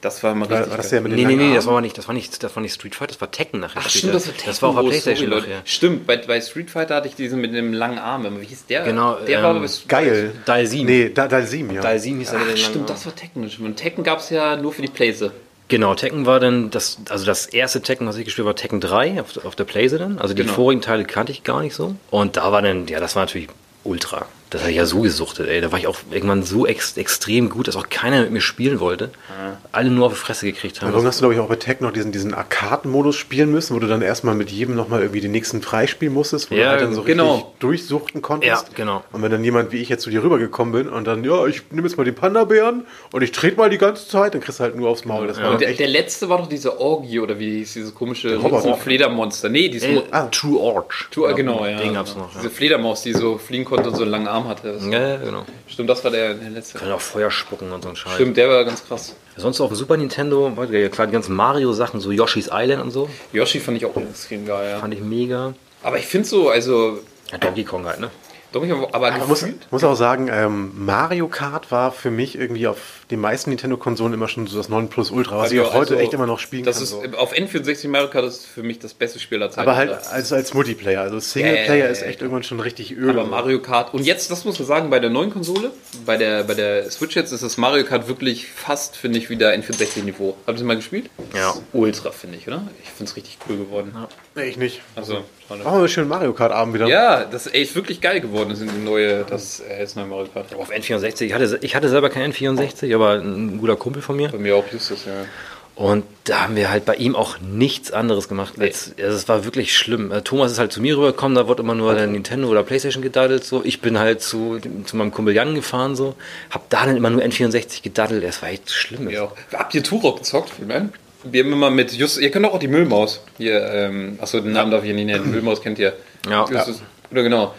[SPEAKER 5] Das war immer
[SPEAKER 1] War,
[SPEAKER 5] richtig.
[SPEAKER 1] war das
[SPEAKER 5] geil.
[SPEAKER 1] der mit den
[SPEAKER 3] Nee, nee,
[SPEAKER 1] langen
[SPEAKER 3] nee,
[SPEAKER 1] Haaren?
[SPEAKER 3] das war aber nicht, das war nicht, das war nicht Street Fighter, das war Tekken nachher.
[SPEAKER 5] Ach,
[SPEAKER 3] später.
[SPEAKER 5] stimmt, das war, Oh,
[SPEAKER 3] das war auch auf
[SPEAKER 5] Techno,
[SPEAKER 3] Playstation
[SPEAKER 5] sorry,
[SPEAKER 3] nachher.
[SPEAKER 5] Stimmt, bei, bei Street Fighter hatte ich diesen mit dem langen Arm. Aber Wie hieß der?
[SPEAKER 3] Genau,
[SPEAKER 5] Der war
[SPEAKER 3] ähm,
[SPEAKER 5] aber bei Street
[SPEAKER 1] Geil.
[SPEAKER 3] Dalsim.
[SPEAKER 1] Nee, da, Dalsim, ja.
[SPEAKER 3] Dalsim hieß er mit
[SPEAKER 5] Ach,
[SPEAKER 3] den langen
[SPEAKER 5] stimmt,
[SPEAKER 3] Haaren.
[SPEAKER 5] das war Tekken. Und Tekken gab es ja nur für die Playse.
[SPEAKER 3] Genau, Tekken war dann das, also das erste Tekken, was ich gespielt habe, war Tekken 3 auf, auf der Playstation. Also die
[SPEAKER 5] Genau.
[SPEAKER 3] vorigen Teile kannte ich gar nicht so. Und da war dann, ja, das war natürlich ultra. Das hatte ich ja so gesuchtet, ey. Da war ich auch irgendwann so ex extrem gut, dass auch keiner mit mir spielen wollte. Alle nur auf die Fresse gekriegt haben.
[SPEAKER 1] Warum hast du, glaube ich, auch bei Tech noch diesen, diesen Arcade-Modus spielen müssen, wo du dann erstmal mit jedem nochmal irgendwie den nächsten freispielen musstest, wo du
[SPEAKER 3] Ja,
[SPEAKER 1] halt dann so
[SPEAKER 5] genau.
[SPEAKER 1] richtig durchsuchten konntest?
[SPEAKER 3] Ja, genau.
[SPEAKER 1] Und wenn dann jemand wie ich jetzt zu dir rübergekommen bin und dann, ja, ich nehme jetzt mal den Panda-Bären und ich trete mal die ganze Zeit, dann kriegst du halt nur aufs Maul. Das war
[SPEAKER 5] Und
[SPEAKER 1] dann
[SPEAKER 5] der,
[SPEAKER 1] echt,
[SPEAKER 5] der letzte war doch diese Orgie oder wie hieß dieses komische
[SPEAKER 1] Roboter.
[SPEAKER 5] riesen Fledermonster. Nee, dieses
[SPEAKER 3] ey,
[SPEAKER 5] Mo-
[SPEAKER 1] Ah.
[SPEAKER 3] True Orch.
[SPEAKER 5] Tu- ah, genau, ja.
[SPEAKER 3] Den gab's noch.
[SPEAKER 5] Diese
[SPEAKER 3] Ja.
[SPEAKER 5] Fledermaus, die so fliegen konnte und so einen langen Arm hatte. Das-
[SPEAKER 3] ja, ja, genau.
[SPEAKER 5] Stimmt, das war der, der letzte.
[SPEAKER 3] Können auch Feuer spucken und so ein Scheiß.
[SPEAKER 5] Stimmt, der war ganz krass.
[SPEAKER 3] Sonst auf dem Super Nintendo, warte, ja klar, die ganzen Mario-Sachen, so Yoshi's Island und so,
[SPEAKER 5] Yoshi fand ich auch extrem geil, ja.
[SPEAKER 3] fand ich mega.
[SPEAKER 5] Aber ich finde so, also,
[SPEAKER 3] Ja, Donkey Kong halt, ne?
[SPEAKER 5] doch, ich hab- aber
[SPEAKER 1] Ich muss,
[SPEAKER 5] gefühlt,
[SPEAKER 1] muss auch sagen, ähm, Mario Kart war für mich irgendwie auf den meisten Nintendo-Konsolen immer schon so das 9 Plus Ultra, was ich auch heute
[SPEAKER 5] also,
[SPEAKER 1] echt immer noch spielen
[SPEAKER 5] das
[SPEAKER 1] kann.
[SPEAKER 5] ist,
[SPEAKER 1] so.
[SPEAKER 5] Auf N64 Mario Kart ist für mich das beste Spiel aller Zeiten.
[SPEAKER 1] Aber halt
[SPEAKER 5] Das-
[SPEAKER 1] als, als Multiplayer, also Singleplayer
[SPEAKER 5] Ja, ja, ja,
[SPEAKER 1] ist
[SPEAKER 5] ja,
[SPEAKER 1] echt
[SPEAKER 5] klar.
[SPEAKER 1] irgendwann schon richtig öde.
[SPEAKER 5] Aber Mario Kart. Und jetzt, das muss man sagen, bei der neuen Konsole, bei der, bei der Switch jetzt, ist das Mario Kart wirklich fast, finde ich, wieder N64-Niveau. Haben Sie mal gespielt?
[SPEAKER 3] Ja.
[SPEAKER 5] Ultra, finde ich, oder? Ich finde es richtig cool geworden.
[SPEAKER 1] Nee, ich nicht.
[SPEAKER 5] Also, schade.
[SPEAKER 1] Machen wir einen schönen Mario Kart-Abend wieder.
[SPEAKER 5] Ja, das ey, ist wirklich geil geworden, das sind die neue, das äh, jetzt neue Mario Kart.
[SPEAKER 3] Auf N64. Ich hatte, ich hatte selber kein N64, aber ein guter Kumpel von mir.
[SPEAKER 5] Bei mir auch Justus, ja.
[SPEAKER 3] Und da haben wir halt bei ihm auch nichts anderes gemacht. Als, also es war wirklich schlimm. Äh, Thomas ist halt zu mir rübergekommen, da wurde immer nur der Nintendo oder Playstation gedaddelt. So. Ich bin halt zu, zu meinem Kumpel Jan gefahren, so. hab da dann immer nur N64 gedaddelt. Das war echt schlimm.
[SPEAKER 5] Ja. Habt ihr Turok gezockt, Freeman? Wir haben immer mit Just, ihr könnt auch die Müllmaus. Hier, ähm, achso, den Namen darf ich hier nicht nennen. Müllmaus kennt ihr.
[SPEAKER 3] Ja.
[SPEAKER 5] Das ist- Oder genau.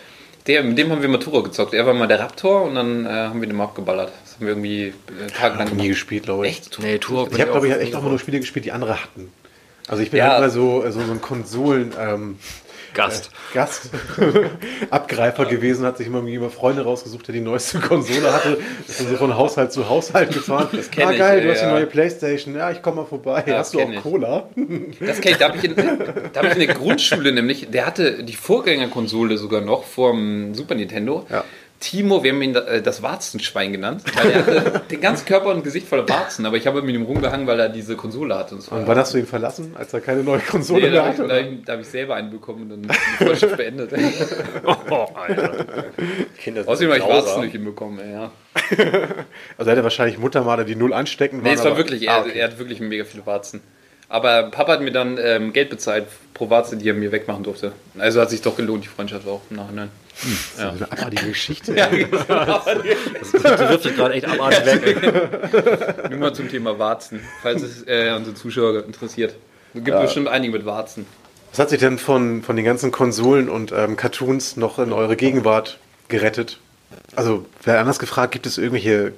[SPEAKER 5] Der, mit dem haben wir mal Turok gezockt. Er war mal der Raptor und dann äh, haben wir den mal abgeballert. Das haben wir irgendwie äh, tagelang
[SPEAKER 1] Nie
[SPEAKER 5] gemacht.
[SPEAKER 1] gespielt, glaube ich.
[SPEAKER 5] Echt?
[SPEAKER 3] Nee, Turok bin
[SPEAKER 1] Ich habe, glaube ich,
[SPEAKER 3] auch-
[SPEAKER 1] halt echt auch immer nur Spiele gespielt, die andere hatten. Also ich bin
[SPEAKER 5] Ja.
[SPEAKER 1] halt immer so, so, so ein Konsolen... Ähm,
[SPEAKER 3] Gast.
[SPEAKER 1] Gast, Abgreifer gewesen, hat sich immer irgendwie über Freunde rausgesucht, der die neueste Konsole hatte, ist dann so von Haushalt zu Haushalt gefahren. Das
[SPEAKER 5] kenn
[SPEAKER 1] ah,
[SPEAKER 5] ich,
[SPEAKER 1] geil, du
[SPEAKER 5] ja,
[SPEAKER 1] hast die
[SPEAKER 5] ja.
[SPEAKER 1] neue Playstation, ja, ich komm mal vorbei,
[SPEAKER 5] Ja,
[SPEAKER 1] hast du
[SPEAKER 5] kenn
[SPEAKER 1] auch
[SPEAKER 5] ich.
[SPEAKER 1] Cola?
[SPEAKER 5] Das kenn ich, da habe ich, in- da hab ich in der Grundschule nämlich, der hatte die Vorgängerkonsole sogar noch vorm Super Nintendo.
[SPEAKER 1] Ja.
[SPEAKER 5] Timo, wir haben ihn da- äh, das Warzenschwein genannt, weil er hatte den ganzen Körper und Gesicht voller Warzen, aber ich habe mit ihm rumgehangen, weil er diese Konsole hatte. Und das war-
[SPEAKER 1] Und wann hast du ihn verlassen, als er keine neue Konsole
[SPEAKER 5] Nee,
[SPEAKER 1] mehr
[SPEAKER 5] da habe ich,
[SPEAKER 1] hatte?
[SPEAKER 5] da hab ich- da hab ich selber einen bekommen und dann die Freundschaft beendet.
[SPEAKER 3] Oh, Alter. Kinder sind
[SPEAKER 5] Außerdem habe ich
[SPEAKER 3] grausam.
[SPEAKER 5] Warzen durch ihn bekommen, ey, ja.
[SPEAKER 1] Also hätte wahrscheinlich Muttermale, die null ansteckend waren.
[SPEAKER 5] Nee, es war
[SPEAKER 1] aber-
[SPEAKER 5] wirklich, er,
[SPEAKER 1] Ah, okay.
[SPEAKER 5] er hat wirklich mega viele Warzen. Aber Papa hat mir dann ähm, Geld bezahlt pro Warze, die er mir wegmachen durfte. Also hat sich doch gelohnt, die Freundschaft auch im Nachhinein.
[SPEAKER 1] Das ist eine abartige Geschichte.
[SPEAKER 3] Du wirfst dich gerade echt abartig weg. ey.
[SPEAKER 5] Nur mal zum Thema Warzen, falls es äh, unsere Zuschauer interessiert. Es gibt bestimmt einige mit Warzen.
[SPEAKER 1] Was hat sich denn von, von den ganzen Konsolen und ähm, Cartoons noch in eure Gegenwart gerettet? Also, wer anders gefragt, gibt es irgendwelche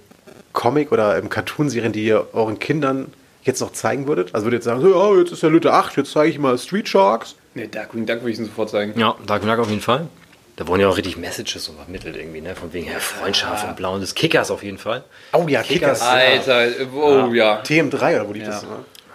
[SPEAKER 1] Comic- oder ähm, Cartoonserien, die ihr euren Kindern jetzt noch zeigen würdet? Also würdet ihr sagen, so, ja, jetzt ist der Lütte 8, jetzt zeige ich mal Street Sharks.
[SPEAKER 5] Ne, Darkwing Duck würde ich Ihnen sofort zeigen.
[SPEAKER 3] Ja, Dark Knack auf jeden Fall. Da wurden ja auch richtig Messages so vermittelt irgendwie, ne? Von wegen ja, Freundschaft und Blauen des Kickers auf jeden Fall.
[SPEAKER 1] Oh ja, Kickers.
[SPEAKER 5] Alter, äh, oh ja.
[SPEAKER 1] TM3 oder wo liegt das? Ne?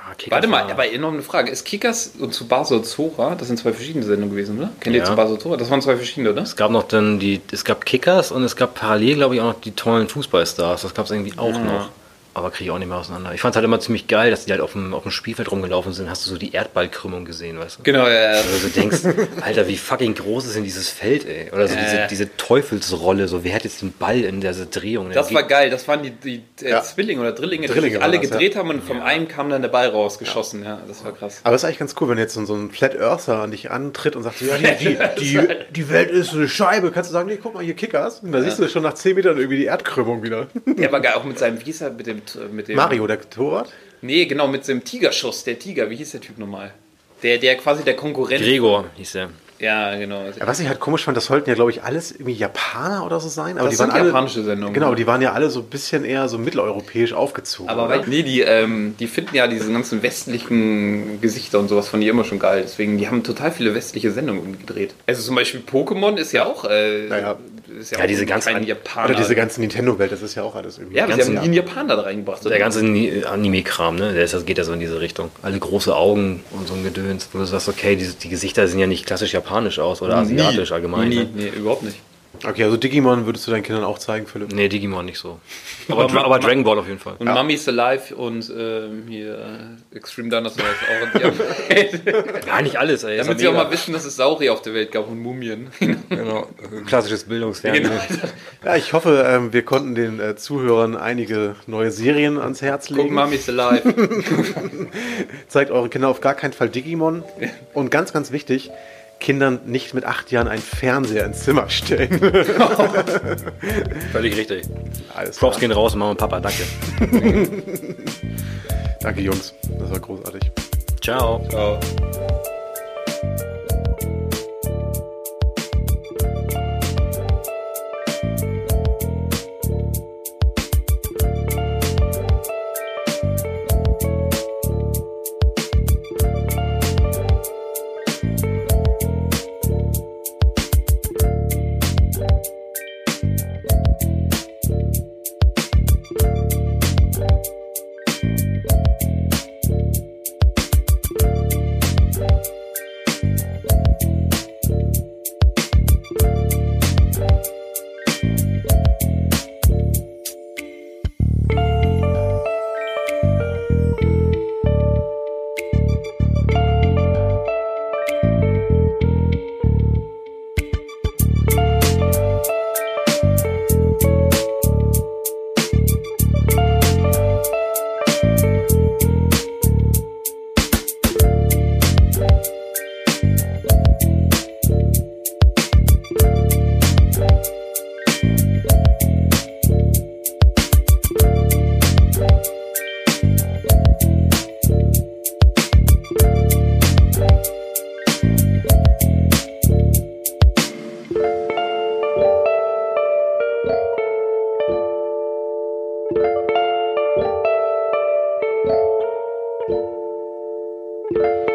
[SPEAKER 3] Ah, Kickers
[SPEAKER 5] Warte mal,
[SPEAKER 3] war-
[SPEAKER 5] aber noch eine Frage. Ist Kickers und Tsubasa Zora, das sind zwei verschiedene Sendungen gewesen, oder? Kennt ihr
[SPEAKER 3] Ja.
[SPEAKER 5] Tsubasa Zora? Das waren zwei verschiedene, oder?
[SPEAKER 3] Es gab noch dann die, es gab Kickers und es gab parallel, glaube ich, auch noch die tollen Fußballstars. Das gab es irgendwie auch noch. Aber kriege ich auch nicht mehr auseinander. Ich fand es halt immer ziemlich geil, dass die halt auf dem, auf dem Spielfeld rumgelaufen sind. Hast du so die Erdballkrümmung gesehen, weißt du?
[SPEAKER 5] Genau, ja. ja.
[SPEAKER 3] Also du denkst, Alter, wie fucking groß ist denn dieses Feld, ey? Oder so
[SPEAKER 5] Äh.
[SPEAKER 3] diese, diese Teufelsrolle, so wer hat jetzt den Ball in dieser Drehung?
[SPEAKER 5] Das
[SPEAKER 3] Wie-
[SPEAKER 5] war geil, das waren die, die äh,
[SPEAKER 1] Ja.
[SPEAKER 5] Zwillinge oder Drillinge, die
[SPEAKER 1] Drillinge
[SPEAKER 5] sich alle
[SPEAKER 1] waren das,
[SPEAKER 5] gedreht haben und vom einen kam dann der Ball rausgeschossen. Ja, das war krass.
[SPEAKER 1] Aber es ist eigentlich ganz cool, wenn jetzt so, so ein Flat Earther an dich antritt und sagt, so, ja, die, die, die, die Welt ist eine Scheibe. Kannst du sagen, nee, guck mal, hier Kickers. Und da siehst du schon nach 10 Metern irgendwie die Erdkrümmung wieder.
[SPEAKER 5] Der war geil, auch mit seinem, wie hieß er, mit dem, äh, mit dem
[SPEAKER 1] Mario, der Torwart.
[SPEAKER 5] Nee, genau, mit seinem Tigerschuss, der Tiger, wie hieß der Typ nochmal? Der, der quasi der Konkurrent.
[SPEAKER 3] Gregor hieß der.
[SPEAKER 5] ja, genau.
[SPEAKER 1] Ja, was ich halt komisch fand, das sollten ja, glaube ich, alles irgendwie Japaner oder so sein. Aber
[SPEAKER 5] Das
[SPEAKER 1] die waren
[SPEAKER 5] sind
[SPEAKER 1] alle,
[SPEAKER 5] japanische Sendungen,
[SPEAKER 1] Genau,
[SPEAKER 5] ne?
[SPEAKER 1] die waren ja alle so ein bisschen eher so mitteleuropäisch aufgezogen.
[SPEAKER 5] Aber weil, nee, die, ähm, die finden ja diese ganzen westlichen Gesichter und sowas von ihr immer schon geil. Deswegen, die haben total viele westliche Sendungen irgendwie gedreht. Also zum Beispiel Pokémon ist ja auch. Äh,
[SPEAKER 1] Naja.
[SPEAKER 5] Ist ja,
[SPEAKER 3] Ja,
[SPEAKER 5] auch
[SPEAKER 3] diese ganz
[SPEAKER 5] kein
[SPEAKER 3] an-
[SPEAKER 5] Japaner.
[SPEAKER 1] oder diese ganze Nintendo-Welt, das ist ja auch alles irgendwie.
[SPEAKER 5] ja, aber sie
[SPEAKER 3] ganze-
[SPEAKER 5] haben nie einen Japaner da reingebracht.
[SPEAKER 3] Der ganze Ni- Anime-Kram, ne? Der ist, das geht ja so in diese Richtung. Alle große Augen und so ein Gedöns. Und du sagst, okay, die, die Gesichter sehen ja nicht klassisch japanisch aus oder asiatisch allgemein.
[SPEAKER 5] Nee,
[SPEAKER 3] Ne?
[SPEAKER 5] nee, überhaupt nicht.
[SPEAKER 1] Okay, also Digimon würdest du deinen Kindern auch zeigen,
[SPEAKER 5] Mhm.
[SPEAKER 1] Philipp.
[SPEAKER 3] Nee, Digimon nicht so. Aber, aber, Dragon Ball auf jeden Fall.
[SPEAKER 5] Und Mummy's Alive und ähm, hier äh, Extreme Dinosaurs auch. Die haben,
[SPEAKER 3] Ja, nicht alles, ey. Ist
[SPEAKER 5] damit
[SPEAKER 3] ja
[SPEAKER 5] sie auch
[SPEAKER 3] mega.
[SPEAKER 5] mal wissen, dass es Saurier auf der Welt gab und Mumien.
[SPEAKER 3] Genau. Klassisches Bildungsfernsehen.
[SPEAKER 5] Genau.
[SPEAKER 1] Ja, ich hoffe, ähm, wir konnten den äh, Zuhörern einige neue Serien ans Herz
[SPEAKER 5] Guck,
[SPEAKER 1] legen.
[SPEAKER 5] Mummy's Alive.
[SPEAKER 1] Zeigt euren Kindern auf gar keinen Fall Digimon. Und ganz, ganz wichtig, Kindern nicht mit acht Jahren einen Fernseher ins Zimmer stellen.
[SPEAKER 3] Völlig richtig.
[SPEAKER 1] Alles klar.
[SPEAKER 3] Props gehen raus, Mama und Papa, danke.
[SPEAKER 1] Danke, Jungs. Das war großartig.
[SPEAKER 3] Ciao.
[SPEAKER 1] Tschüss.